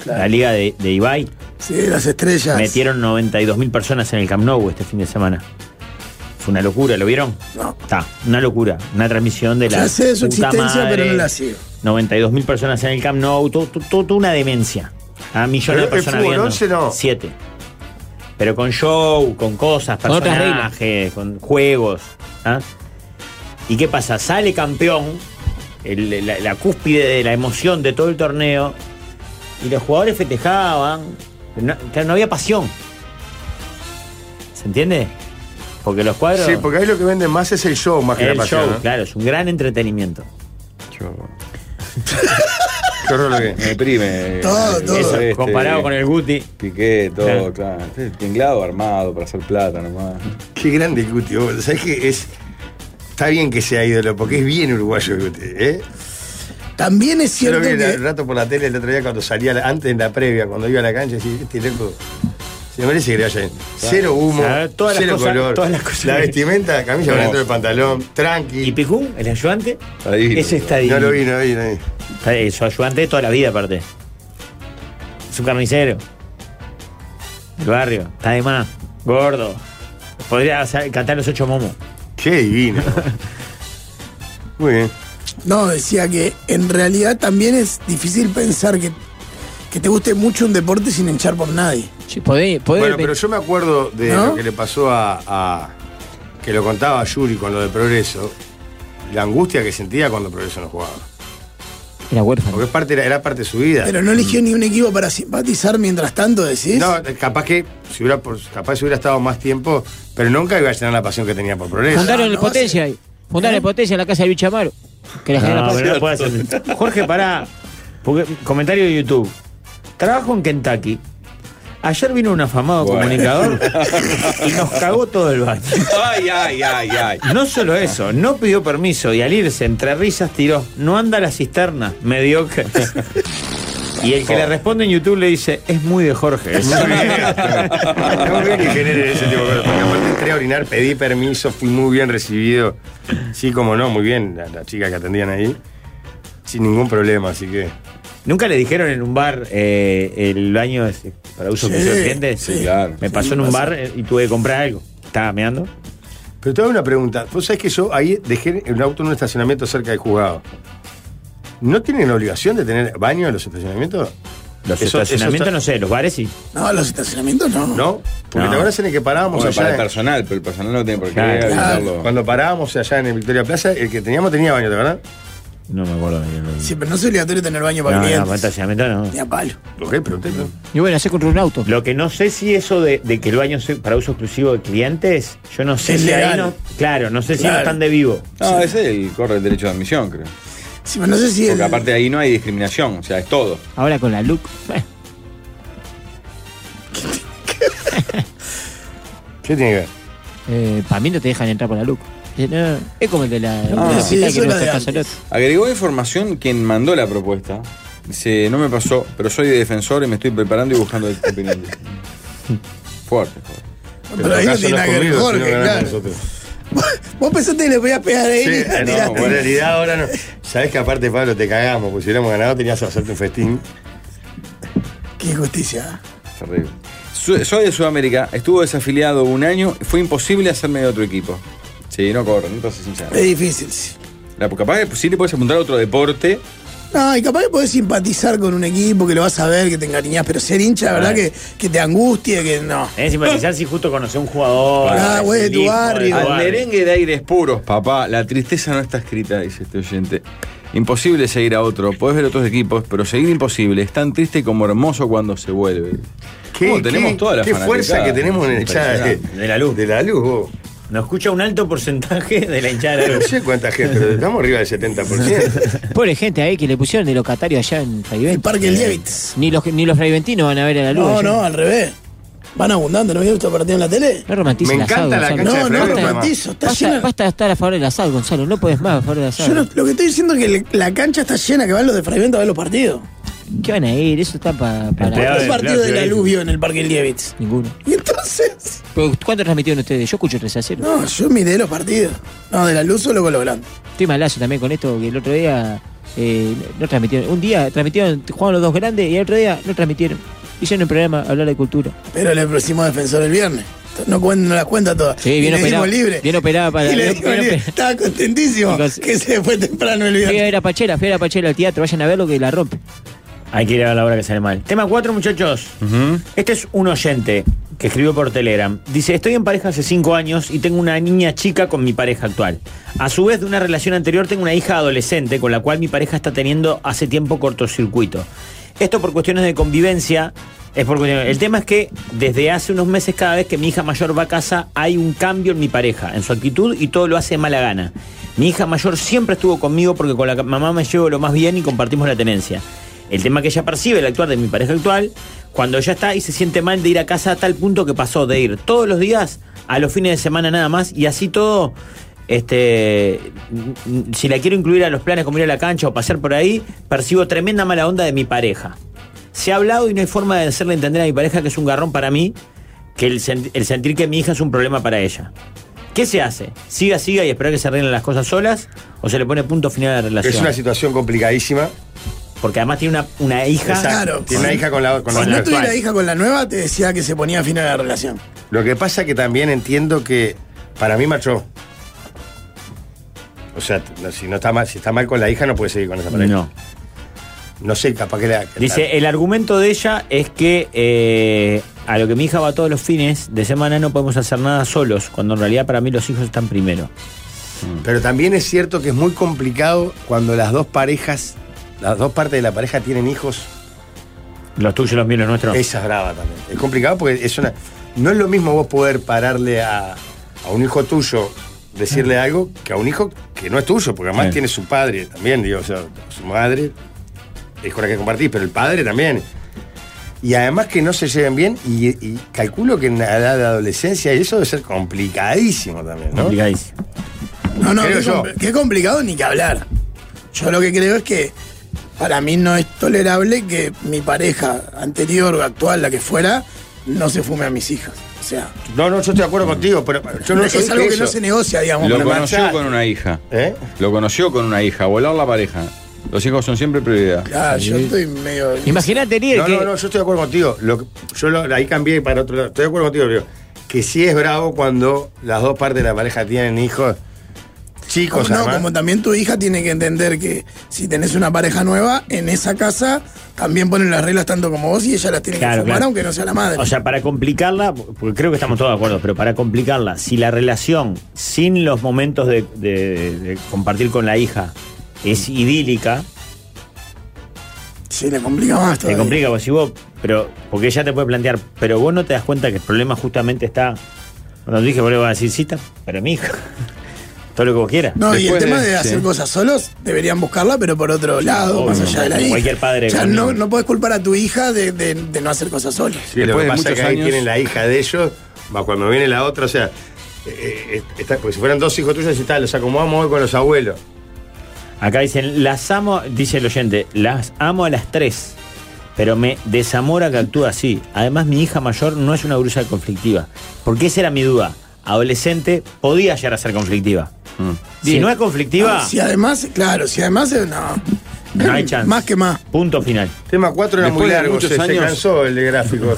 Speaker 7: La liga de, de Ibai.
Speaker 6: Sí, las estrellas.
Speaker 7: Metieron 92.000 personas en el Camp Nou este fin de semana. Fue una locura, ¿lo vieron?
Speaker 6: No.
Speaker 7: Está, una locura. Una transmisión de la.
Speaker 6: Ya sé de su
Speaker 7: puta
Speaker 6: existencia,
Speaker 7: madre.
Speaker 6: pero no la sigo.
Speaker 7: 92.000 personas en el Camp Nou, todo, todo- todo- toda una demencia. A millones de
Speaker 8: Pero el
Speaker 7: personas
Speaker 8: fútbol
Speaker 7: viendo.
Speaker 8: 11 no.
Speaker 7: Siete. Pero con show, con cosas,
Speaker 9: Con otras
Speaker 7: personajes, con juegos. ¿ah? ¿Y qué pasa? Sale campeón, el- la, la cúspide de la emoción de todo el torneo, y los jugadores festejaban. pero No, claro, no había pasión. ¿Se entiende? Porque los cuadros.
Speaker 8: Sí, porque ahí lo que venden más es el show más que
Speaker 7: el
Speaker 8: la pasión.
Speaker 7: show,
Speaker 8: ¿no?
Speaker 7: claro, es un gran entretenimiento.
Speaker 8: Qué horror lo que-
Speaker 5: Me deprime.
Speaker 6: Todo, todo.
Speaker 7: Eso,
Speaker 5: Este,
Speaker 8: eh.
Speaker 7: comparado con el Guti.
Speaker 5: Piqué, todo,
Speaker 7: Claro.
Speaker 5: claro. Este Tinglado armado para hacer plata nomás.
Speaker 8: Qué grande Guti, vos. ¿Sabés que es. Está bien que sea ídolo, porque es bien uruguayo Guti, ¿eh?
Speaker 6: También es
Speaker 8: Yo lo
Speaker 6: cierto
Speaker 8: vi
Speaker 6: que.
Speaker 8: el rato por la tele el otro día cuando salía, la- antes en la previa, cuando iba a la cancha, decía, este loco. Se merece que le vayan. Cero humo,
Speaker 7: O sea, todas las
Speaker 8: cero
Speaker 7: cosas-
Speaker 8: color.
Speaker 7: todas las cosas
Speaker 8: La
Speaker 7: que-
Speaker 8: vestimenta, camisa
Speaker 5: Hermoso.
Speaker 8: dentro del pantalón,
Speaker 7: Y
Speaker 8: tranqui.
Speaker 7: Picún, el ayudante,
Speaker 5: Está divino.
Speaker 7: ese está
Speaker 8: No
Speaker 7: divino.
Speaker 8: lo vi, no lo vi, no lo vi.
Speaker 7: Está- eh, Su ayudante de toda la vida, aparte. Es un carnicero. Del barrio. Está de más. Gordo. Podría hacer- cantar los ocho momos.
Speaker 8: Qué
Speaker 7: (laughs)
Speaker 8: divino. Muy bien.
Speaker 6: No, decía que en realidad también es difícil pensar que, que te guste mucho un deporte sin hinchar por nadie.
Speaker 9: Sí, podés, podés-
Speaker 8: Bueno, pero yo me acuerdo de
Speaker 6: Eh, ¿No?
Speaker 8: lo que le pasó a, a- que lo contaba Yuri con lo de Progreso, la angustia que sentía cuando Progreso no jugaba.
Speaker 9: Era huérfano.
Speaker 8: Porque es parte, era, era parte de su vida.
Speaker 6: Pero no eligió ni un equipo para simpatizar mientras tanto, decís.
Speaker 8: No, eh, capaz que si hubiera, por- capaz si hubiera estado más tiempo, pero nunca iba a llenar la pasión que tenía
Speaker 6: (laughs)
Speaker 8: por Progreso. Ah,
Speaker 9: Fundaron el
Speaker 6: no,
Speaker 9: Potencia ahí.
Speaker 8: ¿Eh?
Speaker 9: Fundaron el Potencia en la casa de Luis Amaro. Que
Speaker 8: Ah,
Speaker 9: la
Speaker 7: No,
Speaker 9: genera
Speaker 7: pero no puede hacer. Jorge, pará. Porque- comentario de YouTube. Trabajo en Kentucky. Ayer vino un afamado
Speaker 5: Bueno.
Speaker 7: comunicador
Speaker 8: (laughs)
Speaker 7: y nos cagó todo el baño.
Speaker 5: Ay, ay, ay, ay.
Speaker 7: No solo eso, no pidió permiso y al irse entre risas tiró, no anda la cisterna, mediocre. (laughs) Y el que le responde en YouTube le dice, es muy de Jorge.
Speaker 8: Está muy bien que genere ese tipo de cosas. Porque aparte entré a orinar, pedí permiso, fui muy bien recibido. Sí, como no, muy bien, la- las chicas que atendían ahí. Sin ningún problema, así que.
Speaker 7: ¿Nunca le dijeron en un bar eh, el baño es para uso
Speaker 8: Sí,
Speaker 7: que se dientes?
Speaker 8: sí. claro.
Speaker 7: Me
Speaker 8: Sí,
Speaker 7: pasó en un
Speaker 8: pasa.
Speaker 7: bar eh, y tuve que comprar algo. Estaba meando.
Speaker 8: Pero te hago una pregunta. Vos sabés que yo ahí dejé el auto en un estacionamiento cerca del juzgado. ¿No tienen la obligación de tener baño en los estacionamientos?
Speaker 7: Los estacionamientos, no sé, los bares sí.
Speaker 6: No, los estacionamientos no.
Speaker 8: ¿No? Porque
Speaker 5: No.
Speaker 8: te acuerdas en el que parábamos
Speaker 5: Bueno,
Speaker 8: allá
Speaker 5: para el
Speaker 8: en-
Speaker 5: personal, pero el personal no tiene por qué
Speaker 8: Claro.
Speaker 5: habilitarlo.
Speaker 8: Cuando parábamos allá en el Victoria Plaza, el que teníamos tenía baño, ¿te acuerdas?
Speaker 7: No me acuerdo.
Speaker 6: Sí, pero no es obligatorio tener baño para
Speaker 7: No, no, para
Speaker 6: clientes.
Speaker 7: estacionamiento no.
Speaker 6: Ni a palo.
Speaker 8: Ok, pregunté.
Speaker 7: Y bueno, se compró un auto. Lo que no sé si eso de, de que el baño sea para uso exclusivo de clientes, yo no sé
Speaker 6: Es
Speaker 7: si
Speaker 6: legal.
Speaker 7: ahí no. Claro, no sé si
Speaker 6: Claro.
Speaker 7: no están de vivo.
Speaker 5: No, ese el- corre el derecho de admisión, creo.
Speaker 6: pero no sé si
Speaker 5: Porque
Speaker 6: el-
Speaker 5: aparte ahí no hay discriminación, o sea, es todo.
Speaker 9: Ahora con la look.
Speaker 8: ¿Qué tiene que ver?
Speaker 9: para eh, mí no te dejan entrar por la look. Eh, no, es como el de la.
Speaker 5: Ah,
Speaker 9: del
Speaker 5: sí,
Speaker 9: hospital
Speaker 5: eso
Speaker 9: que no
Speaker 5: era de
Speaker 9: está solo.
Speaker 5: Agregó información quien mandó la propuesta. Dice, no me pasó, pero soy defensor y me estoy preparando y buscando opiniones. Fuerte, fuerte.
Speaker 6: Pero ahí no tiene nada que ver
Speaker 5: conmigo,
Speaker 6: Jorge,
Speaker 5: sino que
Speaker 6: claro. (laughs) Vos pensaste que le voy a pegar ahí.
Speaker 8: Sí,
Speaker 6: y la
Speaker 8: no,
Speaker 6: tiraste.
Speaker 8: en realidad ahora no. Sabés que aparte, Pablo, te cagamos, porque si hubiéramos ganado tenías que hacerte un festín.
Speaker 6: Qué injusticia.
Speaker 5: Terrible. Su- Soy de Sudamérica, estuvo desafiliado un año, fue imposible hacerme de otro equipo. Sí, no corren, entonces sincero.
Speaker 6: Es difícil, sí.
Speaker 5: La, capaz que sí le puedes apuntar a otro deporte.
Speaker 6: No, y capaz que podés simpatizar con un equipo que lo vas a ver, que te encariñás, pero ser hincha, la verdad, que, que te angustia, que no.
Speaker 9: Eh,
Speaker 7: Es simpatizar Eh, si justo conoce un jugador.
Speaker 6: Ah, güey,
Speaker 7: es el
Speaker 6: tu
Speaker 7: hijo
Speaker 6: barrio.
Speaker 7: del
Speaker 5: Al merengue de aires puros, papá. La tristeza no está escrita, dice este oyente. Imposible seguir a otro. Podés ver otros equipos, pero seguir imposible. Es tan triste como hermoso cuando se vuelve. ¿Cómo tenemos
Speaker 8: qué-
Speaker 5: toda la
Speaker 8: qué fuerza
Speaker 5: fanaticada?
Speaker 8: que tenemos en la
Speaker 5: Es
Speaker 8: hinchada de,
Speaker 5: impresionante.
Speaker 7: la luz.
Speaker 8: De la luz, vos.
Speaker 7: Nos escucha un alto porcentaje de la hinchada de la
Speaker 8: No
Speaker 7: luz.
Speaker 8: sé cuánta gente, pero estamos arriba del 70%.
Speaker 9: (laughs) Pobre gente ahí que le pusieron de locatario allá en Fraivent. El
Speaker 8: Eh,
Speaker 6: Parque Lievitz.
Speaker 9: Ni los, ni los fraiventinos van a ver a la luz.
Speaker 6: No,
Speaker 9: allá.
Speaker 6: no, al revés. Van abundando, ¿no había visto partido en la tele?
Speaker 9: No romantizo el asado, Gonzalo.
Speaker 6: No, no romantizo, está
Speaker 9: basta,
Speaker 6: llena.
Speaker 9: basta de estar a favor del asado, Gonzalo. No puedes más a favor del asado.
Speaker 6: Yo no- lo que estoy diciendo es que le- la cancha está llena, que van los de Fraivento a ver los partidos.
Speaker 9: Ah, ¿Qué van a ir? Eso está pa- para.
Speaker 6: ¿Cuántos partidos de la luz vio en el Parque Lievitz?
Speaker 9: Ninguno.
Speaker 6: ¿Y entonces?
Speaker 9: Pero, ¿Cuánto transmitieron ustedes? Yo escucho 3 a 0.
Speaker 6: No, yo miré los partidos. No, de la luz solo con los grandes.
Speaker 9: Estoy malazo también con esto, que el otro día eh, no transmitieron. Un día transmitieron, jugaban los dos grandes y el otro día no transmitieron. Hicieron el programa hablar de cultura.
Speaker 6: Pero le pusimos defensor el viernes. No, cuen- no las cuenta todas.
Speaker 9: Sí,
Speaker 6: Y
Speaker 9: bien
Speaker 6: le dimos
Speaker 9: operado.
Speaker 6: libre.
Speaker 9: Bien operado para.
Speaker 6: Y le
Speaker 9: bien-
Speaker 6: dimos
Speaker 9: bien
Speaker 6: libre.
Speaker 9: operado.
Speaker 6: Estaba contentísimo que se fue temprano el
Speaker 9: Fui a
Speaker 6: viernes.
Speaker 9: ver a Pachela, fui a ver a Pachela al teatro, vayan a verlo que la rompe.
Speaker 7: Hay que ir a la hora que sale mal. Tema 4, muchachos. Este es un oyente que escribió por Telegram. Dice, estoy en pareja hace 5 años y tengo una niña chica con mi pareja actual. A su vez de una relación anterior tengo una hija adolescente con la cual mi pareja está teniendo hace tiempo cortocircuito. Esto por cuestiones de convivencia. Es por cuestiones- El tema es que desde hace unos meses cada vez que mi hija mayor va a casa hay un cambio en mi pareja, en su actitud y todo lo hace de mala gana. Mi hija mayor siempre estuvo conmigo porque con la mamá me llevo lo más bien y compartimos la tenencia. El tema que ella percibe el actuar de mi pareja actual, cuando ya está y se siente mal de ir a casa a tal punto que pasó de ir todos los días a los fines de semana nada más y así todo, este, n- n- si la quiero incluir a los planes como ir a la cancha o pasear por ahí, percibo tremenda mala onda de mi pareja. Se ha hablado y no hay forma de hacerle entender a mi pareja que es un garrón para mí, que el, sen- el sentir que mi hija es un problema para ella. ¿Qué se hace? ¿Siga, siga y esperar que se arreglen las cosas solas? ¿O se le pone punto final a la relación?
Speaker 8: Es una situación complicadísima.
Speaker 7: Porque además tiene una, una hija.
Speaker 8: Exacto. Tiene una hija con la, con la
Speaker 6: si
Speaker 8: con la
Speaker 6: no tuviera
Speaker 8: actual.
Speaker 6: hija con la nueva, te decía que se ponía fin a la relación.
Speaker 8: Lo que pasa que también entiendo que para mí marchó. O sea, no- si no está mal, si está mal con la hija no puede seguir con esa pareja.
Speaker 7: No.
Speaker 8: No sé, capaz que la. que
Speaker 7: Dice, el argumento de ella es que eh, a lo que mi hija va todos los fines de semana no podemos hacer nada solos, cuando en realidad para mí los hijos están primero.
Speaker 8: la- Mm. Pero también es cierto que es muy complicado cuando las dos parejas, las dos partes de la pareja tienen hijos.
Speaker 7: Los tuyos, los míos, los nuestros.
Speaker 8: Esa es brava también. Es complicado porque es una. No es lo mismo vos poder pararle a, a un hijo tuyo, decirle algo, que a un hijo que no es tuyo, porque además
Speaker 7: Sí.
Speaker 8: tiene su padre también, digo, o sea, su madre, es con la que compartís, pero el padre también. y además que no se lleven bien y, y calculo que en la edad de adolescencia y eso debe ser complicadísimo también, ¿no?
Speaker 7: Complicadísimo.
Speaker 6: No, no,
Speaker 8: Creo
Speaker 6: qué,
Speaker 8: yo.
Speaker 6: compl- qué complicado ni que hablar. Yo lo que creo es que para mí no es tolerable que mi pareja anterior o actual, la que fuera, no se fume a mis hijas. O sea,
Speaker 8: No, no, yo estoy de acuerdo contigo, pero yo no
Speaker 6: es algo que no se negocia, digamos.
Speaker 5: Lo
Speaker 6: con el
Speaker 5: conoció
Speaker 6: matar.
Speaker 5: con una hija.
Speaker 8: ¿Eh?
Speaker 5: Lo conoció con una hija. Volar la pareja. Los hijos son siempre prioridad.
Speaker 6: Claro, yo estoy medio.
Speaker 9: Imagínate, Líder,
Speaker 8: Ah, No,
Speaker 9: que.
Speaker 8: no, no,
Speaker 9: (laughs)
Speaker 8: yo estoy de acuerdo contigo. Lo que- yo lo- ahí cambié para otro lado. Estoy de acuerdo contigo, pero que sí es bravo cuando las dos partes de la pareja tienen hijos chicos,
Speaker 6: no,
Speaker 8: además.
Speaker 6: como también tu hija tiene que entender que si tenés una pareja nueva, en esa casa también ponen las reglas tanto como vos y ella las tiene que
Speaker 7: Claro,
Speaker 6: fumar,
Speaker 7: claro.
Speaker 6: aunque no sea la madre.
Speaker 7: O sea, para complicarla, porque creo que estamos todos de acuerdo, pero para complicarla, si la relación sin los momentos de, de- de compartir con la hija es idílica,
Speaker 6: sí, le complica más
Speaker 7: te
Speaker 6: todavía.
Speaker 7: complica, porque si vos, pero, porque ella te puede plantear, pero vos no te das cuenta que el problema justamente está. Cuando dije, vos le vas a decir, sí, está, pero mi hija, (laughs) todo lo que vos quieras.
Speaker 6: No, y el
Speaker 7: Después
Speaker 6: tema de hacer
Speaker 7: sí.
Speaker 6: cosas solos, deberían buscarla, pero por otro lado,
Speaker 7: obvio,
Speaker 6: más allá de la hija.
Speaker 7: cualquier padre
Speaker 6: O sea,
Speaker 7: con-
Speaker 6: no, no podés culpar a tu hija de, de- de no hacer cosas solas.
Speaker 8: Sí, lo
Speaker 5: Después de
Speaker 8: que pasa
Speaker 5: muchos
Speaker 8: es que ahí
Speaker 5: años-
Speaker 8: tienen la hija de ellos, más cuando viene la otra, o sea, eh, eh, está- porque si fueran dos hijos tuyos, y tal, los acomodamos hoy con los abuelos.
Speaker 7: Acá dicen, las amo, dice el oyente, las amo a las tres, pero me desamora que actúa así. Además, mi hija mayor no es una bruja conflictiva. Porque esa era mi duda. Adolescente podía llegar a ser conflictiva. Si
Speaker 9: Bien.
Speaker 7: no es conflictiva,
Speaker 6: Si además, claro, si además, eh, no.
Speaker 7: Ah. no hay chance.
Speaker 6: Más que más.
Speaker 7: Punto final.
Speaker 8: Tema 4 era
Speaker 5: Después
Speaker 8: muy
Speaker 5: de
Speaker 8: largo,
Speaker 5: muchos
Speaker 8: se, se
Speaker 5: años-
Speaker 8: cansó el de gráfico.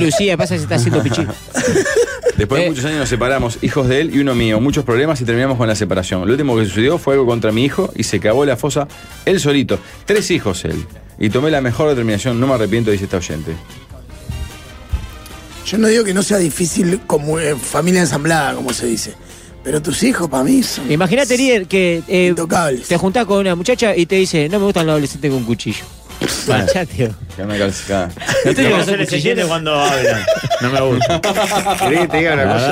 Speaker 9: Lucía, pasa que se está haciendo pichín.
Speaker 5: Después de
Speaker 9: Eh.
Speaker 5: muchos años nos separamos, hijos de él y uno mío, muchos problemas y terminamos con la separación. Lo último que sucedió fue algo contra mi hijo y se cavó la fosa él solito. Tres hijos él. Y tomé la mejor determinación, no me arrepiento, dice esta oyente.
Speaker 6: Yo no digo que no sea difícil como eh, familia ensamblada, como se dice. Pero tus hijos, para mí, son.
Speaker 9: Imagínate, líder, que eh,
Speaker 6: Intocables.
Speaker 9: te juntás con una muchacha y te dice, no me gustan los adolescentes con cuchillo. Marchá, tío.
Speaker 5: Ya me (laughs) calcicada.
Speaker 9: No
Speaker 5: Este
Speaker 9: te digo que
Speaker 7: Vamos a
Speaker 9: son
Speaker 7: hacer el siguiente
Speaker 9: cuchilleros.
Speaker 7: cuando hablan. No me gusta.
Speaker 8: ¿Querés que te diga una
Speaker 7: La
Speaker 8: cosa?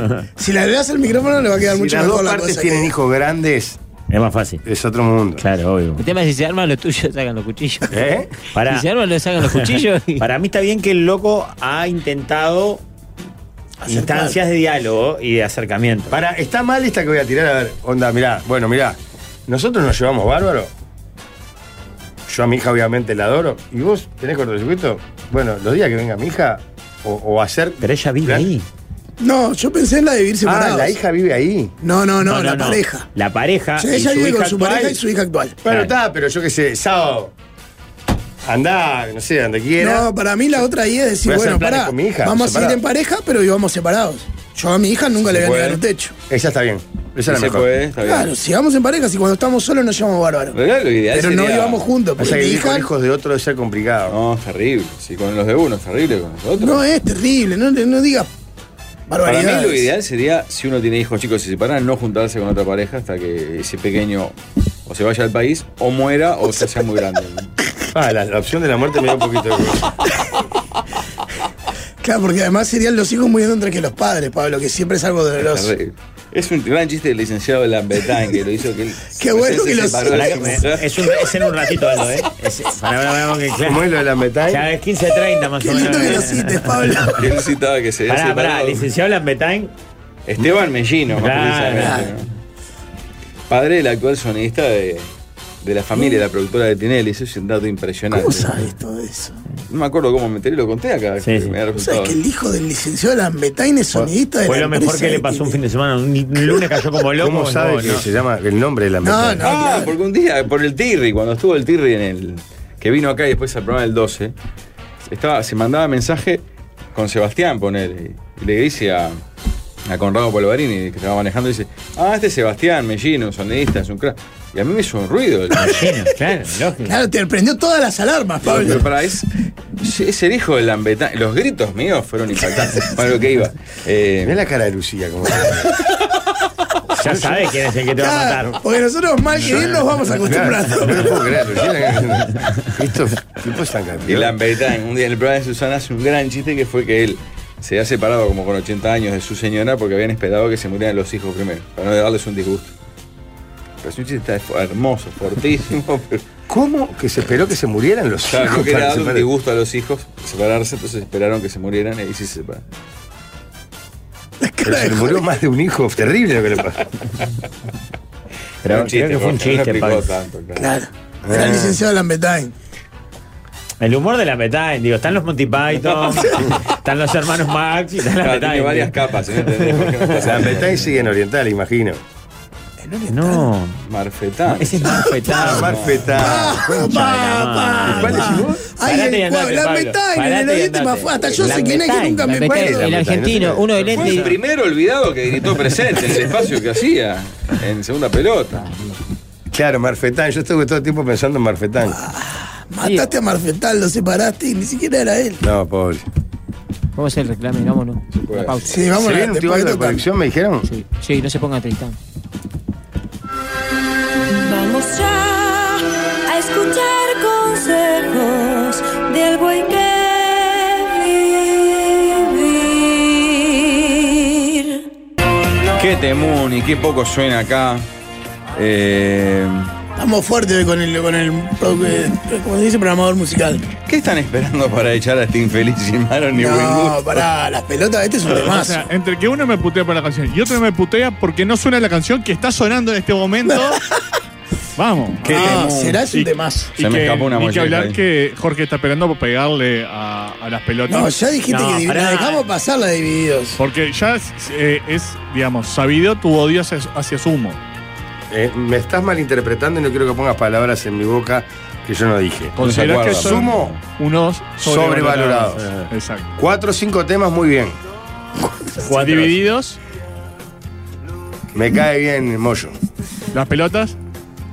Speaker 7: verdad, (laughs)
Speaker 6: Si le das el micrófono, le va a quedar
Speaker 8: Si
Speaker 6: mucho
Speaker 8: las
Speaker 6: mejor
Speaker 8: dos
Speaker 6: la
Speaker 8: partes
Speaker 6: cosa.
Speaker 8: tienen
Speaker 6: que-
Speaker 8: hijos grandes,
Speaker 7: es más fácil.
Speaker 8: es otro mundo.
Speaker 7: Claro, obvio.
Speaker 9: El tema es si se arman los tuyos, sacan
Speaker 7: (laughs)
Speaker 9: los cuchillos.
Speaker 8: ¿Eh?
Speaker 7: Para,
Speaker 9: Si se arman, los sacan los cuchillos. (laughs) y-
Speaker 7: Para mí está bien que el loco ha intentado
Speaker 6: Acercar.
Speaker 7: instancias de diálogo y de acercamiento.
Speaker 8: Para, está mal esta que voy a tirar, a ver, onda, mirá, bueno, mirá, nosotros nos llevamos bárbaro. Yo a mi hija obviamente la adoro. ¿Y vos tenés cortocircuito? Bueno, los días que venga mi hija, o, o hacer.
Speaker 7: Pero ella vive
Speaker 8: Claro.
Speaker 7: ahí.
Speaker 6: No, yo pensé en la de vivir separados.
Speaker 8: Ah, la hija vive ahí.
Speaker 6: No, no, no, la pareja.
Speaker 7: La pareja.
Speaker 6: O sea,
Speaker 7: y
Speaker 6: ella
Speaker 7: su
Speaker 6: vive
Speaker 7: hija
Speaker 6: con su
Speaker 7: actual.
Speaker 6: pareja y su hija actual.
Speaker 8: Bueno,
Speaker 7: Claro.
Speaker 8: está, pero yo qué sé, sábado. Andá, no sé, donde quiera.
Speaker 6: No, para mí la otra idea es decir,
Speaker 8: Voy a hacer
Speaker 6: bueno,
Speaker 8: planes
Speaker 6: pará,
Speaker 8: con mi hija,
Speaker 6: vamos a
Speaker 8: separados.
Speaker 6: ir en pareja, pero vivamos separados. Yo a mi hija nunca le voy a
Speaker 8: puede.
Speaker 6: negar un techo.
Speaker 8: Esa está bien. Esa es
Speaker 5: Se
Speaker 8: la mejor.
Speaker 5: puede, está bien.
Speaker 6: Claro, si vamos en pareja, si cuando estamos solos nos llamamos bárbaros.
Speaker 5: En realidad lo ideal
Speaker 6: Pero no
Speaker 5: sería-
Speaker 6: vivamos juntos,
Speaker 8: O sea,
Speaker 6: porque
Speaker 8: que
Speaker 6: mi
Speaker 8: vivir con
Speaker 6: hija
Speaker 8: hijos de otro debe ser complicado.
Speaker 5: No, es terrible. Si con los de uno es terrible, con los otros.
Speaker 6: no es terrible, no, no digas
Speaker 5: Para
Speaker 6: barbaridades.
Speaker 5: mí lo ideal sería, si uno tiene hijos chicos y se separan, no juntarse con otra pareja hasta que ese pequeño o se vaya al país, o muera, o se sea muy grande.
Speaker 8: Ah, la, la opción de la muerte me dio
Speaker 7: (laughs)
Speaker 8: un poquito de.
Speaker 6: Claro, porque además serían los hijos muriendo entre que los padres, Pablo, que siempre es algo doloroso.
Speaker 5: Es un gran chiste del licenciado Lambertain que lo hizo que él.
Speaker 6: (laughs) Qué bueno
Speaker 5: recién se
Speaker 6: que lo-
Speaker 5: separó de su mujer.
Speaker 7: Es, un- es en un ratito algo,
Speaker 6: (laughs)
Speaker 7: ¿eh? Es, para, para, para, que- claro.
Speaker 8: ¿Cómo es lo de la metal?
Speaker 7: Ya es 15.30 más
Speaker 6: Qué
Speaker 7: o
Speaker 6: lindo que lo
Speaker 7: menos.
Speaker 6: cites,
Speaker 8: (laughs)
Speaker 6: Pablo.
Speaker 5: Que él citaba que se había
Speaker 7: Pará, pará,
Speaker 5: separado.
Speaker 7: licenciado Lambetain.
Speaker 5: Esteban Mellino, más
Speaker 7: Claro.
Speaker 5: precisamente, ¿no? Padre del actual sonista de, de la familia, de la productora de Tinelli. Eso es un dato impresionante.
Speaker 6: ¿Cómo sabes todo eso?
Speaker 5: No me acuerdo cómo me enteré, lo conté acá.
Speaker 7: Sí, sí.
Speaker 5: Me da
Speaker 6: ¿Cómo sabes
Speaker 5: resultado.
Speaker 6: que el hijo del licenciado Lambetain es sonidista de
Speaker 7: Fue
Speaker 6: la
Speaker 7: lo mejor
Speaker 6: empresa
Speaker 7: que le pasó un fin de semana. Un un lunes cayó como loco.
Speaker 8: ¿Cómo
Speaker 7: no,
Speaker 8: sabe que
Speaker 7: no.
Speaker 8: se llama el nombre de la
Speaker 6: No,
Speaker 8: metal?
Speaker 6: no,
Speaker 5: Ah,
Speaker 6: claro.
Speaker 5: porque un día, por el Tirri, cuando estuvo el Tirri en el. que vino acá y después al programa del 12, estaba, se mandaba mensaje con Sebastián, poner, y le dice a, a Conrado Polvarini, que estaba manejando, dice: Ah, este es Sebastián, Mellino, un sonidista, es un crack. Y a mí me hizo un ruido. el-
Speaker 7: Lleno, claro, lógico.
Speaker 6: Claro, te prendió todas las alarmas,
Speaker 5: Pero
Speaker 6: Pablo.
Speaker 5: para es, es el hijo del Lambetán. Los gritos míos fueron impactantes (laughs) para lo que iba. Eh,
Speaker 8: Mirá la cara de Lucía, como.
Speaker 6: (laughs)
Speaker 7: Ya sabes quién es el que te va a
Speaker 6: Claro,
Speaker 7: matar.
Speaker 6: porque nosotros mal que bien
Speaker 7: (laughs)
Speaker 6: nos vamos acostumbrando.
Speaker 8: Claro, (laughs) no puedo creer, Lucía. (laughs) Estos tipos están
Speaker 5: Y
Speaker 8: cambiando.
Speaker 5: Lambertán, un día en el programa de Susana hace un gran chiste que fue que él se había separado como con 80 años de su señora porque habían esperado que se murieran los hijos primero, para no darles un disgusto. Pero es un chiste está hermoso, fortísimo, pero
Speaker 8: ¿Cómo que se esperó que se murieran los
Speaker 5: Claro,
Speaker 8: hijos?
Speaker 5: no quería
Speaker 8: para
Speaker 5: darle un
Speaker 8: separar?
Speaker 5: disgusto a los hijos, separarse, entonces esperaron que se murieran y sí se separaron.
Speaker 8: Pero se le murió más de un hijo, terrible lo que le
Speaker 5: (laughs)
Speaker 8: pasó.
Speaker 5: Era un chiste,
Speaker 7: fue un
Speaker 5: Jorge, no
Speaker 7: chiste,
Speaker 5: explicó
Speaker 7: Pablo.
Speaker 5: tanto, claro.
Speaker 6: Claro. Era
Speaker 7: Eh.
Speaker 6: el licenciado Lambetain.
Speaker 7: El humor de la Metain, digo, están los Monty
Speaker 6: (laughs)
Speaker 7: Python, están los hermanos Max y están la
Speaker 5: Claro, tiene
Speaker 7: Metain.
Speaker 5: varias capas, ¿eh? ¿Entendés?
Speaker 7: (laughs)
Speaker 5: Jorge, no pasa
Speaker 8: La
Speaker 5: nada.
Speaker 8: Betay sigue en Oriental, imagino.
Speaker 7: No,
Speaker 5: Marfetán.
Speaker 7: ese es más
Speaker 8: Ah,
Speaker 7: fetado.
Speaker 8: Marfetá.
Speaker 6: Ah, Pa,
Speaker 8: ¿Cuál
Speaker 6: pa.
Speaker 8: decís vos?
Speaker 7: Parate y
Speaker 6: Ay, el
Speaker 7: andate,
Speaker 6: cuadro, la
Speaker 7: Pablo.
Speaker 6: metain,
Speaker 7: Parate
Speaker 6: el
Speaker 7: y
Speaker 6: oyente más
Speaker 7: andate.
Speaker 6: fuerte. Hasta yo
Speaker 7: La
Speaker 6: sé quién es que
Speaker 7: metain,
Speaker 6: nunca me
Speaker 9: La
Speaker 8: la
Speaker 9: metáis,
Speaker 6: acuerdo.
Speaker 9: el
Speaker 8: metáis, no
Speaker 9: argentino,
Speaker 8: sé qué.
Speaker 9: uno de
Speaker 5: Fue el
Speaker 9: lente.
Speaker 5: primero olvidado que gritó presente
Speaker 7: (laughs)
Speaker 5: en el espacio que hacía, en segunda pelota.
Speaker 8: Claro, Marfetán. Yo estuve todo el tiempo pensando en Marfetán.
Speaker 6: Mataste a Marfetal, lo separaste y ni siquiera era él.
Speaker 8: No, pobre.
Speaker 9: Vamos a hacer el reclame, vámonos.
Speaker 5: puede.
Speaker 9: La pausa.
Speaker 6: Sí, vamos
Speaker 8: ¿Se
Speaker 6: a
Speaker 8: viene un tío de conexión, me dijeron?
Speaker 9: Sí, sí, no se ponga Tristán.
Speaker 12: Vamos ya a escuchar consejos del buen que vivir.
Speaker 5: Qué temún y qué poco suena acá. Eh,
Speaker 6: Estamos fuertes hoy con el, con el pro- eh, ¿cómo se dice? programador musical.
Speaker 5: ¿Qué están esperando para echar a este infeliz sin mano ni buen
Speaker 6: No,
Speaker 5: gusto?
Speaker 6: pará, las pelotas, este es un
Speaker 13: O
Speaker 6: temazo.
Speaker 13: sea, entre que uno me putea por la canción y otro me putea porque no suena la canción que está sonando en este
Speaker 5: (laughs)
Speaker 13: momento. Vamos.
Speaker 5: Qué
Speaker 6: No,
Speaker 5: temón.
Speaker 6: será es
Speaker 13: Y-
Speaker 6: un temazo.
Speaker 13: Y
Speaker 5: Se me
Speaker 13: que-
Speaker 5: escapó una ¿eh?
Speaker 13: Ni que
Speaker 5: mollera
Speaker 13: hablar
Speaker 5: ahí.
Speaker 13: que Jorge está esperando para pegarle a, a las pelotas.
Speaker 6: No, ya dijiste
Speaker 7: No,
Speaker 6: que divi-
Speaker 7: pará.
Speaker 6: la dejamos pasar la de divididos.
Speaker 13: Porque ya es, eh, es, digamos, sabido tu odio hacia, hacia Sumo.
Speaker 8: Eh, me estás malinterpretando y no quiero que pongas palabras en mi boca que yo no dije.
Speaker 13: Considerás que
Speaker 5: acuerda.
Speaker 13: son
Speaker 8: Sumo,
Speaker 13: unos sobrevalorados.
Speaker 8: Sobrevalorados.
Speaker 13: Exacto.
Speaker 8: cuatro o cinco temas muy bien.
Speaker 13: Divididos,
Speaker 8: Me cae bien el mollo.
Speaker 13: las pelotas.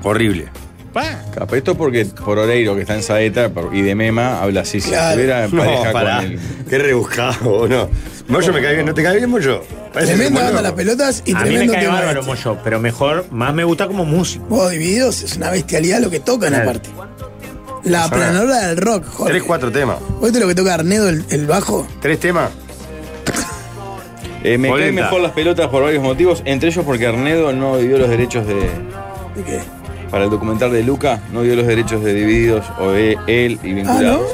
Speaker 8: Horrible.
Speaker 13: pa.
Speaker 5: Capaz, Esto porque por Oreiro, que está en Saeta, por- y de Mema, habla así. Si
Speaker 6: Claro.
Speaker 5: estuviera en pareja
Speaker 8: No,
Speaker 5: con
Speaker 8: pará.
Speaker 5: él.
Speaker 8: Qué rebuscado, no. Mollo me cae bien, ¿no te cae bien, Mollo? Parece
Speaker 6: Tremenda
Speaker 8: que
Speaker 6: banda
Speaker 8: es
Speaker 6: las
Speaker 8: muy
Speaker 6: pelotas y
Speaker 7: A mí me
Speaker 6: tremendo
Speaker 7: cae
Speaker 6: tema.
Speaker 7: bárbaro
Speaker 6: este.
Speaker 7: Moyo, pero mejor, más me gusta como músico.
Speaker 6: Vos divididos es una bestialidad lo que tocan
Speaker 7: Claro.
Speaker 6: aparte. La
Speaker 8: Pasada.
Speaker 6: aplanadora del rock,
Speaker 8: loco.
Speaker 6: joder.
Speaker 8: Tres, cuatro temas.
Speaker 6: ¿Oíste lo que toca Arnedo el, el bajo?
Speaker 8: Tres temas.
Speaker 5: Eh, me caen
Speaker 8: Polenta.
Speaker 5: mejor las pelotas por varios motivos, entre ellos porque Arnedo no dio los derechos de.
Speaker 6: ¿De qué?
Speaker 5: Para el documental de Luca, no dio los derechos de Divididos o de él y vinculados.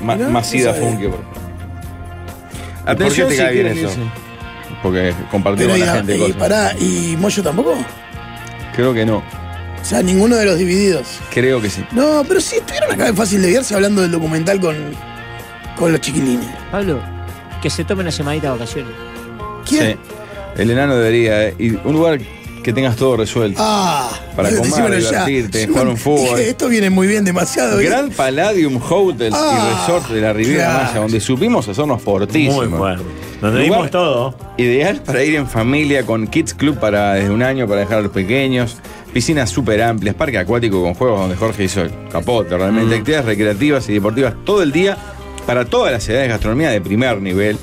Speaker 5: Ma-
Speaker 6: Mirá,
Speaker 5: más
Speaker 6: no
Speaker 5: Ida
Speaker 6: sabía.
Speaker 5: Funke, por ejemplo.
Speaker 8: Ah, ¿Por qué
Speaker 5: Atención,
Speaker 8: te
Speaker 5: si
Speaker 8: cae bien
Speaker 5: quieren
Speaker 8: eso?
Speaker 5: irse. Porque compartió
Speaker 6: Pero
Speaker 5: con
Speaker 6: y,
Speaker 5: la gente
Speaker 6: y
Speaker 5: cosas.
Speaker 6: pará, ¿y Moyo tampoco? O
Speaker 5: Creo que no.
Speaker 6: sea, ninguno de los divididos.
Speaker 5: Creo que sí.
Speaker 6: No, pero sí, estuvieron acá en Fácil de Guiarse hablando del documental con, con los chiquilines.
Speaker 9: Pablo, que se tome una semanita de vacaciones.
Speaker 6: ¿Quién?
Speaker 5: Sí. El enano debería. eh, ir a un lugar que tengas todo resuelto.
Speaker 6: Ah, (laughs)
Speaker 5: Para
Speaker 6: pero
Speaker 5: comer,
Speaker 6: decímelo
Speaker 5: divertirte,
Speaker 6: Yo
Speaker 5: jugar un fútbol.
Speaker 6: dije, esto viene muy bien, demasiado ¿eh? bien.
Speaker 5: Gran Palladium Hotel
Speaker 6: Ah,
Speaker 5: y Resort de la Riviera
Speaker 6: claro.
Speaker 5: Maya, donde supimos hacernos fortísimos.
Speaker 7: Muy bueno. Donde
Speaker 5: Lugar-
Speaker 7: dimos todo.
Speaker 5: Ideal para ir en familia con Kids Club para desde un año para dejar a los pequeños. Piscinas súper amplias, parque acuático con juegos donde Jorge hizo el capote, realmente.
Speaker 7: Mm.
Speaker 5: Actividades recreativas y deportivas todo el día para todas las edades. Gastronomía de primer nivel,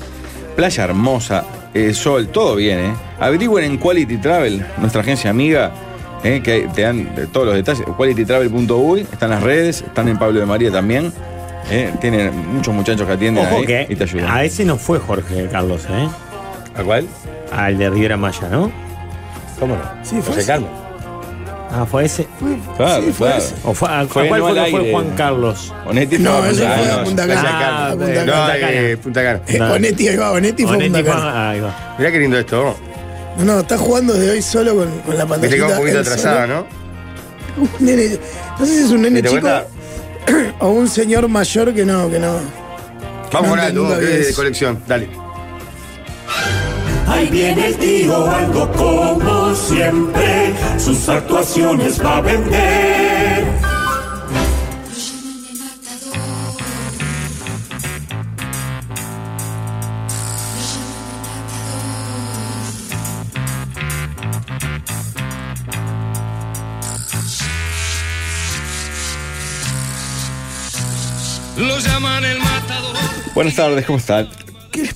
Speaker 5: playa hermosa, eh, sol, todo bien, ¿eh? Averigüen en Quality Travel, nuestra agencia amiga, ¿eh? que te dan de todos los detalles. QualityTravel.uy, están las redes, están en Pablo de María también. ¿eh? Tienen muchos muchachos que atienden
Speaker 7: Ojo
Speaker 5: ahí
Speaker 7: que
Speaker 5: y te ayudan.
Speaker 7: a ese no fue Jorge Carlos, ¿eh?
Speaker 8: ¿A cuál?
Speaker 7: Al de Riviera Maya, ¿no?
Speaker 8: ¿Cómo no?
Speaker 6: Sí, fue
Speaker 8: José
Speaker 6: ese.
Speaker 8: Carmen.
Speaker 7: Ah, fue ese.
Speaker 5: Claro,
Speaker 6: Sí, fue
Speaker 5: claro.
Speaker 6: ese.
Speaker 7: ¿O fue, a,
Speaker 5: Fue
Speaker 7: ¿Cuál
Speaker 5: no
Speaker 7: fue
Speaker 5: al
Speaker 7: que fue
Speaker 5: aire.
Speaker 7: Juan Carlos?
Speaker 5: Onetti
Speaker 6: No,
Speaker 5: estaba con-
Speaker 6: eso fue
Speaker 5: Ah,
Speaker 6: a
Speaker 5: no,
Speaker 6: Punta
Speaker 8: Playa
Speaker 6: Cana.
Speaker 7: Ah,
Speaker 6: a
Speaker 8: Carmen.
Speaker 6: Punta
Speaker 7: bueno.
Speaker 8: No,
Speaker 6: Cana.
Speaker 7: Punta Cana.
Speaker 8: eh, Punta Cana.
Speaker 6: Eh,
Speaker 7: no.
Speaker 6: Onetti, ahí va, Onetti fue a
Speaker 7: Onetti
Speaker 6: Punta
Speaker 7: fue-
Speaker 6: Cana.
Speaker 7: ah, ahí va.
Speaker 6: Eh.
Speaker 8: Mirá qué lindo esto, ¿no?
Speaker 6: No, no, está jugando desde hoy solo con, con la
Speaker 8: Me
Speaker 6: pantalla.
Speaker 8: te quedó un poquito atrasada, ¿no?
Speaker 6: Un nene- no sé si es un nene
Speaker 8: ¿Te
Speaker 6: chico
Speaker 8: cuenta?
Speaker 6: o un señor mayor que no, que no.
Speaker 8: Vamos con algo
Speaker 6: nunca
Speaker 8: vos, que
Speaker 6: vi
Speaker 8: es de
Speaker 6: eso.
Speaker 8: colección. Dale.
Speaker 1: Ahí viene el tío, algo como siempre, sus actuaciones va a vender. Lo llaman el matador.
Speaker 5: Buenas tardes, ¿cómo están?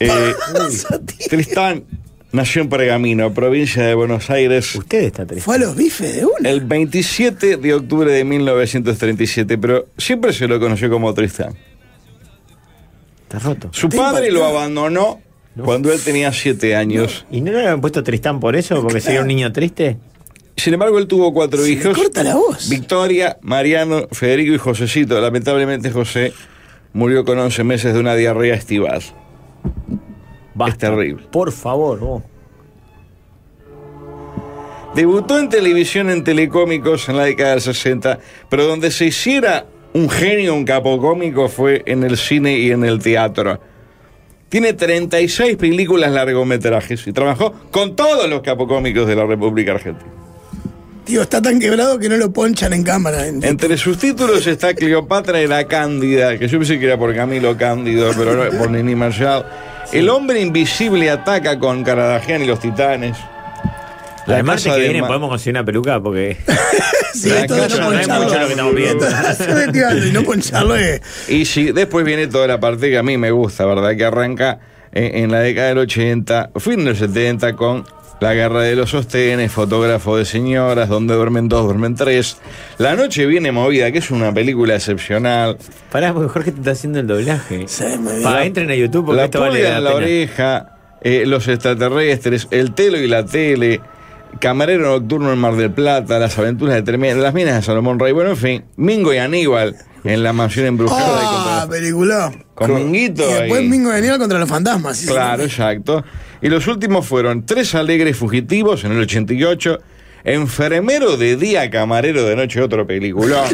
Speaker 5: Eh, uy, Tristán nació en Pergamino, provincia de Buenos Aires,
Speaker 7: Usted está triste.
Speaker 6: Fue a los bifes de una.
Speaker 5: el 27 de octubre de 1937, pero siempre se lo conoció como Tristán.
Speaker 7: Está roto.
Speaker 5: Su padre lo abandonó cuando él tenía 7 años.
Speaker 7: ¿Y no le habían puesto Tristán por eso? ¿Porque sería un niño triste?
Speaker 5: Sin embargo, él tuvo cuatro hijos.
Speaker 6: corta la voz.
Speaker 5: Victoria, Mariano, Federico y Josecito. Lamentablemente, José murió con 11 meses de una diarrea estival. (laughs) Es terrible.
Speaker 7: Por favor, vos.
Speaker 5: Debutó en televisión en telecómicos en la década del 60, pero donde se hiciera un genio, un capocómico, fue en el cine y en el teatro. Tiene 36 películas largometrajes y trabajó con todos los capocómicos de la República Argentina.
Speaker 6: Tío, está tan quebrado que no lo ponchan en cámara. en-
Speaker 5: Entre sus títulos está Cleopatra y la Cándida, que yo pensé que era por Camilo Cándido, pero no, por Nini Machado. El hombre invisible ataca con Caradagian y los titanes. La
Speaker 7: El martes
Speaker 5: casa
Speaker 7: que
Speaker 5: de
Speaker 7: viene
Speaker 5: Ma-
Speaker 7: podemos conseguir una peluca
Speaker 5: (laughs)
Speaker 7: porque.
Speaker 5: Sí,
Speaker 7: La
Speaker 5: esto
Speaker 7: casa
Speaker 5: de no
Speaker 7: no es
Speaker 5: poncharlo.
Speaker 7: mucho lo que estamos pidiendo.
Speaker 6: y no poncharlo es-
Speaker 5: Y si después viene toda la parte que a mí me gusta, ¿verdad? Que arranca en, en la década del 80, fin del 70 con La guerra de los sostenes, fotógrafo de señoras, donde duermen dos, duermen tres. La noche viene movida, que es una película excepcional.
Speaker 7: Pará, porque Jorge te está haciendo el doblaje. Pa, entren a YouTube porque
Speaker 5: la
Speaker 7: esto vale
Speaker 5: pulga
Speaker 7: la
Speaker 5: en la
Speaker 7: pena.
Speaker 5: oreja, eh, los extraterrestres, el telo y la tele, camarero nocturno en Mar del Plata, las aventuras de Tremé- las minas de Salomón Rey, bueno, en fin, Mingo y Aníbal en la mansión embrujada. de
Speaker 6: Ah, película.
Speaker 5: Con Minguito
Speaker 6: Y después
Speaker 5: ahí.
Speaker 6: Mingo venía contra los fantasmas. sí,
Speaker 5: Claro, exacto. Y los últimos fueron Tres Alegres Fugitivos en el 88, Enfermero de Día, Camarero de Noche, otro película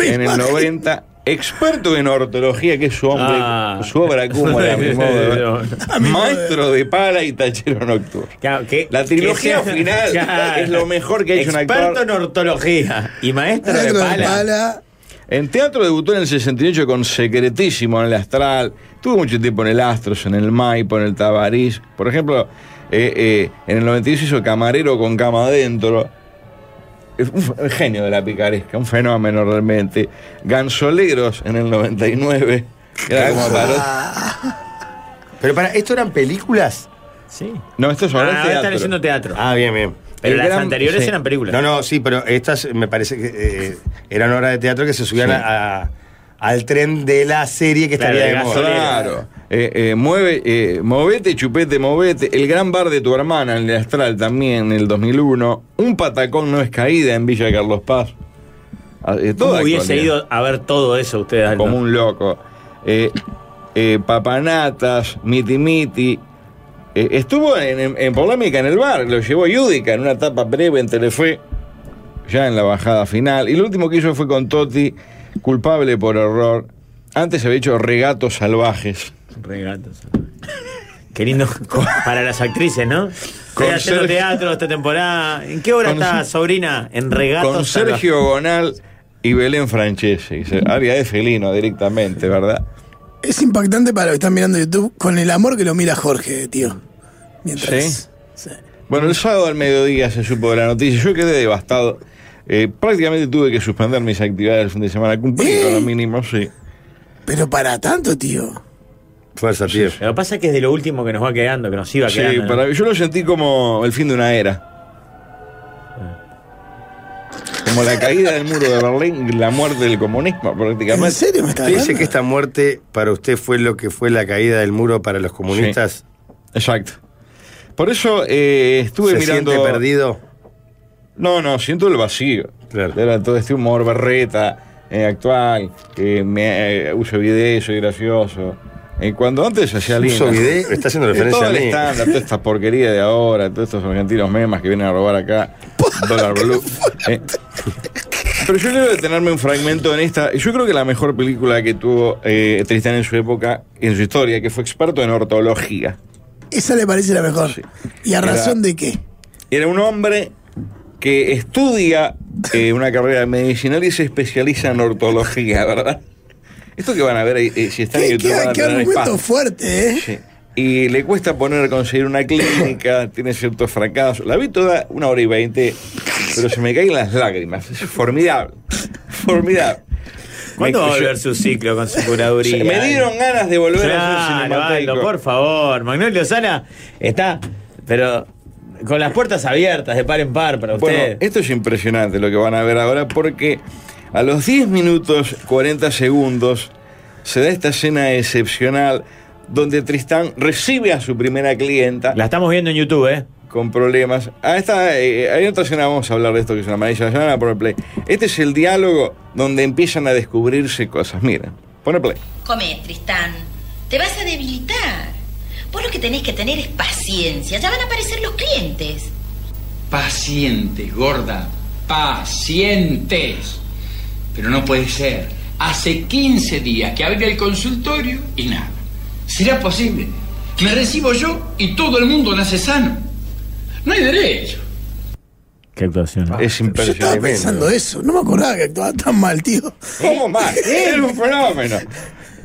Speaker 5: en el 90, Experto en Ortología, que es su, hombre,
Speaker 7: Ah.
Speaker 5: su obra cúmula, a mi modo de ver, Maestro de Pala y Tachero Nocturno. La trilogía
Speaker 7: que sea-
Speaker 5: final
Speaker 7: (laughs) Claro.
Speaker 5: es lo mejor que ha hecho un actor.
Speaker 7: Experto en ortología y maestro de
Speaker 5: Maestro de
Speaker 7: pala.
Speaker 5: En teatro debutó en el 68 con Secretísimo en el Astral. Tuvo mucho tiempo en el Astros, en el Maipo, en el Tabarís. Por ejemplo, eh, eh, en el 96 hizo Camarero con Cama Adentro. Es un f- genio de la picaresca, un fenómeno realmente. Gansoleros en el 99. Era como tarot.
Speaker 8: Pero para, ¿esto eran películas?
Speaker 7: Sí.
Speaker 5: No, esto es ahora
Speaker 8: Ah,
Speaker 5: el
Speaker 8: ahora están
Speaker 5: teatro.
Speaker 8: haciendo
Speaker 7: teatro.
Speaker 8: Ah, bien, bien.
Speaker 7: Pero las anteriores eran películas.
Speaker 8: No, no, sí, pero estas me parece que eh, eran obras de teatro que se subían
Speaker 5: Sí.
Speaker 8: a- a- al tren de la serie que estaría de moda.
Speaker 5: Claro. Eh, eh, mueve, eh, movete, chupete, movete. El gran bar de tu hermana en el Astral también en el 2001. Un patacón no es caída en Villa Carlos Paz. Ah, eh,
Speaker 7: ¿Cómo
Speaker 5: toda
Speaker 7: hubiese
Speaker 5: actualidad.
Speaker 7: ido a ver todo eso ustedes? Aldo?
Speaker 5: como un loco. Eh, eh, papanatas, miti miti. Eh, estuvo en, en- en polémica en el bar, lo llevó Yudica en una etapa breve en Telefe, ya en la bajada final. Y lo último que hizo fue con Totti, culpable por error. Antes había hecho regatos salvajes.
Speaker 7: Regatos.
Speaker 5: (laughs)
Speaker 7: Qué lindo. Para las actrices, ¿no? Estoy
Speaker 5: Con
Speaker 7: haciendo
Speaker 5: Sergio-
Speaker 7: teatro esta temporada. ¿En qué hora
Speaker 5: Con-
Speaker 7: está, sobrina? En regatos.
Speaker 5: Con Sergio Gonal y Belén Francese. Área de felino directamente, ¿verdad?
Speaker 6: Es impactante para los que están mirando YouTube con el amor que lo mira Jorge, tío. Mientras.
Speaker 5: Sí. Bueno, el sábado al mediodía se supo de la noticia. Yo quedé devastado. Eh, prácticamente tuve que suspender mis actividades el fin de semana. Cumplí con lo mínimo, sí.
Speaker 6: Pero para tanto, tío.
Speaker 8: Fuerza, tío.
Speaker 7: Lo que pasa es que es de lo último que nos va quedando, que nos iba
Speaker 5: Sí,
Speaker 7: quedando. ¿no?
Speaker 5: para- yo lo sentí como el fin de una era. Como la caída del muro de Berlín, la muerte del comunismo, prácticamente.
Speaker 8: ¿Usted dice que esta muerte para usted fue lo que fue la caída del muro para los comunistas?
Speaker 5: Exacto. Por eso eh, estuve
Speaker 8: ¿Se
Speaker 5: mirando.
Speaker 8: siente perdido?
Speaker 5: No, no, siento el vacío. Era todo este humor berreta eh, actual, que me, eh, uso video, soy gracioso. Eh, cuando antes hacía
Speaker 8: Uso
Speaker 5: lindo.
Speaker 8: video, está haciendo
Speaker 5: Eh,
Speaker 8: referencia
Speaker 5: todo
Speaker 8: a
Speaker 5: el
Speaker 8: mí.
Speaker 5: estándar, toda esta porquería de ahora, todos estos argentinos memas que vienen a robar acá, dólar blue. eh. Pero yo quiero detenerme un fragmento en esta. Yo creo que la mejor película que tuvo eh, Tristán en su época, en su historia, que fue experto en ortología.
Speaker 6: Esa le parece la mejor. ¿Y a
Speaker 5: Era-
Speaker 6: razón de qué?
Speaker 5: Era un hombre que estudia eh, una carrera medicinal y se especializa en ortología, (laughs) ¿verdad? Esto que van a ver ahí, eh, si están en
Speaker 6: Qué,
Speaker 5: YouTube
Speaker 6: qué-
Speaker 5: van a
Speaker 6: qué
Speaker 5: tener
Speaker 6: argumento
Speaker 5: espacio.
Speaker 6: fuerte, ¿eh?
Speaker 5: Sí. Y le cuesta poner, conseguir una
Speaker 6: (coughs)
Speaker 5: clínica, tiene ciertos fracasos. La vi toda una hora y veinte, pero se me caen las lágrimas. Es formidable. Formidable.
Speaker 7: ¿Cuándo
Speaker 5: Me-
Speaker 7: va a
Speaker 5: yo-
Speaker 7: volver su ciclo con su curaduría?
Speaker 5: Me dieron ganas de volver a ser
Speaker 7: Claro,
Speaker 5: cinematográfico.
Speaker 7: Aldo, por favor. Magnolio Sala está, pero con las puertas abiertas de par en par para usted.
Speaker 5: Bueno, esto es impresionante lo que van a ver ahora porque a los 10 minutos 40 segundos se da esta escena excepcional donde Tristán recibe a su primera clienta.
Speaker 7: La estamos viendo en YouTube, ¿eh?
Speaker 5: con problemas. Ah, esta, eh, hay otra escena, vamos a hablar de esto que es una maravilla. Ya van a poner play. Este es el diálogo donde empiezan a descubrirse cosas. Mira, pone play.
Speaker 14: Come, Tristán. Te vas a debilitar. Vos lo que tenés que tener es paciencia. Ya van a aparecer los clientes.
Speaker 9: Paciente, gorda. Pacientes. Pero no puede ser. Hace 15 días que abrí el consultorio y nada. ¿Será posible? Me recibo yo y todo el mundo nace sano. No hay derecho.
Speaker 7: Qué actuación.
Speaker 9: Ah,
Speaker 5: Es
Speaker 6: Yo estaba pensando eso. No me acordaba que actuaba tan mal, tío.
Speaker 5: ¿Cómo mal? Era un fenómeno.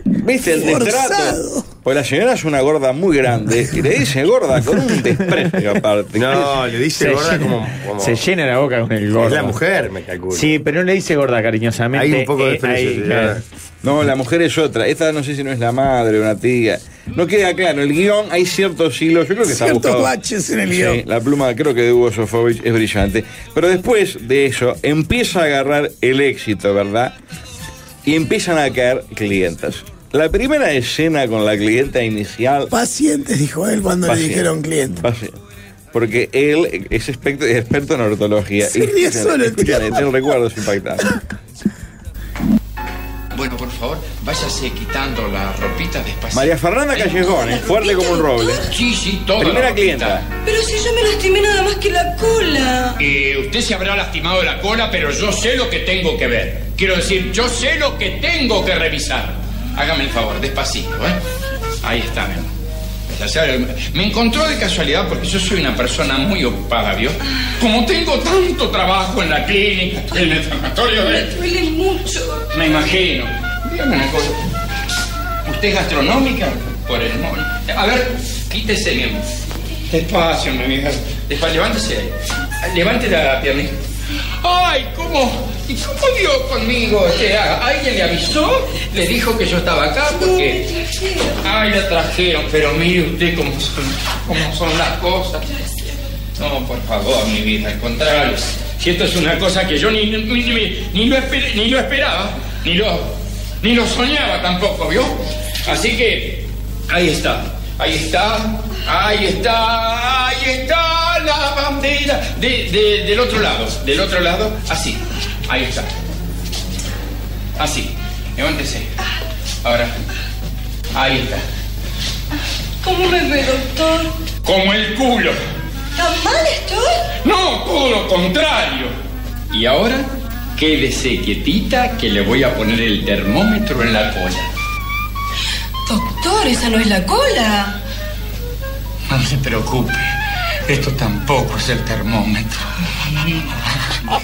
Speaker 5: ¿Viste el destrato? Pues la señora es una gorda muy grande y le dice gorda con un desprecio aparte.
Speaker 8: No, le dice gorda como- como-
Speaker 7: Se llena la boca con el
Speaker 8: Es
Speaker 7: gordo.
Speaker 8: la mujer, me calculo.
Speaker 7: Sí, pero no le dice gorda cariñosamente.
Speaker 5: Hay un poco de
Speaker 7: eh,
Speaker 5: desprecio,
Speaker 7: hay-
Speaker 5: sí, claro. No, la mujer es otra. Esta no sé si no es la madre, una tía. No queda claro. El guión, hay ciertos hilos. Yo creo que está
Speaker 6: Ciertos
Speaker 5: buscado.
Speaker 6: baches en el
Speaker 5: Sí,
Speaker 6: guión.
Speaker 5: la pluma, creo que de Hugo Sofovich es brillante. Pero después de eso, empieza a agarrar el éxito, ¿verdad? Y empiezan a caer clientas. La primera escena con la clienta inicial.
Speaker 6: Pacientes, dijo él cuando
Speaker 5: Paciente.
Speaker 6: le dijeron cliente.
Speaker 5: Paciente. Porque él es experto, experto en ortología.
Speaker 6: Se ríe solo el tío.
Speaker 5: escuchan, el recuerdo es impactante.
Speaker 9: Bueno, por favor, váyase quitando la ropita despacito.
Speaker 5: María Fernanda Callejón, es fuerte como un roble.
Speaker 9: Sí, sí, toda
Speaker 5: Primera
Speaker 9: la
Speaker 5: clienta.
Speaker 15: Pero si yo me lastimé nada más que la cola.
Speaker 9: Eh, usted se habrá lastimado la cola, pero yo sé lo que tengo que ver. Quiero decir, yo sé lo que tengo que revisar. Hágame el favor, despacito, ¿eh? Ahí está, mi amor. Ya sabe, Me encontró de casualidad porque yo soy una persona muy ocupada, ¿vio? Como tengo tanto trabajo en la clínica, en el sanatorio
Speaker 15: Me
Speaker 9: de...
Speaker 15: duele mucho.
Speaker 9: Me imagino. Dígame una cosa. ¿Usted es gastronómica? Por el mono. A ver, quítese, mi amor. Despacio, mi vieja. Despacio, levántese ahí. Levante la pierna. ¡Ay, cómo! ¿Y cómo dio conmigo? O sea, ¿Alguien le avisó? ¿Le dijo que yo estaba acá? Porque... ¡Ay, la trajeron! Pero mire usted cómo son, cómo son las cosas. No, por favor, mi vida, al contrario. Si esto es una cosa que yo ni, ni, ni- ni lo, esper- ni lo esperaba, ni lo, ni lo soñaba tampoco, ¿vio? Así que, ahí está, ahí está, ahí está, ahí está la bandera de- de- del otro lado, del otro lado, así, ahí está. Así, levántese. Ahora, ahí está.
Speaker 15: ¿Cómo me ve, doctor?
Speaker 9: Como el culo.
Speaker 15: ¿Tan mal estoy?
Speaker 9: No, todo lo contrario. Y ahora, quédese quietita que le voy a poner el termómetro en la cola.
Speaker 15: Doctor, esa no es la cola.
Speaker 9: No se preocupe, esto tampoco es el termómetro.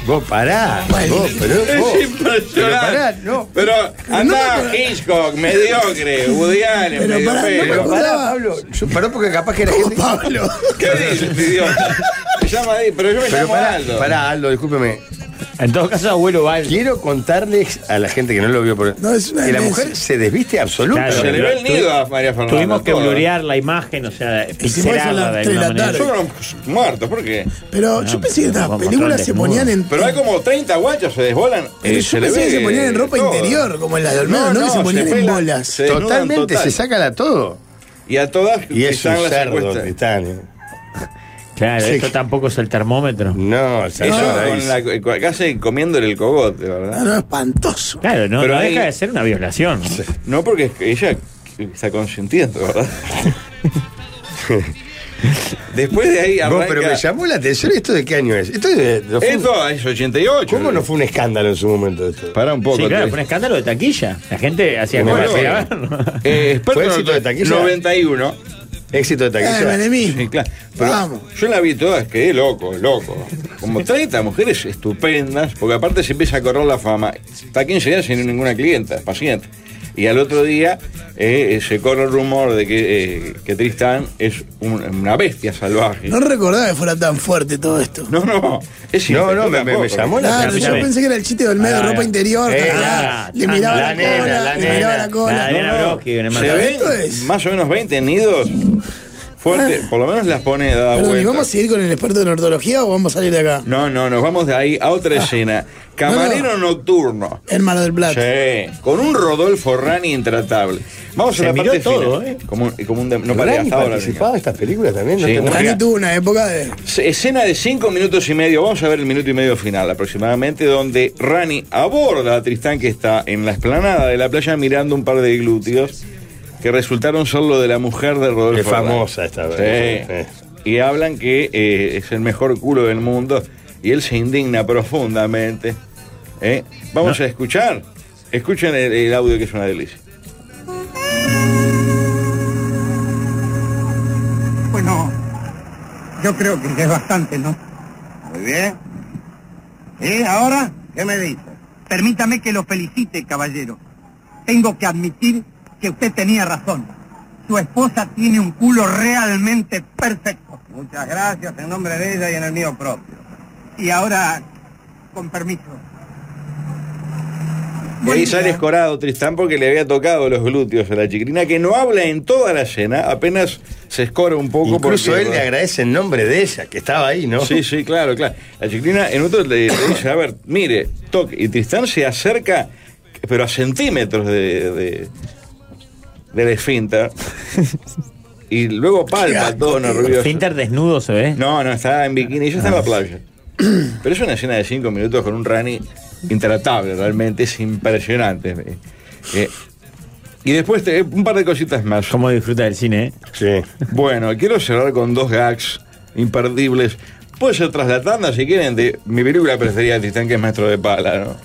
Speaker 8: Vos pará, vos, pero vos.
Speaker 5: Es impresionante. Pero andá Hitchcock, mediocre, Woody Allen, medio feo.
Speaker 8: Pero pará, Pablo. Yo pará porque capaz que la gente. Pablo.
Speaker 5: ¿Qué dices, idiota? Me llama ahí, pero yo me
Speaker 8: Pero
Speaker 5: llamo
Speaker 8: pará,
Speaker 5: Aldo.
Speaker 8: pará, Aldo, discúlpeme.
Speaker 7: En todo caso, abuelo va.
Speaker 8: Quiero contarles a la gente que no lo vio por.
Speaker 6: No, es una
Speaker 8: que la
Speaker 6: demencia.
Speaker 8: mujer se desviste absolutamente.
Speaker 7: Claro,
Speaker 5: Pero el nido a María Fernanda.
Speaker 7: Tuvimos que
Speaker 5: toda.
Speaker 7: blurear la imagen, o sea,
Speaker 6: Hicimos eso a
Speaker 7: pixelarla
Speaker 6: las
Speaker 7: de
Speaker 6: tres de la
Speaker 7: alguna manera.
Speaker 6: tarde.
Speaker 5: Fueron muertos, ¿por qué?
Speaker 6: Pero yo pensé que estas
Speaker 7: vamos a
Speaker 6: películas
Speaker 7: mostrar
Speaker 6: se
Speaker 7: desnudo.
Speaker 6: ponían en.
Speaker 5: Pero hay como 30 guachos, se desbolan.
Speaker 6: Pero
Speaker 5: eh,
Speaker 6: yo
Speaker 5: se le
Speaker 6: pensé que
Speaker 5: ve
Speaker 6: se ponían en ropa
Speaker 5: todo.
Speaker 6: interior, como en la de Olmedo, ¿no? Que se ponían en
Speaker 5: pelan,
Speaker 6: bolas.
Speaker 5: se desnudan
Speaker 8: Totalmente,
Speaker 5: total.
Speaker 8: se sacan a todo.
Speaker 5: Y a todas
Speaker 8: Y es
Speaker 5: están
Speaker 8: un
Speaker 5: las
Speaker 8: cerdo,
Speaker 5: encuestas.
Speaker 8: Tristán, eh.
Speaker 7: Claro,
Speaker 8: Sí.
Speaker 7: esto tampoco es el termómetro.
Speaker 8: No, el cerdo.
Speaker 5: Eso
Speaker 8: ahí
Speaker 5: con la, con- casi comiéndole el cogote,
Speaker 6: No,
Speaker 5: ¿verdad?
Speaker 6: Ah, no, espantoso.
Speaker 7: Claro, no,
Speaker 5: Pero
Speaker 7: no
Speaker 5: ahí-
Speaker 7: deja de ser una violación.
Speaker 5: No, porque ella está consintiendo, ¿verdad? Después de ahí
Speaker 8: Vos,
Speaker 5: arranca...
Speaker 8: pero me llamó la atención esto de qué año es. Esto es de- no fue un-
Speaker 5: Esto es 88.
Speaker 8: ¿Cómo no fue un escándalo en su momento esto?
Speaker 5: Para un poco.
Speaker 7: Sí, claro,
Speaker 5: te-
Speaker 7: fue un escándalo de taquilla. La gente hacía
Speaker 8: Bueno,
Speaker 7: cola para ir a
Speaker 8: bueno.
Speaker 7: verlo.
Speaker 5: Eh, experto
Speaker 8: ¿Fue
Speaker 5: en
Speaker 8: éxito
Speaker 5: orto-
Speaker 8: de taquilla?
Speaker 5: 91.
Speaker 8: Éxito de
Speaker 6: Eh,
Speaker 8: taquilla.
Speaker 6: menemismo.
Speaker 5: Sí, claro. Pero
Speaker 6: Vamos.
Speaker 5: Yo la vi todas, quedé loco, loco. Como 30 mujeres estupendas, porque aparte se empieza a correr la fama. Está 15 días sin ninguna clienta, paciente. Y al otro día eh, eh, se corre el rumor de que, eh, que Tristán es un- una bestia salvaje.
Speaker 6: No recordaba que fuera tan fuerte todo esto.
Speaker 5: No, no. Es
Speaker 8: No, no,
Speaker 5: cierto,
Speaker 8: me, me- me
Speaker 5: tampoco.
Speaker 8: llamó la
Speaker 6: Claro,
Speaker 8: atención.
Speaker 6: yo
Speaker 7: escúchame.
Speaker 6: pensé que era el chiste de Olmedo,
Speaker 7: Ah,
Speaker 6: ropa interior,
Speaker 8: eh,
Speaker 6: tarará,
Speaker 7: la-
Speaker 6: le miraba
Speaker 7: la
Speaker 6: la,
Speaker 7: nena,
Speaker 6: cola,
Speaker 7: la
Speaker 6: le miraba
Speaker 7: nena,
Speaker 6: la cola.
Speaker 7: la nena. Adriana Broski, una
Speaker 5: se
Speaker 7: marca.
Speaker 5: ven
Speaker 6: Esto es- Ah.
Speaker 5: más o menos 20 nidos fuertes, por lo menos las pone de dada
Speaker 6: Perdón, ¿y
Speaker 5: vuelta.
Speaker 6: vamos a seguir con el experto en ortología o vamos a salir de acá?
Speaker 5: No, no, nos vamos de ahí a otra
Speaker 6: Ah.
Speaker 5: escena. Camarero nocturno.
Speaker 6: Hermano del Plata.
Speaker 5: (laughs) Sí, con un Rodolfo Rani intratable.
Speaker 8: Vamos a la parte
Speaker 5: fina. Como, un- como un de- no paré
Speaker 8: ¿eh? Rani
Speaker 5: hasta ahora.
Speaker 8: participaba de estas películas también.
Speaker 5: Sí,
Speaker 8: tengo-
Speaker 5: Rani
Speaker 6: tuvo una época de.
Speaker 5: Escena de 5 minutos y medio, vamos a ver el minuto y medio final aproximadamente, donde Rani aborda a Tristán que está en la esplanada de la playa mirando un par de glúteos que resultaron ser lo de la mujer de Rodolfo.
Speaker 8: Qué famosa esta
Speaker 5: Sí. Y hablan que eh, es el mejor culo del mundo y él se indigna profundamente. ¿eh? Vamos a escuchar. Escuchen el, el audio que es una delicia.
Speaker 16: Bueno, yo creo que ya es bastante, ¿no? Muy bien. ¿Y ahora qué me dice? Permítame que lo felicite, caballero. Tengo que admitir que usted tenía razón. Su esposa tiene un culo realmente perfecto. Muchas gracias en nombre de ella y en el mío propio. Y ahora, con permiso.
Speaker 5: Y ahí sale escorado Tristán porque le había tocado los glúteos a la chiquilina que no habla en toda la escena, apenas se escora un poco.
Speaker 8: Incluso
Speaker 5: porque-
Speaker 8: él le agradece en nombre de ella, que estaba ahí, ¿no?
Speaker 5: Sí, sí, claro, claro. La chiquilina en otro le, le dice, a ver, mire, toque. Y Tristán se acerca, pero a centímetros de, de, de la esfinta. Y luego palpa todo nervioso.
Speaker 7: Finter desnudo se ve.
Speaker 5: No, no, está en bikini, ya está en la playa. Pero es una escena de cinco minutos con un Rani intratable, realmente es impresionante. Eh, eh, y después te- un par de cositas más.
Speaker 7: ¿Cómo disfruta del cine? eh?
Speaker 8: Sí.
Speaker 5: Bueno, quiero cerrar con dos gags imperdibles. Puede ser tras la tanda, si quieren, de mi película preferida de Tristán, que es Maestro de Pala, ¿no?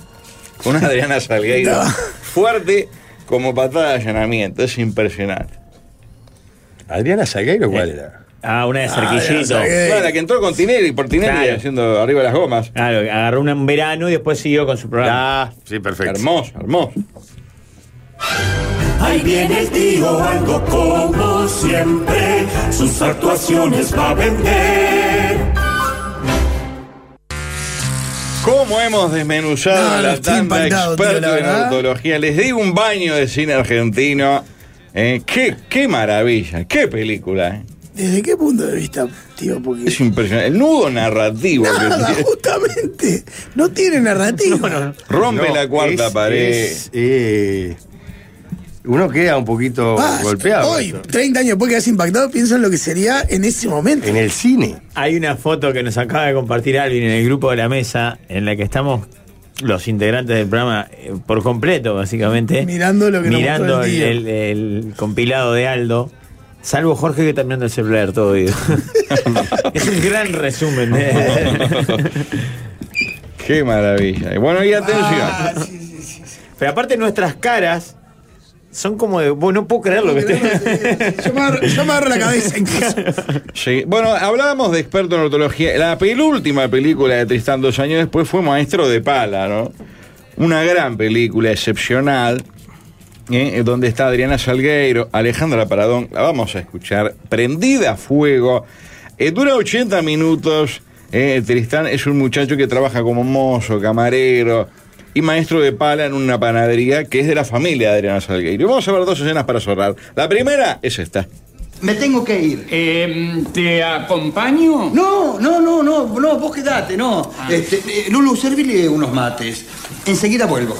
Speaker 5: Con una Adriana Salgueiro. Fuerte como patada de allanamiento, es impresionante.
Speaker 8: ¿Adriana Salgueiro cuál era?
Speaker 7: Ah, una de Cerquillito.
Speaker 5: Bueno, la que entró con Tinelli, por Tinelli
Speaker 7: Claro.
Speaker 5: haciendo arriba las gomas.
Speaker 7: Claro, agarró una en verano y después siguió con su programa.
Speaker 8: Ah, sí, perfecto.
Speaker 5: Hermoso, hermoso.
Speaker 17: Ahí viene el tío, algo como siempre, sus actuaciones va a vender.
Speaker 5: ¿Cómo hemos desmenuzado
Speaker 17: No,
Speaker 5: la
Speaker 17: no, estoy
Speaker 5: tanda
Speaker 17: impactado, tío,
Speaker 5: experto
Speaker 17: la
Speaker 5: en
Speaker 17: verdad.
Speaker 5: autología? Les di un baño de cine argentino. Eh, qué, qué maravilla, qué película. eh.
Speaker 6: ¿Desde qué punto de vista, tío? Porque.
Speaker 5: Es impresionante. El nudo narrativo
Speaker 6: (laughs)
Speaker 17: (laughs)
Speaker 6: Nada,
Speaker 5: que tiene.
Speaker 6: justamente. No
Speaker 5: (laughs)
Speaker 6: tiene narrativa.
Speaker 5: Rompe la cuarta
Speaker 8: es-
Speaker 5: pared.
Speaker 8: es, eh, uno queda un poquito
Speaker 6: Vas,
Speaker 8: golpeado.
Speaker 6: Hoy, 30 años después que has impactado, piensa en lo que sería en ese momento.
Speaker 8: En el cine.
Speaker 7: Hay una foto que nos acaba de compartir Alvin en el grupo de la mesa, en la que estamos los integrantes del programa eh, por completo, básicamente.
Speaker 6: Mirando lo que nos
Speaker 7: mirando
Speaker 6: mostró el
Speaker 7: el,
Speaker 6: tío.
Speaker 7: el- el compilado de Aldo. Salvo Jorge que está mirando el celular
Speaker 5: (laughs)
Speaker 7: todo oído. (laughs) es un gran resumen. ¿eh?
Speaker 5: (laughs) Qué maravilla. Y bueno, y atención.
Speaker 17: Ah.
Speaker 7: Ah, Pero aparte nuestras caras son como de. "Vos, no puedo creer lo que estoy.
Speaker 6: Yo me agarro, yo me agarro la cabeza
Speaker 5: (laughs)
Speaker 6: incluso.
Speaker 5: Sí. Bueno, hablábamos de experto en ortología. La penúltima película de Tristán dos años después fue Maestro de Pala, ¿no? Una gran película, excepcional, ¿eh? donde está Adriana Salgueiro, Alejandra Paradón, la vamos a escuchar, prendida a fuego. Eh, dura 80 minutos. eh, Tristán es un muchacho que trabaja como mozo, camarero y maestro de pala en una panadería que es de la familia de Adriana Salgueiro. Y vamos a ver dos escenas para cerrar. La primera es esta.
Speaker 18: Me tengo que ir.
Speaker 19: Eh, ¿Te acompaño? Ah.
Speaker 18: No, no, no, no, no, vos quedate, no. Este, eh, Lulu, servile unos mates. Enseguida vuelvo.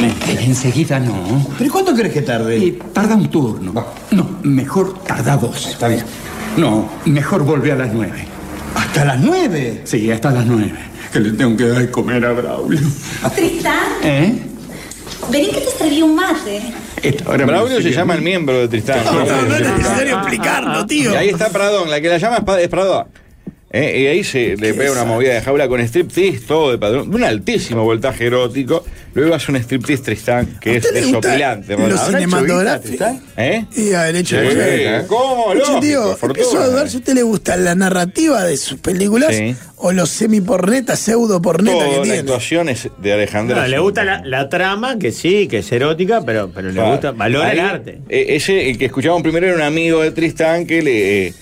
Speaker 18: Eh, Enseguida no. ¿Pero cuánto crees que tarde? tarda un turno. No, mejor tarda dos. Está bien. No, mejor volvé a las nueve. ¿Hasta las nueve? Sí, hasta las nueve. Que le tengo que dar de comer a Braulio.
Speaker 20: Tristán,
Speaker 18: ¿Eh?
Speaker 20: vení que te serví un mate.
Speaker 5: Braulio se llama el miembro de Tristán.
Speaker 6: No, no, no era necesario explicarlo, tío.
Speaker 5: Y ahí está Pradón, la que la llama es Pa- es Pradón. Eh, y ahí se le pega una movida de jaula con striptease, todo de padrón, de un altísimo voltaje erótico. Luego hace un striptease Tristán que es
Speaker 6: ¿Usted le gusta
Speaker 5: desopilante.
Speaker 6: lo
Speaker 5: ¿Habrá hecho
Speaker 6: cinematográfico?
Speaker 5: guita, Tristán? ¿Eh?
Speaker 6: Y haber hecho.
Speaker 5: Sí, ¿Cómo?
Speaker 6: Escuche,
Speaker 5: Lógico,
Speaker 6: tío,
Speaker 5: fortuna.
Speaker 6: empiezo a dudar si a usted le gusta la narrativa de sus películas
Speaker 5: Sí.
Speaker 6: o los semi-pornetas, pseudo-pornetas que
Speaker 5: Todas las
Speaker 6: tiene.
Speaker 5: actuaciones de Alejandra.
Speaker 7: (laughs) No, le
Speaker 5: Silva.
Speaker 7: gusta la, la trama, que sí, que es erótica, pero, pero le
Speaker 5: Claro.
Speaker 7: gusta. Valora el
Speaker 5: Ahí,
Speaker 7: arte.
Speaker 5: eh, ese, el que escuchábamos primero era un amigo de Tristán que le eh,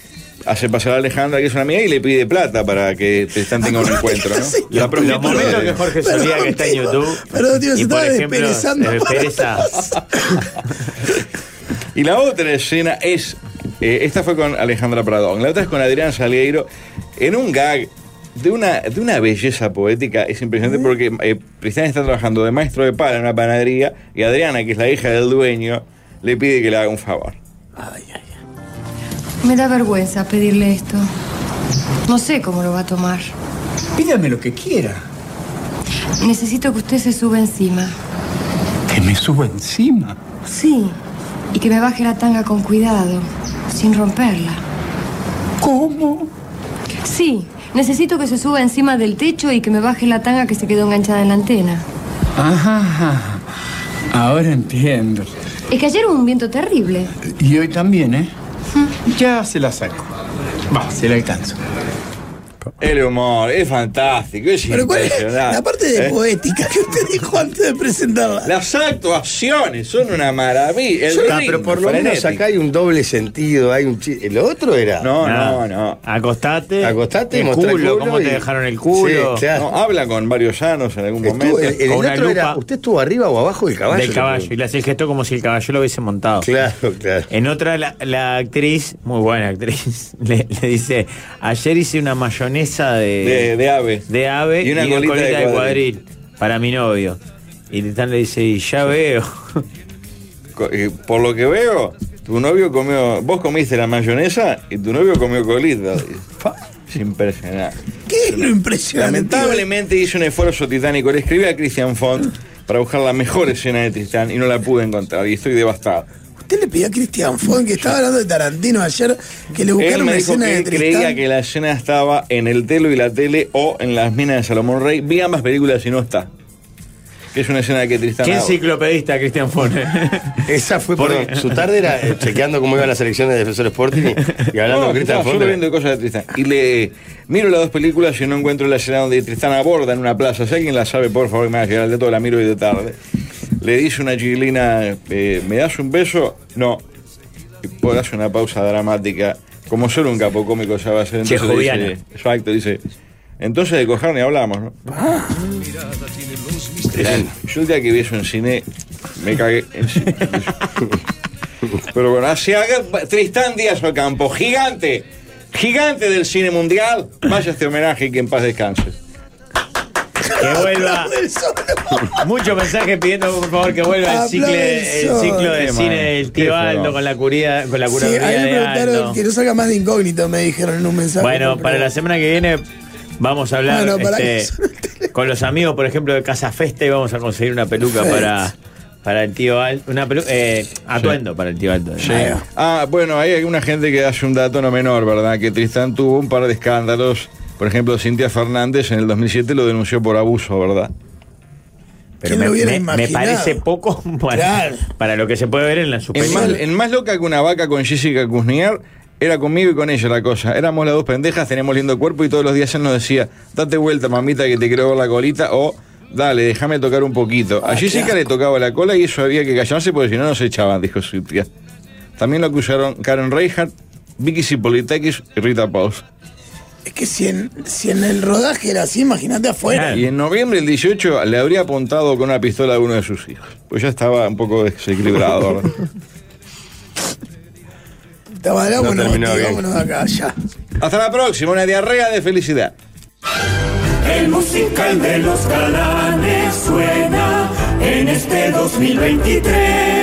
Speaker 5: hace pasar a Alejandra, que es una amiga, y le pide plata para que Tristán
Speaker 7: (laughs)
Speaker 5: tenga un encuentro, ¿no? La
Speaker 7: Los momentos que Jorge
Speaker 5: Perdón,
Speaker 7: Solía que está en
Speaker 5: tío.
Speaker 7: YouTube.
Speaker 5: Perdón, tío, se
Speaker 7: y por
Speaker 5: estaba
Speaker 7: ejemplo,
Speaker 5: desperezando.
Speaker 7: se despereza.
Speaker 5: Y la otra escena es. eh, esta fue con Alejandra Pradón. La otra es con Adrián Salgueiro. En un gag de una, de una belleza poética. Es impresionante porque eh, Tristán está trabajando de maestro de pala en una panadería. Y Adriana, que es la hija del dueño, le pide que le haga un favor.
Speaker 21: Me da vergüenza pedirle esto. No sé cómo lo va a tomar.
Speaker 18: Pídame lo que quiera.
Speaker 21: Necesito que usted se suba encima.
Speaker 18: Que me suba encima.
Speaker 21: Sí. Y que me baje la tanga con cuidado, sin romperla.
Speaker 18: ¿Cómo?
Speaker 21: Sí. Necesito que se suba encima del techo y que me baje la tanga que se quedó enganchada en la antena.
Speaker 18: Ajá. Ahora entiendo.
Speaker 21: Es que ayer hubo un viento terrible. Mm.
Speaker 18: Y hoy también, ¿eh? Ya se la saco. Va, se la alcanzo.
Speaker 5: El humor es fantástico, es
Speaker 6: Pero ¿cuál es
Speaker 5: impresionante,
Speaker 6: la parte de
Speaker 5: ¿eh?
Speaker 6: poética que usted dijo antes de presentarla?
Speaker 5: Las actuaciones son una maravilla. El
Speaker 8: Ah, pero
Speaker 5: ritmo
Speaker 8: por lo menos
Speaker 5: frenético.
Speaker 8: acá hay un doble sentido, hay un chi- El otro era.
Speaker 5: No, no, no.
Speaker 7: Acostate.
Speaker 8: Acostate y
Speaker 5: el
Speaker 8: mostrá el
Speaker 5: culo,
Speaker 8: culo
Speaker 5: cómo
Speaker 8: y-
Speaker 5: te dejaron el culo.
Speaker 8: Sí, claro.
Speaker 5: No, habla con varios llanos en algún momento.
Speaker 8: Estuvo- el- el otro era, ¿Usted estuvo arriba o abajo del caballo?
Speaker 7: Del caballo. Y le hace el gesto como si el caballo lo hubiese montado.
Speaker 8: Claro, claro.
Speaker 7: En otra, la, la actriz, muy buena actriz, (laughs) le, le dice: Ayer hice una mayonesa de,
Speaker 5: De- de ave.
Speaker 7: De ave
Speaker 5: Y una colita de cuadril.
Speaker 7: para mi novio. Y Titán le dice: "Y Ya veo.
Speaker 5: Co- eh, Por lo que veo, tu novio comió. Vos comiste la mayonesa y tu novio comió colita. Es impresionante.
Speaker 6: ¿Qué es lo impresionante?
Speaker 5: Lamentablemente hice un esfuerzo titánico. Le escribí a Christian Font para buscar la mejor escena de Tristán y no la pude encontrar. Y estoy devastado.
Speaker 6: Usted le pidió a Cristian Fon, que estaba hablando de Tarantino ayer, que le
Speaker 5: Él
Speaker 6: buscaron
Speaker 5: me
Speaker 6: una
Speaker 5: dijo
Speaker 6: escena
Speaker 5: que
Speaker 6: de
Speaker 5: creía
Speaker 6: Tristán.
Speaker 5: que la escena estaba en el telo y la tele o en las minas de Salomón Rey. Vi ambas películas y no está. Que es una escena que Tristán.
Speaker 7: ¿Qué
Speaker 5: habla.
Speaker 7: enciclopedista,
Speaker 5: (laughs)
Speaker 7: Cristian Fone?
Speaker 8: Esa fue
Speaker 7: Porque-
Speaker 8: perdón, Su tarde era eh, chequeando cómo iban las elecciones de
Speaker 5: Eh,
Speaker 8: Defensor Sporting y, y hablando
Speaker 5: No,
Speaker 8: con Cristian
Speaker 5: estaba solo
Speaker 8: Fonda.
Speaker 5: viendo cosas de Tristán. Y le miro las dos películas y no encuentro la escena donde Tristán aborda en una plaza. Si alguien la sabe, por favor, que me haga llegar el dato, la miro hoy de tarde. Le dice una chiquilina, eh, ¿me das un beso? No. Y por hace una pausa dramática, como solo un capo cómico sabe hacer.
Speaker 7: Che,
Speaker 5: Entonces le
Speaker 7: joviana.
Speaker 5: dice, exacto, dice, entonces de coger ni hablamos, ¿no? Es decir, Yo el día que vi eso en cine, me cagué encima. Pero bueno, así haga Tristán Díaz Ocampo, gigante, gigante del cine mundial, vaya este homenaje y que en paz descanse.
Speaker 7: Que vuelva.
Speaker 5: (laughs)
Speaker 7: Mucho mensaje pidiendo, por favor, que vuelva el, cicle- el ciclo de
Speaker 5: Qué
Speaker 7: cine
Speaker 5: mal,
Speaker 7: del
Speaker 5: qué
Speaker 7: tío Aldo
Speaker 5: feo.
Speaker 7: con la curia, con la
Speaker 6: Sí, a mí
Speaker 7: curaduría
Speaker 6: me
Speaker 7: de Aldo.
Speaker 6: preguntaron que no salga más de incógnito, me dijeron en un mensaje.
Speaker 7: Bueno, para la semana que viene vamos a hablar
Speaker 6: Bueno, para
Speaker 7: este, con los amigos, por ejemplo, de Casa Festa y vamos a conseguir una peluca
Speaker 5: Fest.
Speaker 7: para, para el tío Aldo. Una pelu- eh, atuendo para el tío Aldo.
Speaker 5: Ah, bueno, hay alguna gente que hace un dato no menor, ¿verdad? Que Tristán tuvo un par de escándalos. Por ejemplo, Cintia Fernández en el 2007 lo denunció por abuso, ¿verdad?
Speaker 7: Pero me, me- me parece poco (laughs) para,
Speaker 5: Claro.
Speaker 7: para lo que se puede ver en la
Speaker 5: En más,
Speaker 7: superior.
Speaker 5: en Más loca que una vaca con Jessica Kuzniar, era conmigo y con ella la cosa. Éramos las dos pendejas, tenemos lindo cuerpo y todos los días él nos decía, date vuelta mamita que te quiero ver la colita o dale, déjame tocar un poquito. A Jessica le tocaba la cola y eso había que callarse porque si no nos echaban, dijo su tía. También lo acusaron Karen Reinhardt, Vicky Zipolitakis y Rita Paus.
Speaker 6: Es que si en, si en el rodaje era así, imagínate afuera.
Speaker 5: Y en noviembre del 18 le habría apuntado con una pistola a uno de sus hijos. Pues ya estaba un poco desequilibrado. ¿verdad?
Speaker 6: Estaba de
Speaker 5: No
Speaker 6: bueno,
Speaker 5: terminó
Speaker 6: Mati,
Speaker 5: bien.
Speaker 6: vámonos de acá, ya.
Speaker 5: Hasta la próxima, una diarrea de felicidad.
Speaker 17: El musical de los galanes suena en este 2023.